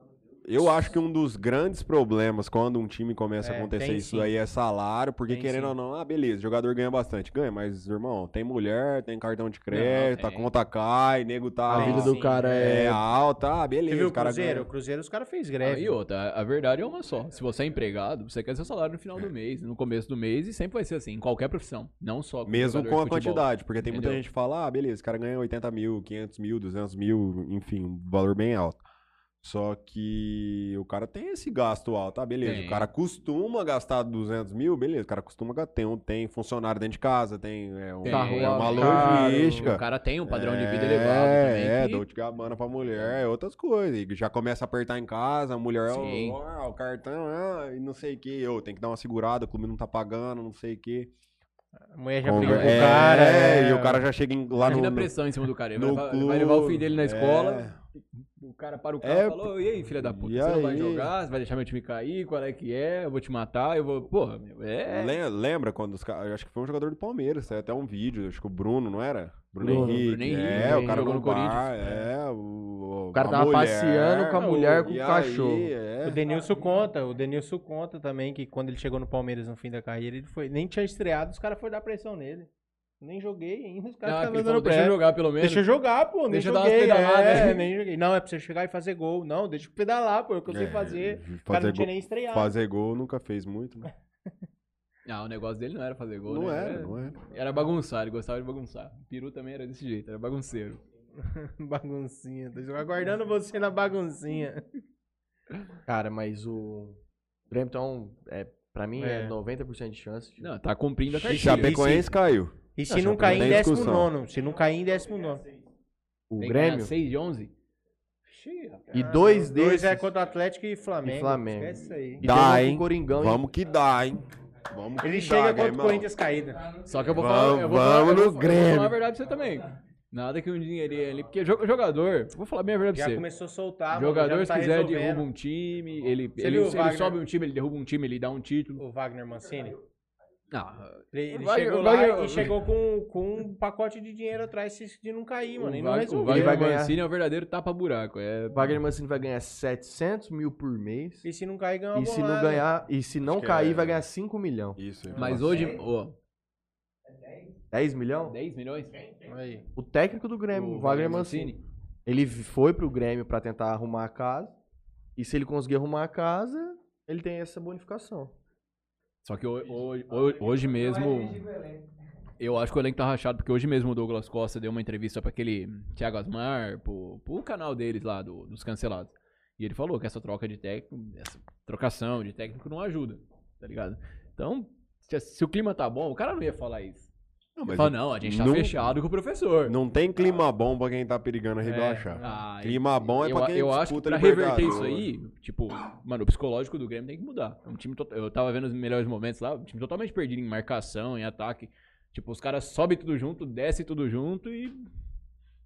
eu acho que um dos grandes problemas quando um time começa a
É,
acontecer
tem
isso
sim.
aí é salário, porque
Tem
querendo
sim.
ou não, ah, beleza, o jogador ganha bastante. Ganha, mas, irmão, tem mulher, tem cartão de crédito, a
tem.
conta cai, nego tá.
A
Ah,
vida do
sim,
cara
é,
é.
alta, ah,
Você
beleza.
viu o
cara
Cruzeiro?
ganha.
O Cruzeiro os caras fez
Ah,
greve.
e outra, a a verdade é uma só. Se você é empregado, você quer seu salário no final
É.
do mês, no começo do mês, e sempre vai ser assim, em qualquer profissão. Não só
Mesmo
jogador
com a
de futebol.
quantidade, porque tem muita
entendeu?
gente que fala, ah, beleza, o cara ganha 80 mil, 500 mil, 200 mil, enfim, um valor bem alto. Só que o cara tem esse gasto alto, tá? Beleza,
Tem.
o cara costuma gastar 200 mil, beleza, o cara costuma gastar, tem, um- tem funcionário dentro de casa, tem, é, um-
Tem.
é uma
Carro
caro,
logística.
O cara tem um padrão de
É,
vida elevado também.
É,
que-
Dolce Gabbana pra mulher, é outras coisas. E já começa a apertar em casa, a mulher, ó,
Sim.
ó, o cartão, ah, e não sei o que, eu tenho que dar uma segurada, o clube não tá pagando, não sei o que.
A mulher já brigou
Conver-
com o cara.
É,
é.
e o cara já chega em- lá no,
Imagina tá a
no-
pressão em cima do cara. Ele
no
vai, vai levar o filho dele na
clube,
escola. O cara para o carro
É,
e falou: E aí, filha da puta,
e
você não vai
aí?"
jogar? Você vai deixar meu time cair? Qual é que é? Eu vou te matar, eu vou. Porra, meu, é.
Lem- Lembra quando os caras. Acho que foi um jogador do Palmeiras, saiu até um vídeo, acho que o Bruno, não era? Bruno,
Bruno,
Henrique.
Bruno Henrique,
é, o cara
jogou
no
no
bar,
Corinthians.
é, o,
O cara
a
tava
mulher,
passeando com a mulher, com o
e aí,
cachorro.
é.
O Denilson conta, o Denilson conta também que quando ele chegou no Palmeiras no fim da carreira, ele foi, nem tinha estreado, os caras foram dar pressão nele. Nem joguei ainda, os caras
Não, é
ficaram
ele
dando
falou, deixa eu
pressão.
jogar pelo menos.
Deixa eu jogar, pô, nem
Deixa eu dar umas
joguei.
pedaladas.
é, nem joguei. Não, é pra você chegar e fazer gol. Não, deixa eu pedalar, pô, é o que eu sei fazer. O cara
Fazer,
não tinha
gol,
nem estreado.
fazer gol nunca fez muito, né?
Não, Ah, o negócio dele não era fazer gol.
Não
né?
era, não era.
Era bagunçar, ele gostava de bagunçar. O Peru também era desse jeito, era bagunceiro.
Baguncinha, tô aguardando você na baguncinha.
Cara, mas o. O Grêmio tem um. É, pra mim é,
É.
90% de chance. tipo, De...
Não, tá cumprindo a
E
cartilha.
Chapecoense caiu.
E se
Ah, já
não cair em
tem
décimo
discussão.
nono? Se não cair em décimo nono.
o
Tem que ganhar
Grêmio.
6 de 11?
E dois
Dois
desses.
é contra o Atlético e Flamengo.
E Flamengo.
Esquece isso aí.
E
Dá,
tem um com
hein?
o Coringão.
Vamos que dá, hein? Vamos que
Ele
dá,
chega
né,
contra o
irmão?
Corinthians caída.
Só que eu vou
Vamos-
falar. Eu vou falar,
vamos
eu vou,
no
eu vou
Grêmio.
falar a verdade pra você também. Nada que um dinheirinho ali. Porque jo- jogador, vou falar bem a verdade pra
Já
você.
começou a soltar. mano, já
Jogador,
não
se
tá
quiser,
resolvendo.
derruba um time, ele,
Você
ele,
viu o
ele
Wagner?
sobe um time, ele derruba um time, ele dá um título. Ah,
O Wagner Mancini.
Não,
Ele, ele
O Wagner-
chegou
o
lá
Wagner-
e chegou com, com um pacote de dinheiro atrás de não cair, mano. E
o,
não
Wag- o
resolveu.
Wagner
Ele vai ganhar.
Mancini é o verdadeiro tapa-buraco. É...
O Wagner Mancini vai ganhar 700 mil por mês.
E se não cair, ganha uma
E se não
bolada.
ganhar,
né?
e se não
que
cair,
é-
vai ganhar 5 milhões.
Isso, aí,
Mas
nossa.
hoje, ó,
10 milhões?
10 milhões?
Aí.
O técnico do
É,
Grêmio, o Wagner Mancini. Ele foi pro Grêmio pra tentar arrumar a casa. E se ele conseguir arrumar a casa, ele tem essa bonificação.
Só que ho- hoje, hoje, hoje mesmo. Eu acho que o elenco tá rachado, porque hoje mesmo o Douglas Costa deu uma entrevista pra aquele Thiago Asmar, pro, pro canal deles lá, do- dos cancelados. E ele falou que essa troca de técnico, essa trocação de técnico não ajuda, tá ligado? Então, se, se o clima tá bom, o cara não ia falar isso.
Não,
Ele
mas
fala, não, a gente tá
não-
fechado com o professor.
Não tem clima bom pra quem tá perigando rebaixar.
Ah,
clima bom é
eu,
pra quem
eu
disputa
acho que pra reverter isso aí, tipo, mano, o psicológico do Grêmio tem que mudar. É um time to- Eu tava vendo os melhores momentos lá, um time totalmente perdido em marcação, em ataque. Tipo, os caras sobem tudo junto, descem tudo junto e.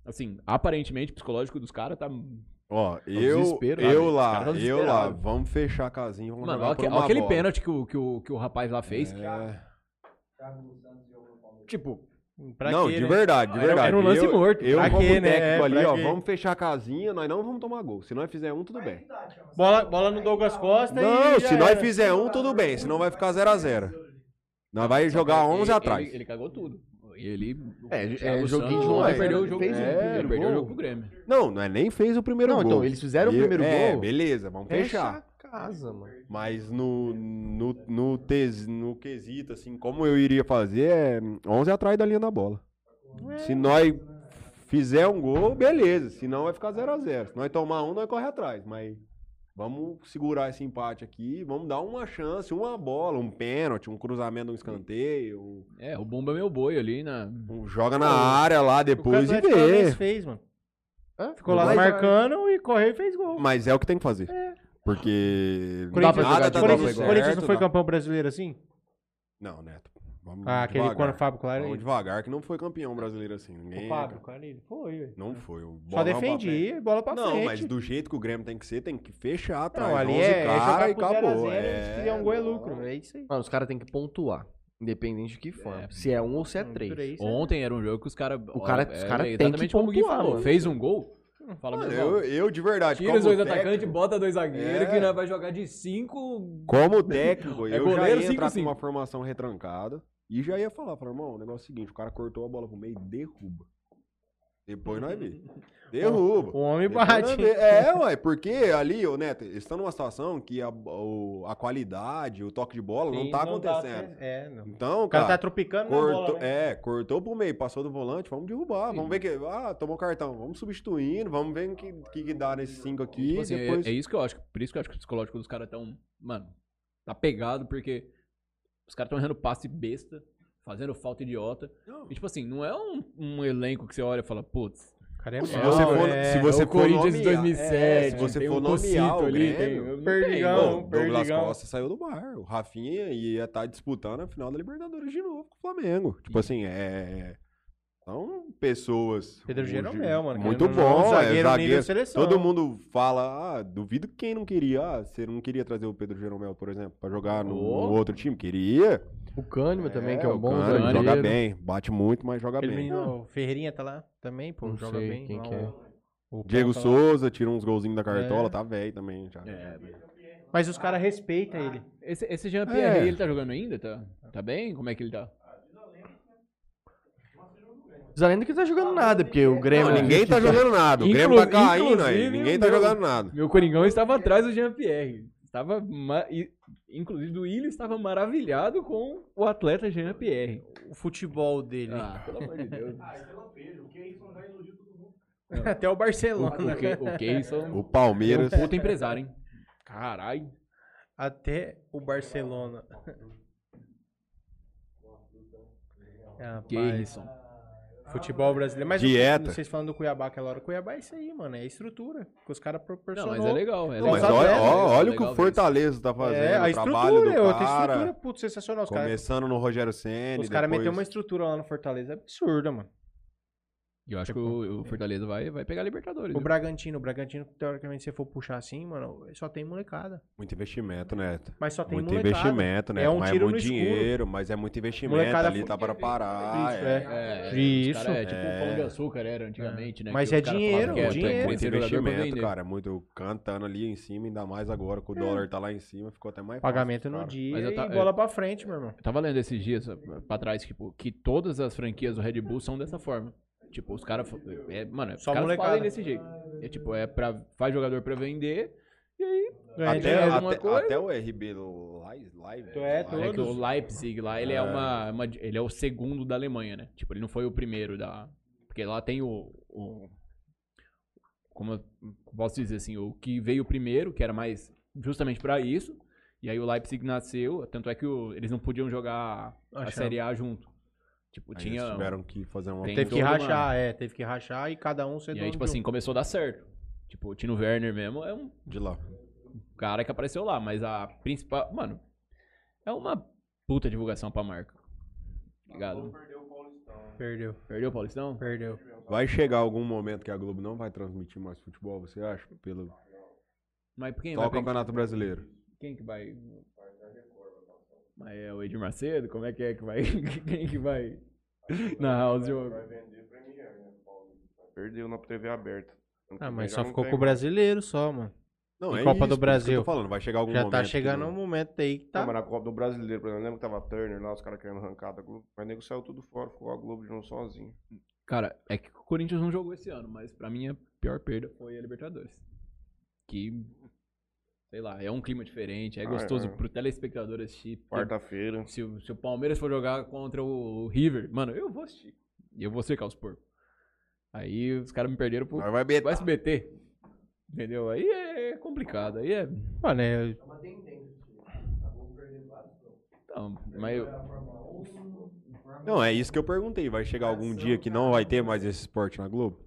Assim, aparentemente o psicológico dos caras tá. Mano,
Ó,
um
eu,
desespero,
eu
sabe? Os
lá,
caras tão
eu lá,
desesperados.
vamos fechar a casinha, vamos jogar
olha
por
aque-
uma
aquele
bola.
pênalti que o, que, o, que o rapaz lá fez.
É.
Tipo,
Pra
não,
quê,
de
né?
verdade, de
Era-
verdade.
era um lance
eu,
morto.
Eu
Pra
como
quê, né?
técnico
É,
ali,
pra
ó,
quê?
vamos fechar a casinha, nós não vamos tomar gol. Se nós fizer um, tudo bem.
Bola, bola no Douglas Costa
Não,
e já
se nós
era.
fizer um, tudo bem, senão vai ficar 0 a 0 Nós vai jogar
ele-
11
ele-
atrás.
Ele, cagou tudo. Ele.
É,
o
é joguinho
Thiago Santos
de
ontem
lance,
perdeu
né?
o jogo.
Fez um
ele
primeiro
perdeu o
gol.
jogo pro Grêmio.
Não, não é nem fez o primeiro
Não,
gol.
então, eles fizeram o
E-
primeiro
É,
gol.
beleza, vamos fechar.
Fecha a casa, mano.
Mas no, no, no, tes, no quesito, assim, como eu iria fazer, é 11 atrás da linha da bola. Se nós fizer um gol, beleza. Se não, vai ficar 0 a 0 Se nós tomar um, nós corre atrás. Mas vamos segurar esse empate aqui, vamos dar uma chance, uma bola, um pênalti, um cruzamento, um escanteio, um,
É, o Bomba é meu boi ali na.
um joga na área lá depois e
O né? Atlético é Paranaense
vê.
fez, mano.
Hã?
Ficou lá
Vai-
marcando e correu e fez gol.
Mas é o que tem que fazer. Porque
Corinthians-
nada tá dando
Corinthians,
certo.
Corinthians não foi
nada-
campeão brasileiro assim?
Não, Neto. Vamos
Ah, aquele
devagar.
quando o Fábio Claro.
Vamos devagar, que não foi campeão brasileiro assim. Ninguém
O Fábio Claro, ele foi. velho.
Não foi. O
Só
bolão pra frente.
defendia, bola pra
Não,
frente.
mas do jeito que o Grêmio tem que ser, tem que fechar atrás.
Não, ali
11
é, é
cara
jogar
e
pro 0 a
acabou.
0
é,
e se fizer um gol é lucro. É isso aí.
Mano, os caras têm que pontuar. Independente de que for. Se é um ou se é três.
Três, né?
Ontem era um jogo que os caras.
O cara- os cara tem que
como o Gui
pontuar,
falou.
mano.
Hum.
Fez um gol. não fala
Mano,
mesmo.
eu, eu de verdade,
Tira
como
os dois
técnico,
atacantes, bota dois zagueiros,
É.
que nós vai jogar de cinco.
como técnico,
É
eu
goleiro,
já ia
cinco,
entrar com
cinco.
uma formação retrancada e já ia falar, falar, irmão, o negócio é o seguinte, o cara cortou a bola pro meio e derruba. Depois nós vê. Derruba.
O homem
Depois nós
bate.
vê. É, ué, porque ali, ô Neto, eles estão numa situação que a, o- a qualidade, o toque de bola não tá acontecendo.
É, não.
Então,
O cara
cara,
tá tropicando na
Cortou,
bola, né?
É, cortou pro meio, passou do volante, vamos derrubar. Vamos ver que. Ah, tomou cartão. Vamos substituindo, vamos ver o que, que, que dá nesses cinco aqui.
Tipo assim, é-
depois...
é, isso que eu acho. que- Por isso que eu acho que o psicológico dos caras é tão. Mano, tá pegado, porque os caras tão errando passe besta, fazendo falta idiota. E tipo assim, não é um, um elenco que você olha e fala, putz,
O cara é
se
mal,
você for,
é.
se você
é o
for
Corinthians de
nomear-
2007.
é, se você
tem
for
um Pocito
nomear o
ali, tem,
Grêmio,
não tem,
Perdigão.
Bom,
mano.
um Não,
Douglas
Perdigão.
Costa saiu do bar. O Rafinha ia estar disputando a final da Libertadores de novo com o Flamengo. Tipo assim, é. São pessoas.
Pedro
o-
Jeromel, mano.
Muito
querendo ou não,
bom,
é um
é
zagueiro nível
zagueiro.
seleção.
Todo mundo fala, ah, duvido que quem não queria. Ah, você não queria trazer o Pedro Jeromel, por exemplo, pra jogar no,
Oh.
no outro time?
É,
Queria.
O Cânima também, que é
o
um bom
Cândido
zagueiro.
Joga bem, bate muito, mas joga
Aquele
bem.
menino, o Ferreirinha tá lá também, pô,
Não
joga
sei
bem.
quem
lá,
que é.
o- o
Diego
ponta lá.
Souza tira uns golzinhos da cartola,
É.
tá velho também já.
Mas os caras respeitam ele.
Esse, esse Jean-Pierre,
É.
aí, ele tá jogando ainda? Tá, tá bem? Como é que ele tá?
Diz além do que tá jogando nada, porque o Grêmio.
Não, ninguém tá jogando nada. O Grêmio tá
Inclu-
caindo aí.
inclusive,
Ninguém tá
meu-
jogando nada.
Meu Coringão estava atrás do Jean-Pierre. Estava, ma- e- inclusive, o Willian estava maravilhado com o atleta Jean-Pierre.
O futebol dele.
Ah, pelo amor de Deus.
Até o Barcelona.
O, Ke- o Keison
O Palmeiras.
é um puta empresário, hein? Caralho.
Até o Barcelona. Rapaz,
Keison.
futebol brasileiro. Mas
Dieta.
vocês falando do Cuiabá aquela hora. Cuiabá é isso aí, mano. É a estrutura que os caras
Não,
proporcionam.
mas é legal. É
Não,
Não, mas
legal.
Exato,
olha,
é,
ó,
é
olha o que
legal
o
ver
Fortaleza tá fazendo.
É, a
o trabalho
estrutura
do
é outra estrutura,
cara.
putz, sensacional. Os caras
Começando no Rogério Senna.
os cara meteram uma
depois-
estrutura lá no Fortaleza absurda, mano.
E Eu acho que o, o Fortaleza vai, vai pegar a Libertadores.
O
viu?
Bragantino, o Bragantino, teoricamente, se você for puxar assim, mano, só tem molecada.
Muito investimento, né?
Mas só tem
Muito
molecada.
investimento, né?
É um
mas
tiro
é muito
no escuro.
dinheiro, mas é muito investimento.
Molecada
ali
fu-
tá para parar.
Isso,
é.
é.
É,
Isso.
os cara É tipo o pão de açúcar era antigamente, né?
Mas
que
é
os cara
dinheiro,
falavam que era,
dinheiro. é
tem que
Muito
ser jogador pra
investimento,
vender.
cara. é Muito cantando ali em cima, ainda mais agora que o dólar tá lá em cima, ficou até mais fácil,
É. Pagamento no
cara.
Mas
dia
eu
e
ta-
bola pra frente, meu irmão.
Eu tava lendo esses dias eh, pra trás, tipo, que todas as franquias do Red Bull são dessa forma. Tipo, os caras. É, mano, os
Só
caras
molecada.
falam desse jeito. É tipo, é pra. Faz jogador pra vender. E aí.
né?
Até,
É,
até-
alguma coisa.
até o RB do né? Lai- Live.
É,
Live-
É que o
Todos.
Leipzig lá, ele é, uma, uma- Ele é o segundo da Alemanha, né? Tipo, ele não foi o primeiro da. Porque lá tem o. o- como eu posso dizer assim, o que veio primeiro, que era mais justamente pra isso. E aí o Leipzig nasceu, tanto é que o- eles não podiam jogar a
Achava.
Série A junto. Tipo,
Aí
tinha.
um.
eles tiveram que fazer uma.
Tem
Teve que
todo,
rachar,
mano.
é, teve que rachar e cada um ser
E aí,
dono
tipo
de um.
assim, começou a dar certo. Tipo, o Tino Werner mesmo é um
De lá.
cara que apareceu lá, mas a principal. Mano, é uma puta divulgação pra marca. Obrigado.
Perdeu,
Perdeu o Paulistão?
perdeu.
Vai chegar algum momento que a Globo não vai transmitir mais futebol, você acha? Pelo
Mas quem
só
vai
o
é
Campeonato Brasileiro.
Quem que vai. Mas é o Edir Macedo? Como é que é que vai. Quem que vai. narrar os jogos?
é, né? Perdeu na TV aberta. Ano
Ah,
que
mas
vem já
só
não
ficou
tem
com o
mais.
brasileiro só, mano.
Não,
E
é isso,
Copa do
por isso que eu
Brasil?
tô falando, vai chegar algum
Já
momento.
tá
que
chegando
não-
um momento aí que
Tá.
tá.
Mas na Copa do Brasileiro, por exemplo, lembra que tava Turner lá, os caras querendo arrancar da Globo. Mas o nego saiu tudo fora, ficou a Globo de um sozinho.
Cara, é que o Corinthians não jogou esse ano, mas pra mim a pior perda foi a Libertadores. Que. Sei lá, é um clima diferente, é
Ah,
gostoso
é.
pro telespectador assistir.
Quarta-feira.
Se, o- se o Palmeiras for jogar contra o River, mano, eu vou assistir. E eu vou cercar os porcos. Aí os caras me perderam pro
Mas vai bet-
pro SBT. Entendeu? Aí é complicado. Aí é.
Mano, é,
Então, mas eu-
Não, é isso que eu perguntei. Vai chegar algum dia que não vai ter mais esse esporte na Globo?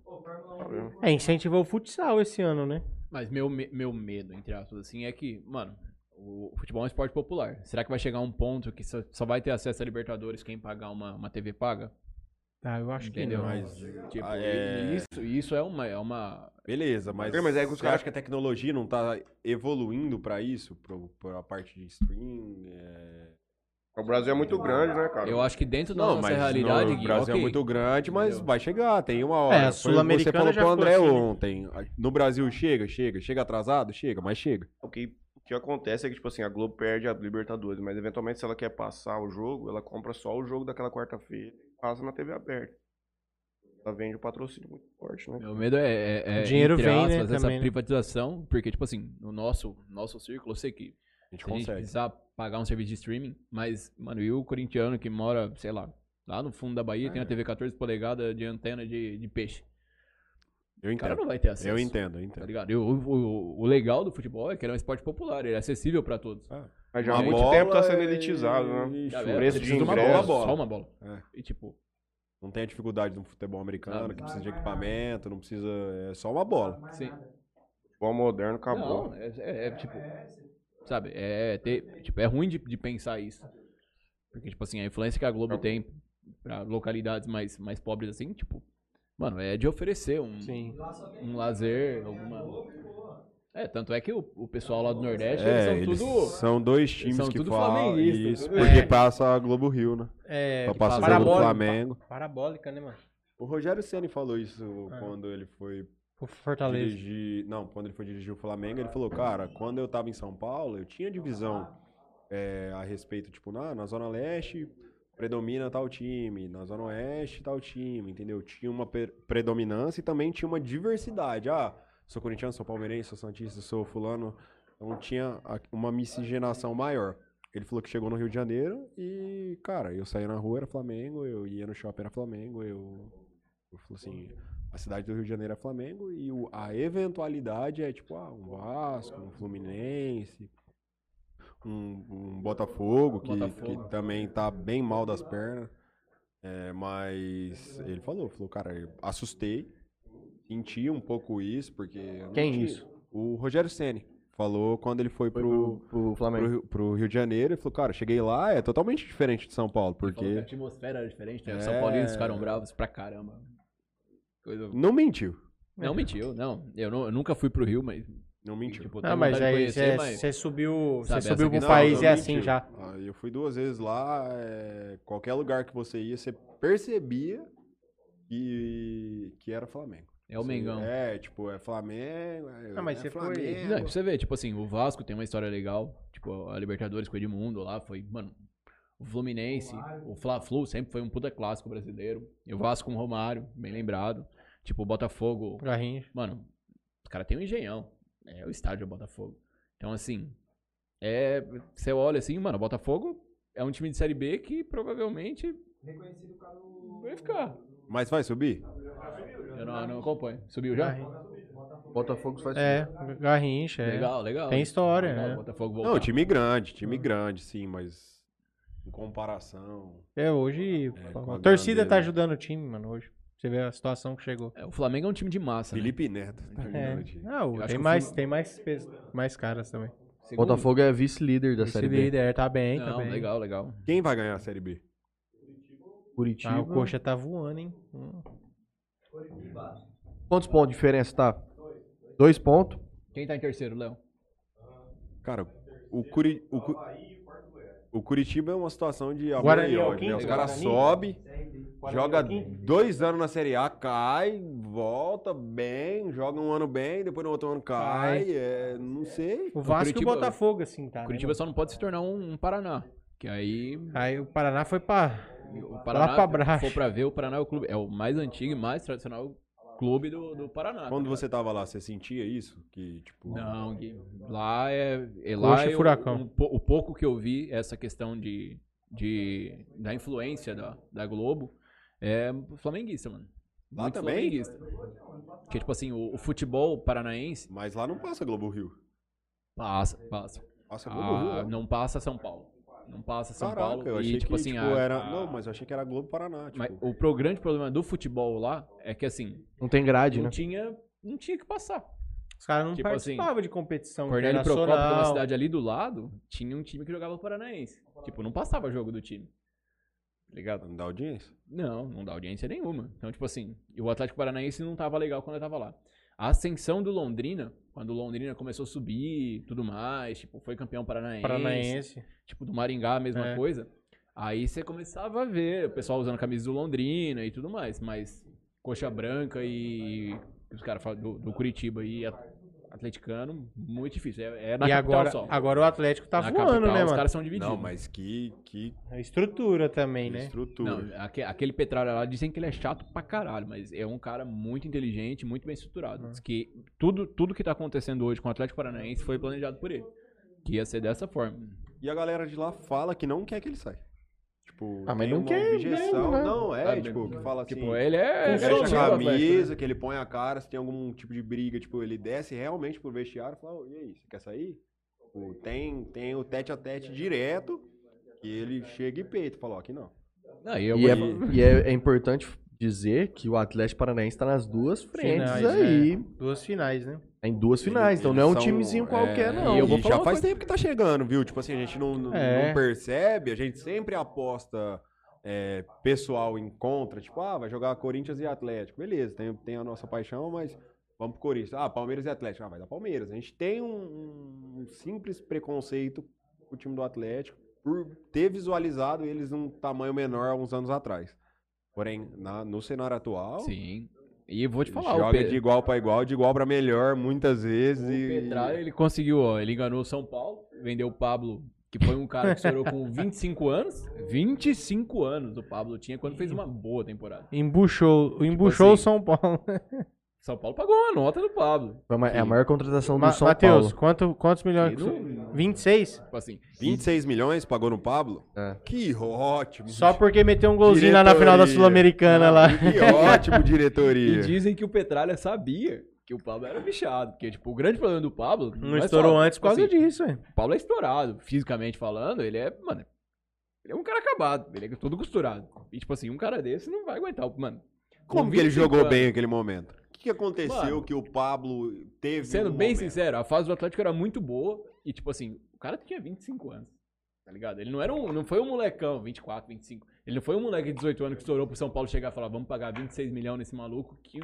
Tá vendo?
é, incentivou o futsal esse ano, né?
Mas meu, me- meu medo, entre aspas, assim, é que, mano, o futebol é um esporte popular. Será que vai chegar um ponto que só, só vai ter acesso a Libertadores quem pagar uma, uma TV paga?
Ah, eu acho que
Entendeu?
não.
Mas,
Tipo,
ah, é-
isso, isso é uma. É uma...
Beleza, mas,
É, mas é que os
você
caras-
acha que a tecnologia não tá evoluindo pra isso? Pro, pra parte de stream? é,
Não,
O Brasil é muito grande, né, cara?
Eu acho que dentro da nossa é
mas
realidade,
no
Gui,
Brasil
ok.
é muito grande, mas
Entendeu?
vai chegar, tem uma hora.
É, a
Foi o que
Sul-Americana
Você falou
já
pro
ficou
André
assim, né?
ontem. No Brasil chega, chega, chega atrasado, chega, mas chega.
O que, o que acontece é que, tipo assim, a Globo perde a Libertadores, mas eventualmente se ela quer passar o jogo, ela compra só o jogo daquela quarta-feira e passa na TV aberta. Ela vende o patrocínio muito forte, né?
Meu medo é, é- é,
O dinheiro
entre
vem, né,
aspas, essa
também, né?
privatização, porque, tipo assim, no nosso, nosso círculo, eu sei que
A gente
se a gente
consegue.
precisar pagar um serviço de streaming, mas, mano, e o corintiano que mora, sei lá, lá no fundo da Bahia, tem uma TV 14 polegadas de antena de, de peixe.
Eu
O cara
entendo.
não vai ter acesso.
Eu entendo, eu
Tá
entendo.
ligado? E o, o, o legal do futebol é que ele é um esporte popular, ele é acessível pra todos.
Mas já há
Uma
muito
bola é
tempo tá
é
sendo
e-
elitizado, né?
e
Galera,
chuva.
preço
precisa
de
uma bola,
ingresso.
só uma bola.
É.
E tipo,
Não tem a dificuldade do futebol americano,
Não.
que precisa de equipamento, não precisa. É só uma bola.
sim.
Futebol moderno acabou.
Não, é, é- é, tipo, sabe, é, ter, tipo, é ruim de, de pensar isso. Porque, tipo assim, a influência que a Globo tem pra localidades mais, mais pobres, assim, tipo, mano, é de oferecer um,
Sim.
um lazer, alguma... É, tanto é que o, o pessoal lá do Nordeste,
É,
eles
eles
são tudo...
são dois times
são
que
tudo
falam
flamenguistas,
isso,
tudo-
porque
É.
passa a Globo Rio, né?
É,
Só
que
passa
passa
o jogo do
parabólica.
Flamengo.
parabólica, né, mano?
O Rogério Ceni falou isso
Ah.
É.
quando ele foi
Por Fortaleza.
dirigir. Não, quando ele foi dirigir o Flamengo, ele falou, cara, quando eu tava em São Paulo, eu tinha divisão é, a respeito, tipo, na, na Zona Leste predomina tal time, na Zona Oeste tal time, entendeu? Tinha uma per- predominância e também tinha uma diversidade. Ah, sou corintiano, sou palmeirense, sou santista, sou fulano. Então tinha a- uma miscigenação maior. Ele falou que chegou no Rio de Janeiro e, cara, eu saía na rua, era Flamengo, eu ia no shopping, era Flamengo, eu... Eu falo assim, a cidade do Rio de Janeiro é Flamengo e o- a eventualidade é tipo, ah, um Vasco, um Fluminense, um, um Botafogo, que,
Botafogo.
que também tá bem mal das pernas. É, mas ele falou, falou, cara, eu assustei, senti um pouco isso, porque... eu não
Quem
tinha-
isso?
O Rogério Ceni Falou quando ele foi,
Foi
pro,
pro, pro Flamengo.
pro, Rio- pro Rio de Janeiro, ele falou, cara, cheguei lá, é totalmente diferente de São Paulo,
Falou que a
porque...
atmosfera era diferente, né?
É.
São Paulinos ficaram bravos pra caramba. Coisa...
Não mentiu,
Não, mentiu, não. Eu, não. eu nunca fui pro Rio, mas...
não mentiu.
Tipo,
Ah,
tenho
mas
vontade de
aí
conhecer,
você
mas-
você subiu,
Sabe,
você
essa
subiu pro
questão
país
não
e é assim
mentiu.
já.
Ah, Eu fui duas vezes lá, é, qualquer lugar que você ia, você percebia que, que era Flamengo.
É o
Você-
Mengão.
É, tipo, é Flamengo. É,
Ah, mas
é
você foi-
Flamengo.
Não, e pra você ver, tipo assim, o Vasco tem uma história legal. Tipo, a Libertadores com o Edmundo lá foi, mano. O Fluminense, o Fla-Flu sempre foi um puta clássico brasileiro. E o Vasco com o Romário, bem lembrado. Tipo, o Botafogo.
Garrincha.
Mano, os caras têm um engenhão. É o estádio do Botafogo. Então, assim, é. Você olha assim, mano, o Botafogo é um time de Série B que provavelmente. Vai ficar.
Mas vai subir?
Eu não, não acompanho. Subiu já?
Botafogo só
É, Garrincha. é.
Legal, legal.
Tem história,
Legal,
né?
o Botafogo voltar.
Não, time grande, time
Ah.
grande, sim, mas em comparação.
É, hoje
É,
pô,
com a
a torcida
bandeira.
tá ajudando o time, mano, hoje. Você vê a situação que chegou.
É, O Flamengo é um time de massa. né?
Felipe Neto. tá
É.
jogando de-
Não,
acho que
tem
o
mais,
Flu-
tem mais, pes- mais caras também.
Segundo-
Botafogo é vice-líder da
Esse
Série B.
líder tá bem, tá
Não,
bem.
legal, legal.
Quem vai ganhar a Série B?
Curitiba.
Ah, o Coxa tá voando, hein? Hum.
Quantos pontos de diferença tá? Dois pontos.
Quem tá em terceiro, Léo?
Cara, o, Curi... o, Cu- o Curitiba é uma situação de amor
Guarani
e
é o
ódio, né?
quinto,
Os
Guarani?
caras sobem, joga
é o quinto?
dois anos na Série A, cai, volta bem, joga um ano bem, depois no outro ano cai. é, não sei.
O Vasco e
Curitiba-
o Botafogo, assim, tá. né,
Curitiba só não pode se tornar um, um Paraná. Que aí
mano? Aí o Paraná foi pra.
o Paraná,
pra baixo.
se for pra ver, o Paraná é o clube. É o mais antigo e mais tradicional clube do, do Paraná. tá
Quando você tava lá, você sentia isso? Que, tipo,
Não, Gui, lá é. é lá
Coxa e
eu-
furacão.
um po- o pouco que eu vi, essa questão de, de da influência da, da Globo, é flamenguista, mano.
Lá
Muito
também?
Flamenguista. Porque, tipo assim, o, o futebol paranaense
Mas lá não passa Globo Rio.
passa, passa.
Passa Globo Rio.
Ah,
Tá lá.
não passa São Paulo. Não passa São
Caraca,
Paulo.
eu
e,
achei
tipo
que
assim,
tipo,
a-
era.
a-
Não, mas eu achei que era Globo Paraná.
mas
Tipo,
o pro grande problema do futebol lá é que assim,
Não tem grade,
não
né?
tinha, não tinha que passar.
Os caras não
Tipo assim,
participavam de competição
Cornélio Procópio, que é uma
internacional.
cidade ali do lado, tinha um time que jogava paranaense. Tipo, não passava jogo do time. Tá Ligado?
não dá audiência.
Não, não dá audiência nenhuma. Então, tipo assim, e o Atlético Paranaense não tava legal quando eu tava lá. A ascensão do Londrina, quando o Londrina começou a subir e tudo mais, tipo, foi campeão paranaense.
Paranaense.
tipo do Maringá a mesma
É.
coisa. Aí você começava a ver o pessoal usando camisa do Londrina e tudo mais, mas coxa branca e os caras falam do, do Curitiba e a- atleticano, muito difícil. É, é na
e
capital
agora,
só.
agora o Atlético tá
na
voando,
capital,
né,
os
mano?
caras são divididos.
Não, mas que, que
A estrutura também, né?
estrutura.
Não, aque- aquele Petralha lá dizem que ele é chato pra caralho, mas é um cara muito inteligente, muito bem estruturado.
Uhum.
Diz que tudo, tudo que tá acontecendo hoje com o Atlético Paranaense foi planejado por ele. Que ia ser dessa forma.
E a galera de lá fala que não quer que ele saia. Tipo,
Ah, mas
tem
não
uma
quer mesmo, né?
Não, é,
Sabe?
tipo, que fala assim.
Tipo, ele é.
Fecha
é
a
chato, Atlético,
camisa, que ele põe a cara, se tem algum tipo de briga, tipo, ele desce realmente pro vestiário e fala, "Ô, e aí, você quer sair? Tipo, tem, tem o tete a tete direto, que ele chega e peito, falou, aqui não.
né? Não, e eu
E, é,
vou-
e é- é importante dizer que o Atlético Paranaense tá nas duas frentes
Finais,
aí.
Duas finais, né?
Tá em duas finais, então não é um timezinho qualquer, não.
E
eu vou falar
já
uma
faz tempo que tá chegando, viu? Tipo assim, a gente não, não-
É.
não percebe, a gente sempre aposta é, pessoal em contra, tipo, ah, vai jogar Corinthians e Atlético. Beleza, tem, tem a nossa paixão, mas vamos pro Corinthians. Ah, Palmeiras e Atlético. Ah, vai dar Palmeiras. A gente tem um, um simples preconceito com o time do Atlético por ter visualizado eles num tamanho menor há uns anos atrás. Porém, na- no cenário atual,
Sim. E eu vou te falar, o,
joga
Pe...
de igual pra igual, de igual pra melhor, muitas vezes.
o
e-
Petralha, ele conseguiu, ó. Ele enganou o São Paulo, vendeu o Pablo, que foi um cara que estourou com 25 anos. 25 anos o Pablo tinha quando fez uma boa temporada.
Embuchou, embuchou
assim,
o São Paulo.
São Paulo pagou uma nota do Pablo.
Foi a ma- É a maior contratação do
Ma
São
Matheus,
Paulo.
quanto, quantos
É,
milhões?
E não-
26?
Tipo assim.
26 milhões pagou no Pablo?
É.
Que ótimo.
Só porque meteu um golzinho lá na final da
Diretoria.
Sul-Americana lá.
Que ótimo,
E
diretoria.
dizem que o Petralha sabia que o Pablo era bichado. Porque, tipo, o grande problema do Pablo.
Não
é
estourou
só-
antes por causa
assim,
disso, velho.
O Pablo é estourado, fisicamente falando, ele é, mano. Ele é um cara acabado, ele é todo costurado. E, tipo assim, um cara desse não vai aguentar. Mano, com
Como que ele
25
jogou
anos,
bem naquele momento? O que, que aconteceu
Mano,
que o Pablo teve
Sendo
no
bem
momento?
sincero, a fase do Atlético era muito boa. E, tipo assim, o cara tinha 25 anos. Tá ligado? Ele não era um. Não foi um molecão, 24, 25. Ele não foi um moleque de 18 anos que estourou pro São Paulo chegar e falar, vamos pagar 26 milhões nesse maluco que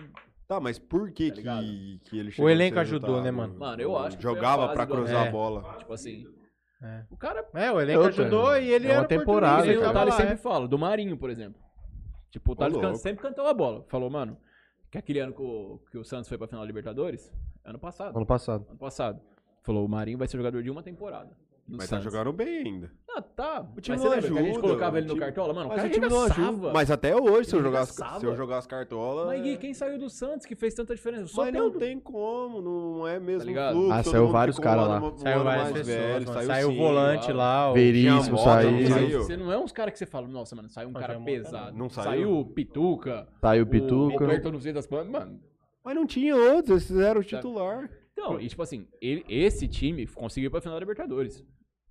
Tá, mas por que
Tá ligado?
que, que ele chegou
elenco
nesse
ajudou,
resultado?
né, mano? É.
Mano, eu acho que foi a
Jogava
fase
pra
do
cruzar a
Atlético.
bola.
Tipo assim.
É.
O cara.
É, o elenco
Outra.
ajudou e ele
É uma
era
temporada,
oportunista,
Ele,
ele
ele
o
cara.
tava
Thales
lá,
sempre
é.
fala, do Marinho, por exemplo. Tipo, o Thales can-
louco.
sempre cantou a bola. Falou, mano, que aquele ano que o, que o Santos foi pra final da Libertadores? Ano passado.
Ano passado.
Ano passado. Falou, o Marinho vai ser jogador de uma temporada. No
Mas tá
Santos.
jogando bem ainda.
Ah, tá. O time
time
mas você
não
lembra que a gente
ajuda,
colocava
o
ele no
time-
cartola? Mano, o
Mas
cara
o time não ajuda.
arregaçava.
Mas até hoje, se eu
Ele
jogasse,
arregaçava.
se eu jogasse cartola...
Mas e
Mas,
quem saiu do Santos que fez tanta diferença? Só um
não
Pedro.
tem como, não é mesmo
ligado?
fluxo.
Ah,
todo
saiu
mundo
vários
ficou um
cara
ano
lá.
ma- um
Saiu
ano
várias
mais
pessoas,
velho,
mano.
saiu
Saiu,
sim,
o volante
claro.
lá, o...
Jean
Veríssimo
Mota,
saiu.
não
Saiu,
saiu.
Você não é uns caras que você fala, nossa, mano, saiu um
Mas
cara
é mó caralho.
pesado.
Não saiu.
Saiu o Pituca.
Tá o Pituca.
O Roberto Luzia das Plantas. Mano,
Mas não tinha outros, eles fizeram o titular.
Então, e tipo assim, ele- esse time conseguiu ir pra final da Libertadores.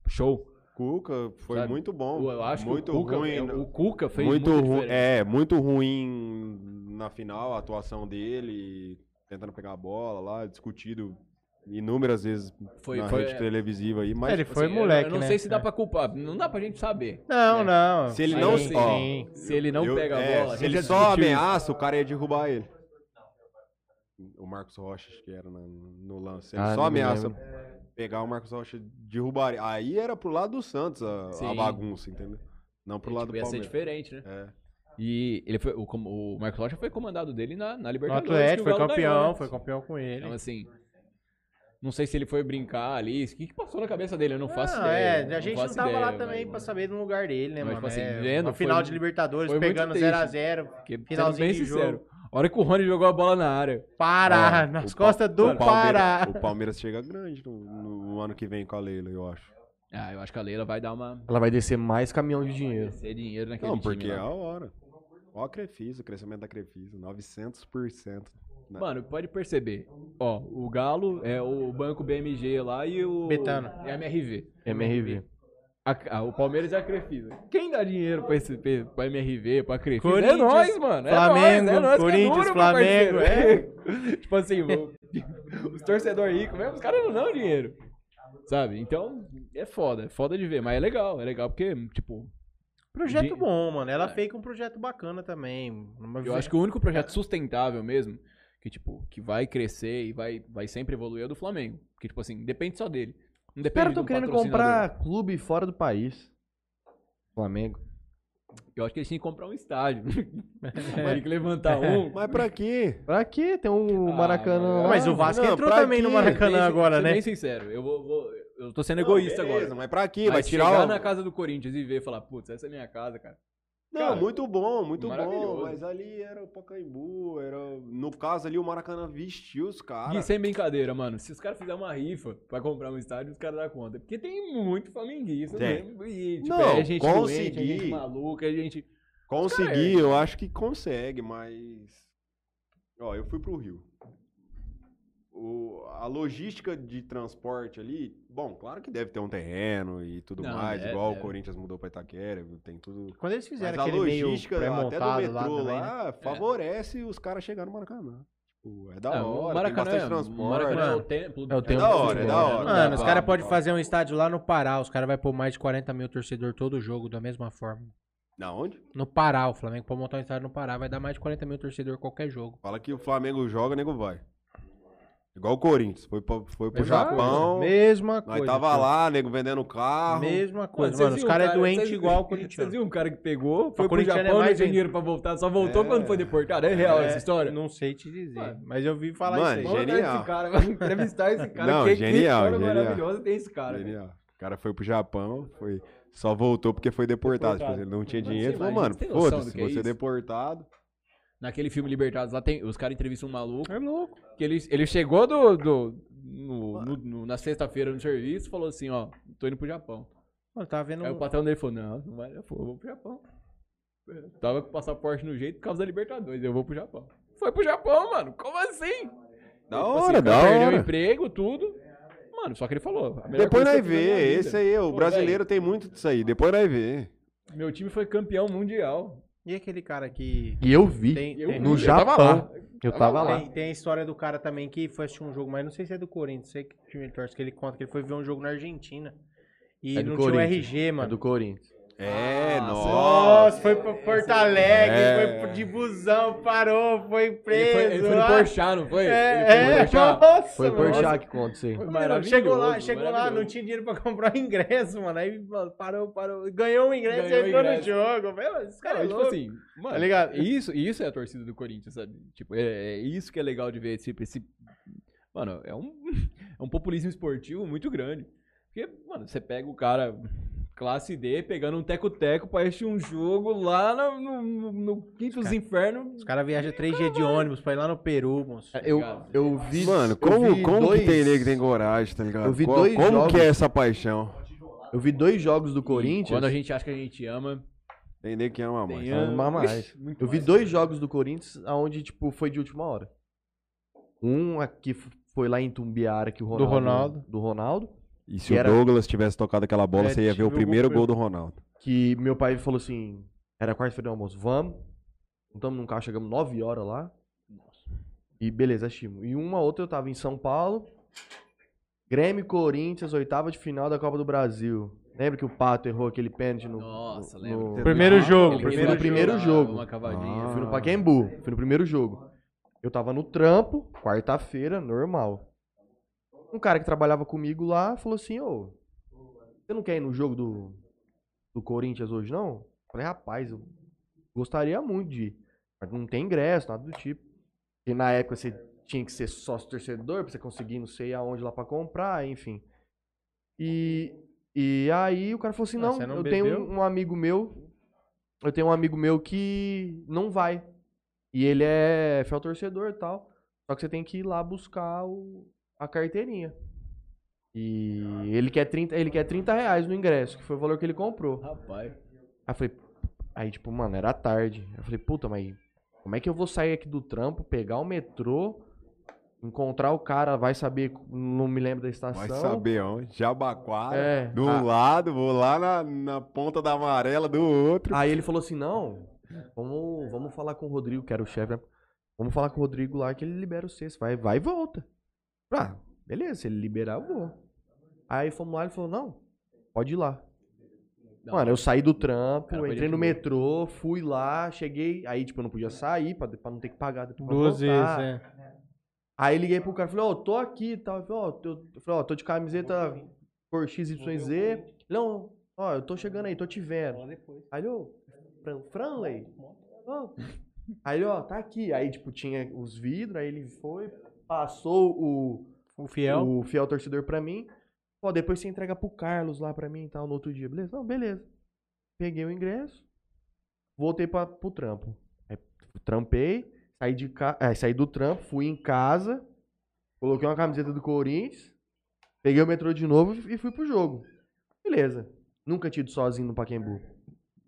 Show.
Cuca foi
Sabe?
muito bom.
Eu acho que
muito
o Cuca, é,
ruim. né?
o Cuca fez
muito
muita
ruim.
diferença.
É, muito ruim na final a atuação dele, tentando pegar a bola lá, discutido inúmeras vezes
Foi-
na
foi-
rede televisiva aí, mas
Ele
Assim,
foi
eu-
moleque,
Eu não
né?
sei se dá
É.
pra culpar. Não dá pra gente saber.
Não,
É.
não.
Se ele
Sim,
não-
sim.
ó.
Se ele não
eu-
pega a
é,
bola. a
se
gente
ele
já
só
discutiu isso.
ameaça, o cara ia derrubar ele. O Marcos Rocha, acho que era na- no lance. Ele
Ah,
só
não me
ameaça pegar o Marcos Rocha derrubar ele. Aí era pro lado do Santos a, a
Sim.
bagunça, entendeu? Não pro lado
Tipo,
do
ia ser
Palmeiras.
diferente, né?
É.
E ele foi, o, como- o Marcos Rocha foi comandado dele na, na
No
Libertadores.
Atlético,
que o
foi
Galo
campeão,
ganhou, né?
foi campeão com ele.
Então, assim. Não sei se ele foi brincar ali. O que, que passou na cabeça dele? Eu não faço
Ah,
ideia.
É, a gente não
faço
tava
ideia,
lá
mas,
também
mano,
pra saber no lugar dele, né,
Mas,
mano?
tipo assim,
É,
vendo,
uma
foi
final
muito-
de Libertadores,
foi muito
pegando
triste.
0x0.
Porque, sendo
Finalzinho
bem
de jogo.
sincero, a hora que o Rony jogou a bola na área.
Pará,
Ó,
nas
o Pa-
costas do
o Palmeiras-
Pará.
O Palmeiras chega grande no, no ano que vem com a Leila, eu acho.
Ah, eu acho que a Leila vai dar uma.
Ela vai descer mais caminhão de dinheiro.
Ser dinheiro naquele
Não,
time
porque é
lá.
a hora. Ó a Crefisa, o crescimento da Crefisa, 900%.
Mano, pode perceber. Ó, o Galo é o banco BMG lá e o.
Betano.
E a MRV.
MRV.
A- a- o Palmeiras é a Crefisa. Quem dá dinheiro pra, esse, pra MRV, pra Crefisa?
Corinthians,
é nós, mano. É
Flamengo,
nóis, é nóis que
Corinthians,
é duro, meu
Flamengo, é.
parceiro. tipo assim, o- os torcedores ricos mesmo, os caras não dão dinheiro. Sabe? Então, é foda. É foda de ver. Mas é legal. É legal porque, tipo.
Projeto
de-
bom, mano.
É.
Ela fez com um projeto bacana também.
Eu acho que o único projeto sustentável mesmo, que tipo, que vai crescer e vai, vai sempre evoluir é o do Flamengo. Porque, tipo assim, depende só dele. Não
Os caras
depende um
estão
do
querendo comprar clube fora do país. Flamengo.
Eu acho que eles tinham que comprar um estádio. Tem que levantar
É.
um.
Mas pra quê?
Pra quê? Tem um
Ah,
Maracanã. lá.
Mas o Vasco
Não,
entrou
pra
também no
quê?
Maracanã
Bem-
agora,
ser
né?
Bem sincero, eu vou, vou- eu tô sendo egoísta
Beleza,
agora.
Mas pra quê?
Mas
Vai tirar
chegar
o...
na casa do Corinthians e ver e falar, putz, essa é minha casa, cara.
Não,
Cara,
muito bom, muito bom.
maravilhoso.
Mas ali era o Pacaembu, era. No caso ali, o Maracanã vestiu os
E
caras.
sem brincadeira, mano, se os caras fizerem uma rifa pra comprar um estádio, os caras dão conta. Porque tem muito flamenguista
Tem.
mesmo. E, tipo,
Não,
é gente doente, é
consegui.
gente maluca, é gente...
Consegui, eu acho que consegue, mas. Ó, eu fui pro Rio. O- a logística de transporte ali, bom, claro que deve ter um terreno e tudo
Não, é,
mais,
deve,
igual
deve.
o Corinthians mudou pra Itaquera, tem tudo.
Quando eles
Mas
fizeram
a
aquele meio
logística até do
pré-montado lá
metrô
também,
lá,
né?
favorece os caras chegarem no Maracanã. Tipo, é da
Ah,
hora, tem
Maracanã,
bastante
é-
transporte.
Maracanã é o templo.
É o templo
da hora, é da hora.
Mano, os
Não,
caras
não,
podem
não.
fazer um estádio lá no Pará. Os caras vão pôr mais de 40 mil torcedor todo jogo, da mesma forma.
Na onde?
No Pará, o Flamengo pode montar um estádio no Pará, vai dar mais de 40 mil torcedor qualquer jogo.
Fala que o Flamengo joga, nego vai. Igual o Corinthians, foi, pra, foi pro
Mesma
Japão,
coisa. Mesma
nós
coisa.
tava
cara.
lá, nego vendendo carro.
Mesma
Mano,
coisa. Mano,
vocês
os
viram
caras
um
é doente
vocês-
igual o
Vocês
corintiano.
viram um cara que pegou, foi pro
corintiano é
Japão, não
mais
tinha dinheiro pra voltar, só voltou
É.
quando foi deportado. É real
É,
essa história?
Não sei te dizer,
Mano.
mas eu vi falar
Mano,
isso aí.
Vamos atrás
Genial.
desse cara, vamos entrevistar esse cara.
Não,
que,
genial,
que história
genial.
maravilhosa tem esse cara. velho.
Genial. O cara foi pro Japão, foi, só voltou porque foi deportado. Tipo, ele não tinha
Mas
dinheiro.
você
Falou,
imagina,
mano,
você tem noção
foda-se,
do que é
você é
isso?
deportado.
Naquele filme Libertados lá, tem, os caras entrevistam um maluco.
É louco.
Que ele, ele chegou do, do- no- no- no- na sexta-feira no serviço e falou assim: Ó, tô indo pro Japão.
Mano, tava vendo
É
Aí o
um...
patrão dele falou: Não, não vai, eu vou eu vou pro Japão. Eu tava com o passaporte no jeito por causa da Libertadores, eu vou pro Japão. Foi pro Japão, mano, como assim?
Da
Tipo
hora,
o cara
da
perdeu
hora.
o emprego, tudo. Mano, só que ele falou. a melhor
Depois
coisa que
nós
eu fiz na minha
vê,
vida.
esse aí, o
Pô,
brasileiro tem muito disso aí. Depois nós vê.
velho, Meu time foi campeão mundial.
E aquele cara que...
E eu vi.
Tem,
Eu
tem-
No
já- tava
Japão. Eu tava lá.
Tem, tem a história do cara também que foi assistir um jogo, mas não sei se é do Corinthians, sei que time ele torce, que ele conta que ele foi ver um jogo na Argentina. E
É do
não tinha o
Corinthians.
RG,
É
mano.
do Corinthians.
É, nossa.
Nossa, foi pra Porto Alegre,
É.
foi de busão, parou, foi
Ele
preso.
foi, ele foi no
ah,
Porchat, não foi? ele
É,
foi
é,
no Porchat.
nossa,
Foi o
mano.
Porchat que conta isso aí.
Foi
Mano,
maravilhoso,
chegou lá, chegou lá, não
maravilhoso.
tinha dinheiro pra comprar o ingresso, mano. Aí mano, parou, parou. Ganhou o ingresso
Ganhou
e
o
entrou no
ingresso.
jogo. Velho, esse cara
Cara,
é
tipo
louco.
assim, mano,
Tá ligado?
Isso, isso é a torcida do Corinthians, sabe? Tipo, é, é isso que é legal de ver. Tipo, esse, mano, é um, é um populismo esportivo muito grande. Porque, mano, você pega o cara classe D pegando um teco-teco pra assistir um jogo lá no, no, no- no Quinto dos Infernos.
Os caras viajam três dias de ônibus pra ir lá no Peru, moço.
é,
Eu,
tá
eu vi.
Mano,
eu
como,
vi
como
dois,
que tem nego que tem coragem, tá ligado?
Eu vi
Co-
dois
como
jogos.
que é essa paixão?
Eu vi dois jogos do Corinthians.
Quando a gente acha que a gente ama,
Tem nego que ama mais.
tem
não
ama.
dá mais.
Ixi, muito
Eu vi
mais.
dois jogos do Corinthians onde, tipo, foi de última hora. Um aqui f- foi lá em Tumbiara que o Ronaldo.
Ronaldo.
do Ronaldo,
E se
Que
o
era-
Douglas tivesse tocado aquela bola,
É,
você ia ver
tive
o
o gol
primeiro
pro-
gol do Ronaldo.
Que meu pai falou assim: era quarta-feira do almoço, vamos. Montamos num carro, chegamos 9 horas lá. E beleza, assistimos. E uma outra eu tava em São Paulo. Grêmio e Corinthians, oitava de final da Copa do Brasil. Lembra que o Pato errou aquele pênalti no.
Nossa,
no-
lembro.
Primeiro jogo,
Ele
fui
primeiro
no
jogo.
quebrou
primeiro
uma-
jogo.
Uma cavadinha.
Ah.
Eu fui no Pacaembu, fui no primeiro jogo. Eu tava no trampo, quarta-feira, normal. Um cara que trabalhava comigo lá falou assim, ô, você não quer ir no jogo do, do Corinthians hoje, não? Eu falei, rapaz, eu gostaria muito de ir. Mas não tem ingresso, nada do tipo. E na época você tinha que ser sócio torcedor pra você conseguir não sei aonde lá pra comprar, enfim. E, e aí o cara falou assim,
Ah,
não,
você não
eu tenho
bebeu?
um, um amigo meu, eu tenho um amigo meu que não vai. E ele é fiel torcedor e tal. Só que você tem que ir lá buscar o, a carteirinha. E
Ah.
ele quer, 30, ele quer 30 reais no ingresso, que foi o valor que ele comprou.
Rapaz.
Aí eu falei, aí tipo, mano, era tarde. Eu falei, puta, mas como é que eu vou sair aqui do trampo, pegar o metrô, encontrar o cara, vai saber, não me lembro da estação.
Vai saber onde? Jabaquara.
É.
De um
Ah.
lado, vou lá na, na ponta da amarela do outro.
Aí ele falou assim, não, vamos, vamos falar com o Rodrigo, que era o chefe, né? Vamos falar com o Rodrigo lá que ele libera o sexto. Vai, vai e volta. Ah, beleza, se ele liberar, eu vou. Aí fomos lá, ele falou, não, pode ir lá.
Não.
Mano, eu saí do trampo,
Cara, foi
entrei no
gente
metrô, fui lá, cheguei. Aí, tipo, eu não podia sair pra, pra não ter que pagar depois pra
Duas vezes,
voltar.
é.
Aí liguei pro cara, falei, ó, tô aqui e tal. Ele falou, ó, tô- eu falei, ó, tô de camiseta por XYZ. Não, ó, eu tô chegando aí, tô te vendo. Aí ele, ô, Fran, Franley. ó. Aí, ó, tá aqui. Aí, tipo, tinha os vidros, aí ele foi, passou o,
O fiel.
o fiel torcedor pra mim. Ó, depois você entrega pro Carlos lá pra mim e tal, no outro dia, beleza? Não, beleza. Peguei o ingresso, voltei pra, pro trampo. Aí, trampei, saí, de ca... é, saí do trampo, fui em casa, coloquei uma camiseta do Corinthians, peguei o metrô de novo e fui pro jogo. Beleza. Nunca tido sozinho no Paquembu.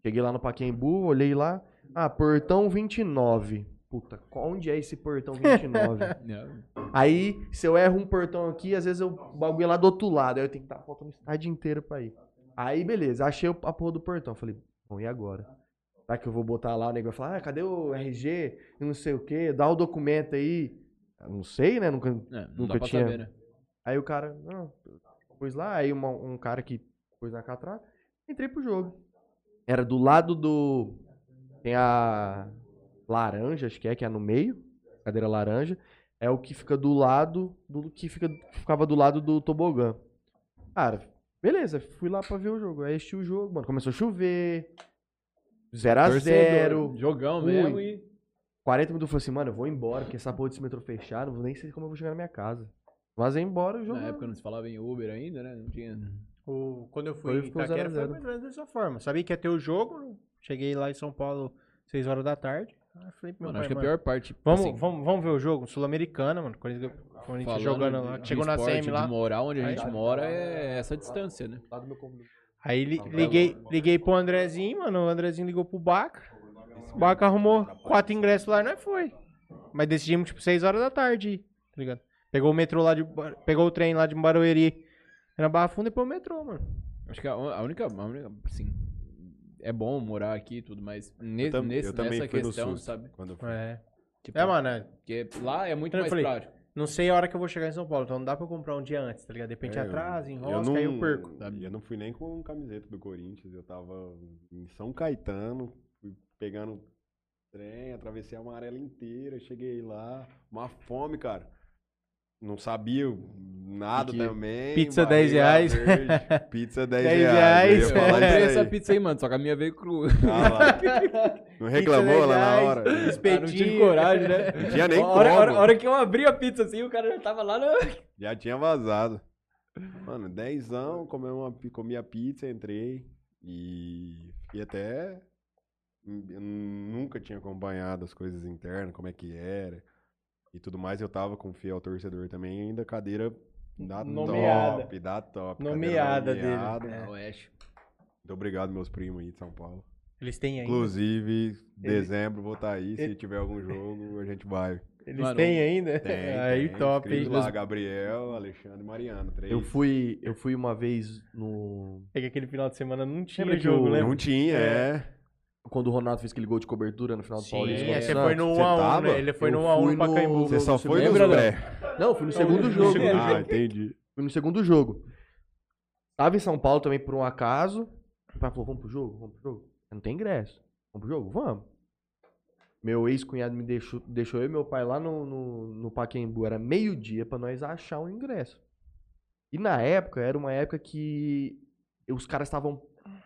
Cheguei lá no Paquembu, olhei lá. Ah, portão 29. Puta, onde é esse portão 29?
Não.
Aí, se eu erro um portão aqui, às vezes eu o bagulho é lá do outro lado. Aí eu tenho que estar faltando estádio inteiro pra ir. Aí, beleza, achei o- a porra do portão. Falei, bom, e agora? Será que eu vou botar lá o negócio e falar, ah, cadê o RG? E Não sei o quê, dá o documento aí. Eu não sei, né? Nunca.
É, não
Nunca
dá pra
tinha-
saber, né?
Aí o cara, não, pôs lá, aí uma- um cara que pôs na catraca, entrei pro jogo. Era do lado do. Tem a laranja, acho que é, que é no meio, cadeira laranja. É o que fica do lado do que fica, ficava do lado do tobogã. Cara, beleza, fui lá pra ver o jogo. Aí assisti o jogo, mano. Começou a chover. 0 a 0
Jogão
Ui.
mesmo e.
40 minutos eu falei assim, mano, eu vou embora, porque essa porra desse metrô fechado, eu nem sei como eu vou chegar na minha casa. Vazei embora e o jogo.
Na época não se falava em Uber ainda, né? Não tinha.
O, quando eu
Foi,
fui em
ficou
Itaquera, foi
0x0.
mais ou menos dessa forma. Sabia que ia ter o jogo, cheguei lá em São Paulo 6 horas da tarde. Aí falei pro meu
Mano,
pai,
acho que a
mano,
pior parte. tipo,
Vamos,
assim,
vamos, vamos ver o jogo? Sul-Americana, mano. Corinthians, Corinthians
falando
jogando
de-
lá.
de
Chegou na
esporte,
SEMI lá.
De moral, onde a
Aí- tá.
gente mora é essa distância, né?
Lá do meu computador.
Aí li- liguei, liguei pro Andrezinho, mano. O Andrezinho ligou pro Baca. O Baca arrumou quatro ingressos lá e nós foi. Mas decidimos, tipo, 6 horas da tarde, ir, tá ligado? Pegou o metrô lá de. Bar- Pegou o trem lá de Barueri. Era Barra Funda e depois o metrô, mano.
Acho que a, a única, a única, assim, é bom morar aqui e tudo, mas ne,
Eu tam-
nesse,
eu também
nessa
fui no
questão,
susto.
sabe?
Quando eu fui.
É.
Tipo,
É, mano. é-
Porque lá é muito
Eu
mais
falei,
prático,
Não sei a hora que eu vou chegar em São Paulo, então não dá pra eu comprar um dia antes, tá ligado? De repente
É, eu-
atrasa,
Eu
enrosca,
não,
aí eu perco.
sabe?
eu não fui nem com camiseta do Corinthians, eu tava em São Caetano, fui pegando trem, atravessei a amarela inteira, cheguei lá, uma fome, cara. Não sabia nada
Que-
também.
pizza
barriga
10 reais.
verde, pizza 10,
10
reais. eu ia
reais. É.
falar
comprei
isso
essa
aí.
pizza aí, mano, só que a minha veio crua.
Ah, lá. Não reclamou lá na
reais,
hora?
Ah, não tive
Espetinho.
coragem, né?
Não tinha nem
a hora,
como.
hora- hora que eu abri a pizza assim, o cara já tava lá na...
Já tinha vazado. Mano, dezão, comi, uma, pi- comi a pizza, entrei e fiquei até. hum, Eu nunca tinha acompanhado as coisas internas, como é que era e tudo mais. Eu tava com o fiel torcedor também, ainda cadeira da
Nomeada.
top, da top.
Nomeada
cadeira
dele,
nomeada.
é.
Oeste.
Muito obrigado, meus primos aí de São Paulo.
Eles têm ainda.
Inclusive, dezembro vou estar aí. Se tiver algum jogo, a gente vai.
Eles
Mano,
têm ainda?
Tem,
aí
tem,
top,
inscritos
hein?
lá, Gabriel, Alexandre e Mariano. Três.
Eu fui, eu fui uma vez no.
É que aquele final de semana não tinha
Lembra que
jogo,
o-
né?
Não
É.
tinha, é.
Quando o Ronaldo fez aquele gol de cobertura no final do Paulista.
Sim, é,
contra o
você
Santos.
foi no
Você
1x1,
tava?
né? Ele foi
Eu
no 1x1
fui
pra
no-
Caimbu.
Você só foi no
Lembra,
Zumbré.
Não, fui no segundo
no
jogo.
É.
segundo jogo.
Ah, entendi.
Fui no segundo jogo. Tava em São Paulo também por um acaso. O pai falou: vamos pro jogo? Vamos pro jogo? Não tem ingresso. Vamos pro jogo? Vamos. Meu ex-cunhado me deixou, deixou eu e meu pai lá no, no, no Paquembu. Era meio-dia pra nós achar um ingresso. E na época, era uma época que os caras estavam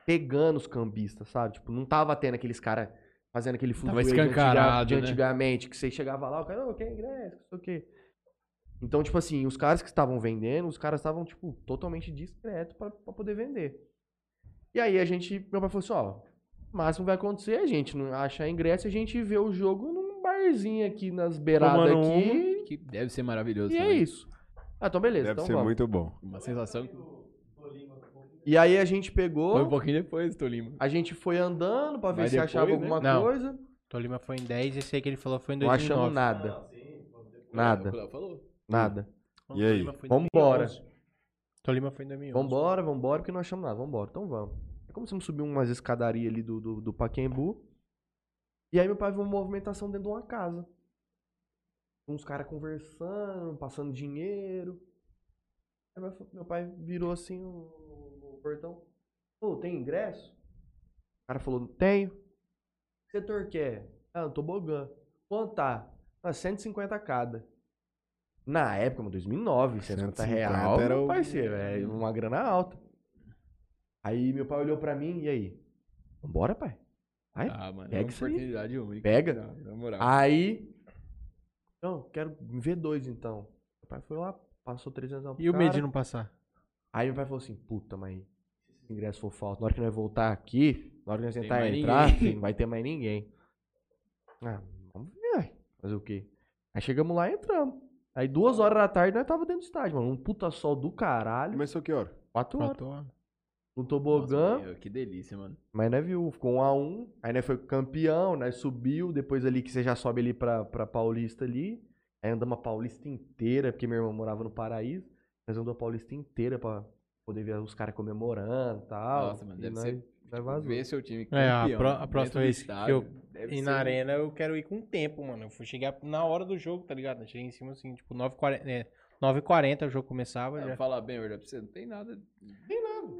pegando os cambistas, sabe? Tipo, não tava tendo aqueles caras fazendo aquele
Tava
fuzuê de antiga-
escancarado,
de
né?
antigamente, que você chegava lá, o cara, não, quer ingresso, não sei o quê. Então, tipo assim, os caras que estavam vendendo, os caras estavam, tipo, totalmente discreto pra pra poder vender. E aí a gente, meu pai falou assim, ó, o máximo que vai acontecer é a gente não achar ingresso e a gente vê o jogo num barzinho aqui nas beiradas
Tomando
aqui.
Que deve ser maravilhoso
E é
também.
isso. Ah, então beleza,
Deve
então
ser
vamos.
muito bom.
Uma sensação que
E aí a gente pegou,
foi um pouquinho depois do Tolima.
a gente foi andando pra ver
Mas
se
depois,
achava
né?
alguma
Não.
coisa.
Tolima foi em 10, esse aí que é ele falou foi em
Não
2009.
achamos nada. Nada,
Falou.
nada.
E aí?
Tolima foi em
Vambora.
2011. Tolima foi em 2011.
Vambora, vambora, porque não achamos nada. Vambora, então vamos. É como se subir umas escadarias ali do, do, do Paquembu. E aí meu pai viu uma movimentação dentro de uma casa. Uns caras conversando, passando dinheiro. Aí meu, meu pai virou assim o, o portão. Pô, tem ingresso? O cara falou, tenho. Que setor quer? Ah, um tobogã. Quanto tá? Ah, 150 cada. Na época, mano, 2009, 150 real,
150 era
meu
o-
parceiro, é uma grana alta. Aí meu pai olhou pra mim, e aí? Vambora, pai? Aí,
Ah, mano, é
pega
uma
isso aí.
oportunidade única.
Pega. Ah,
Na, na moral.
Aí. Não, quero ver dois então. Meu pai foi lá, passou 300 reais pro
E o medo
cara.
de não passar?
Aí meu pai falou assim: puta, mas se esse ingresso for falta, na hora que nós voltar aqui, na hora que nós
Tem
tentar
mais
entrar,
ninguém.
filho, não vai ter mais ninguém. Ah, vamos ver. ué. Fazer o quê? Aí chegamos lá e entramos. Aí duas horas da tarde nós tava dentro do estádio, mano. Um puta sol do caralho.
Começou que hora?
Quatro horas.
Faltou.
Um
Nossa,
tobogã.
meu, que delícia, mano.
Mas nós viu, ficou um a um. Aí nós foi campeão, nós subiu, depois ali que você já sobe ali pra, pra Paulista ali. Aí andamos a Paulista inteira, porque minha irmã morava no Paraíso. Nós andamos a Paulista inteira pra poder ver os caras comemorando e tal.
Nossa, mano,
E
deve
nós,
ser- tipo,
Nós vazou.
Ver seu time
É, a
campeão,
pró- a
dentro
próxima
do
vez que
estádio,
eu
deve
E
ser
na
um-
arena eu quero ir com tempo, mano. Eu fui chegar na hora do jogo, tá ligado? Eu cheguei em cima assim, tipo, 9h40, é, 9h40 o jogo começava.
Eu
já.
vou Ah, falar bem, verdade, pra você não tem nada.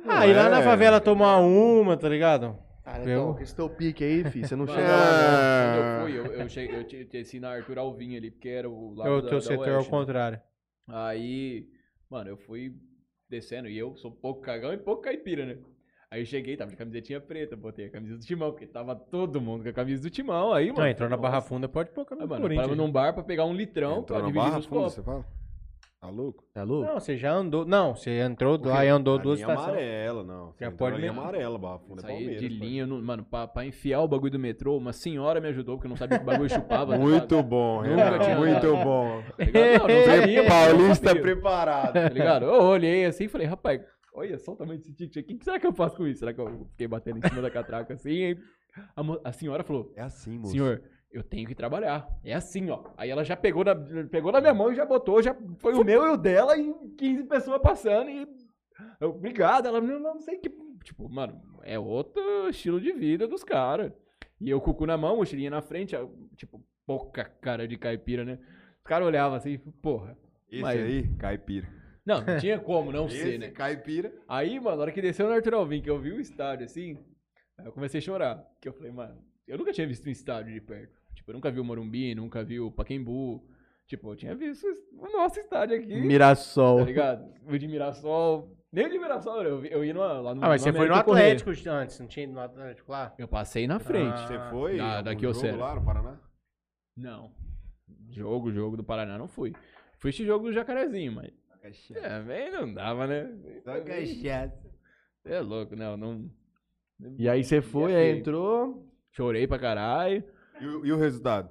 Ah, e lá na favela tomar uma, tá ligado?
Ah,
então,
esse teu pique aí, filho, você não né? É.
Mano,
chega
né? quando eu fui, eu, eu, cheguei, eu te- desci na Arthur Alvim ali, porque era o lado
É o
da-
teu
da
setor
Oeste,
ao
né?
contrário.
Aí, mano, eu fui descendo e eu sou um pouco cagão e pouco caipira, né? Aí eu cheguei, tava de camisetinha preta, botei a camisa do timão, porque tava todo mundo com a camisa do timão. Aí, mano.
Não, Ah, entrou na
falei,
Barra Ah,
"Nossa".
Funda, pode pôr
Aí,
caminho
É, mano, eu parava num bar pra pegar um litrão pra
Entrou na
dividir
Então, barra
os
funda,
copos.
você fala? Tá louco?
Tá louco?
Não, você já andou. Não, você entrou
Porque
lá e andou
a
duas
linha
estações.
amarela, não.
Já
Você entrou
pode
na linha
mesmo.
amarela, barra funda, é
Saí de
Palmeiras. pô.
linha, no- mano, pra, pra enfiar o bagulho do metrô, uma senhora me ajudou, porque eu não sabia que o bagulho chupava. tá
Muito
ligado?
bom,
Nunca
Renato.
tinha
Muito
andado.
bom.
Tá ligado? Não, não sabia,
Paulista
sabia.
preparado.
Tá ligado? Eu olhei assim e falei, rapaz, olha só o tamanho desse ticket aqui. O que será que eu faço com isso? Será que eu fiquei batendo em cima da catraca assim? Aí A, mo- a senhora falou,
É assim, moço.
senhor, eu tenho que trabalhar. É assim, ó. Aí ela já pegou na, pegou na minha mão e já botou, já foi o meu e o dela e 15 pessoas passando e... eu, Obrigado, ela não, não sei que... Tipo, mano, é outro estilo de vida dos caras. E eu, cucu na mão, mochilinha na frente, eu, tipo, pouca cara de caipira, né? Os caras olhavam assim, porra.
Esse
Mas-
aí, caipira.
Não, não tinha como não ser, né?
Esse caipira.
Aí, mano, na hora que desceu no Arthur Alvim, que eu vi o estádio assim, aí eu comecei a chorar. Que eu falei, mano, eu nunca tinha visto um estádio de perto. Tipo, eu nunca vi o Morumbi, nunca vi o Pacaembu. Tipo, eu tinha visto o nosso estádio aqui, tá
Mirassol.
ligado? O de Mirassol. Nem o de Mirassol, eu, vi- eu ia numa- lá no.
Ah, mas você foi no
América Corrêa.
Atlético antes, não tinha ido no Atlético lá?
Eu passei na frente.
Ah.
Você foi?
da-
no
daqui eu
jogo
sei.
lá no Paraná?
Não. Jogo, jogo do Paraná, não fui. Fui este jogo do Jacarezinho, mas. É, bem, não dava, né? É louco, não, não.
E aí você foi,
E
aí
aí?
entrou.
Chorei pra caralho.
E, o- e o resultado?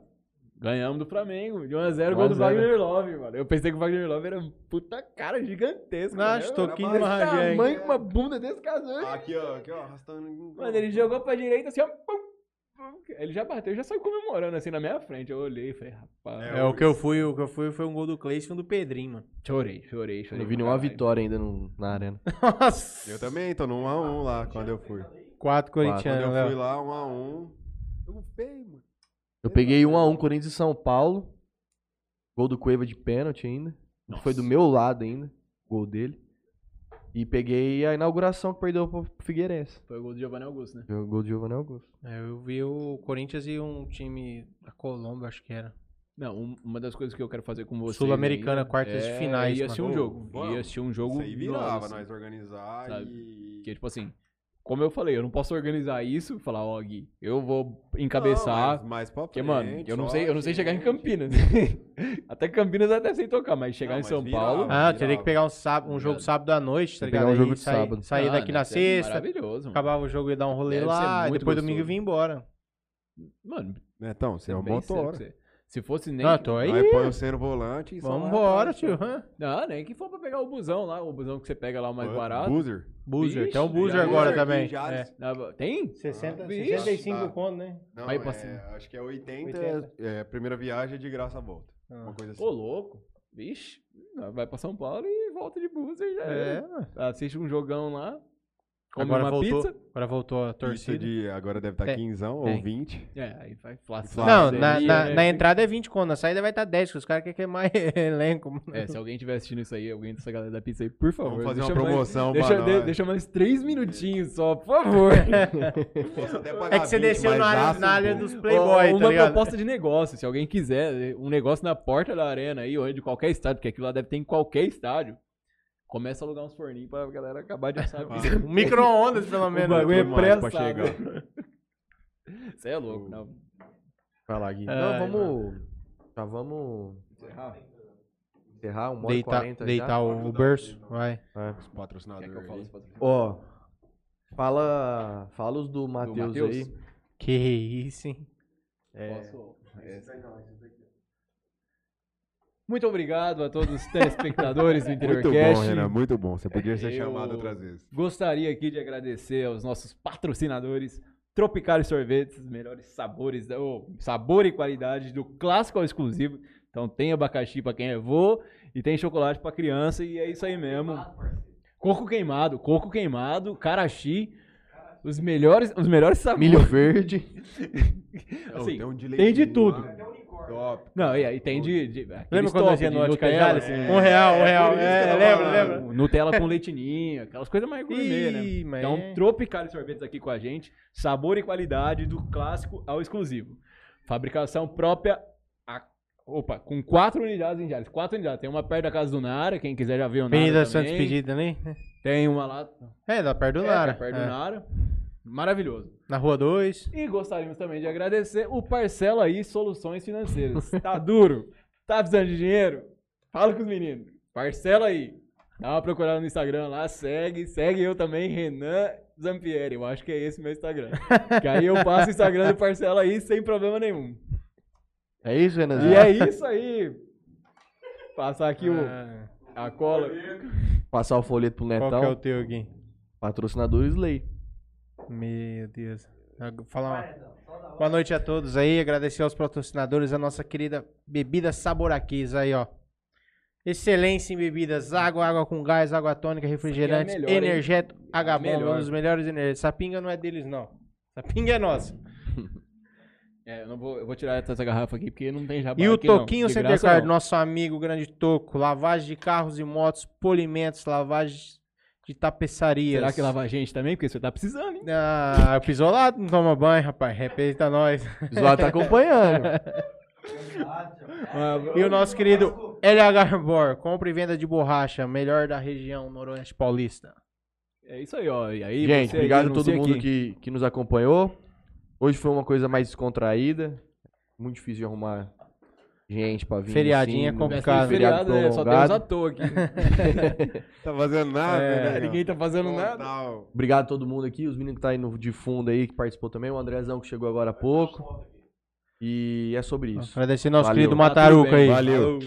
Ganhamos do Flamengo, de 1x0, gol do
1 a 0.
Wagner Love, mano. Eu pensei que o Wagner Love era um puta cara gigantesco.
Não,
mano.
estou
Era
aqui
mais
no Rangel, hein?
tamanho com uma bunda desse casal.
Aqui, ó, aqui, ó, arrastando.
Mano, ele jogou pra direita assim, ó. pum, pum. Ele já bateu, já saiu comemorando assim na minha frente. Eu olhei e falei, rapaz.
É, o que eu fui, o que eu fui foi um gol do Cleiton e um do Pedrinho, mano.
Chorei, chorei, chorei.
Não vi
pra
nenhuma
caralho.
vitória ainda no- na arena.
Nossa!
Eu também, tô no 1x1 lá quando eu fui.
Quatro
Quando
corintianos, né?
eu fui
Léo.
lá, 1x1. Jogo feio, mano.
Eu peguei 1 a 1 Corinthians e São Paulo. Gol do Cueva de pênalti ainda. Foi do meu lado ainda, o gol dele. E peguei a inauguração que perdeu pro Figueirense.
Foi o gol do Giovanni Augusto, né?
O gol de Giovanni Augusto.
É, Eu vi o Corinthians e um time da Colômbia, acho que era.
Não, um- uma das coisas que eu quero fazer com vocês.
Sul-Americana,
ainda
quartas de
é
finais,
Ia assistir um
mano.
jogo.
Vamos.
Ia assistir um jogo.
Isso aí virava,
nossa.
nós organizar
sabe?
e.
Porque, tipo assim, como eu falei, eu não posso organizar isso e falar, ó, Gui, eu vou encabeçar.
Não, mas mais pra frente,
ah. Porque, mano, eu não sei, eu não sei chegar em
Campinas.
Campinas. até Campinas eu até sei tocar, mas chegar
Não,
em
mas
São
virava.
Paulo.
Ah, eu teria que pegar um, sábado, um
Obrigado.
jogo sábado à noite, tá
Tem que pegar
ligado?
um jogo
Aí
de
sair-
sábado.
Sair
Ah,
daqui na
deve ser
sexta,
Maravilhoso. Mano.
acabava o jogo e dar um rolê
Deve ser
lá, e
muito
depois
gostoso.
domingo eu vim embora.
Mano,
Então, você é um
bem sério
motor.
pra você. Se fosse nem.
Não, eu tô aí.
Aí põe você no volante e só
é
Vamos
vai
embora,
atrás,
tio.
né?
hã?
Não, nem que for pra pegar o busão lá, o busão que você pega lá o mais
Pô,
barato.
Buzzer.
Boozer,
Vixe,
tem um Boozer
já-
agora
Buzzer
também.
aqui em Jales.
É.
Na- Tem?
60,
Vixe.
65
Tá.
conto, né?
Não,
Vai
é,
pra cima.
acho que é 80,
80.
É, primeira viagem é de graça a volta. Uma coisa assim.
Ô, louco. Vixe. Vai pra São Paulo e volta de buzzer já.
É,
era. Assiste um jogão lá. Come
Agora
uma
voltou,
pizza.
agora voltou a
Torcida
torcida.
de agora deve estar
Tem,
15 ou
tem.
20.
É, aí vai inflação.
Não,
Claro,
na,
seria,
na,
né?
na entrada é 20 conto, na saída vai estar 10, que os caras querem queimar elenco. mano.
É, se alguém estiver assistindo isso aí, alguém dessa galera da pizza aí, por favor.
Vamos fazer uma
deixa mais-
promoção
Deixa,
pra
de-
nós.
deixa mais três minutinhos só, por favor.
Posso até pagar
É que você
20,
desceu
Ah, mas
na
dá
área, na
suco.
área dos Playboy,
Ó,
tá
uma
ligado?
proposta de negócio, se alguém quiser, um negócio na porta da arena aí, ou de qualquer estádio, porque aquilo lá deve ter em qualquer estádio. Começa a alugar uns forninhos pra galera acabar de assar a pizza.
Um micro-ondas, pelo
O
menos.
bagulho é
demora mais pra
pressado. Você é louco, não.
Vai lá, Gui.
Ai,
Não, vamos. Já vamos. Encerrar um hora e
Deitar,
40
deitar
já.
o, o berço, vai.
Os patrocinadores. aí.
Ó. Fala. Fala os do Matheus
Matheus?
aí.
Que isso, hein?
Posso- Muito obrigado a todos os telespectadores do
Muito
InteriorCast.
bom, Renan, muito bom. Você podia ser
É, Eu-
chamado outras vezes.
Gostaria aqui de agradecer aos nossos patrocinadores Tropical Sorvetes, os melhores sabores, ou sabor e qualidade do clássico ao exclusivo. Então tem abacaxi pra quem é vô e tem chocolate pra criança e é isso aí mesmo. Coco queimado, coco queimado, caraxi, os melhores, os melhores sabores.
Milho verde.
Assim,
um de
tem de
leitinho
tudo.
lá. Top.
Não, e aí tem de, de
Lembra quando nós ia no Atacajara, assim? Um real, um real. É, lembra, lembra.
Nutella com leitinho, aquelas coisas mais gourmet, né?
Ih, mas
Então,
é-
Tropical Sorvetes aqui com a gente. Sabor e qualidade do clássico ao exclusivo. Fabricação própria. a- Opa, com quatro unidades em Jales. Quatro unidades. Tem uma perto da casa do Nara, quem quiser já ver o Nara.
Avenida
também.
Santos Pedida, né?
Tem uma lá.
É, da perto do
é,
Nara.
perto
é.
do Nara. Maravilhoso.
Na rua 2.
E gostaríamos também de agradecer o Parcela aí Soluções Financeiras. Tá duro? Tá precisando de dinheiro? Fala com os meninos. Parcela aí. Dá uma procurada no Instagram lá, segue. Segue eu também, Renan Zampieri. Eu acho que é esse meu Instagram. que aí eu passo o Instagram do Parcela aí sem problema nenhum.
É isso, Renanzinho?
E é isso aí. Passar aqui o, a cola.
Passar o folheto pro
Ah. Qual
Netão.
que é o teu aqui?
Patrocinadores Lei.
Meu Deus. Ag- Fala uma... Boa noite a todos aí. Agradecer aos patrocinadores, a nossa querida Bebida Saboraquis aí, ó. Excelência em bebidas, água, água com gás, água tônica, refrigerante,
é melhor, hein? É
energeto, H-Bomba,
Melhor.
um dos melhores energéticos. Sapinga não é deles, não. Sapinga é nossa.
É, eu, não vou, eu vou tirar essa garrafa aqui porque não tem jabá
E o
Tá aqui, não.
Toquinho é
De
Center
graça,
Card,
não.
nosso amigo, grande Toco. Lavagem de carros e motos, polimentos, lavagem de tapeçarias.
Será que lava a gente também? Porque você tá precisando, hein?
Ah, o Pisolado não toma banho, rapaz. Respeita nós.
O Zola tá acompanhando.
E o nosso querido LH Bor, compra e venda de borracha, melhor da região noroeste paulista.
É isso aí, ó. E aí,
Gente,
você aí,
obrigado a
não
todo
sei
mundo
quem.
que, que nos acompanhou. Hoje foi uma coisa mais descontraída. Muito difícil de arrumar gente pra vir.
Feriadinho é
no
Mas
complicado.
tem
Cara,
feriado,
feriado
né? Só tem uns
prolongado.
à toa aqui.
Tá fazendo nada,
É,
né?
ninguém tá fazendo nada.
Total.
Obrigado a todo mundo aqui. Os meninos que tá aí no, de fundo aí, que participou também. O Andrezão que chegou agora há pouco. E é sobre isso.
Agradecer nosso
Valeu.
querido
Tá
tudo
Mataruco
bem,
aí.
Valeu.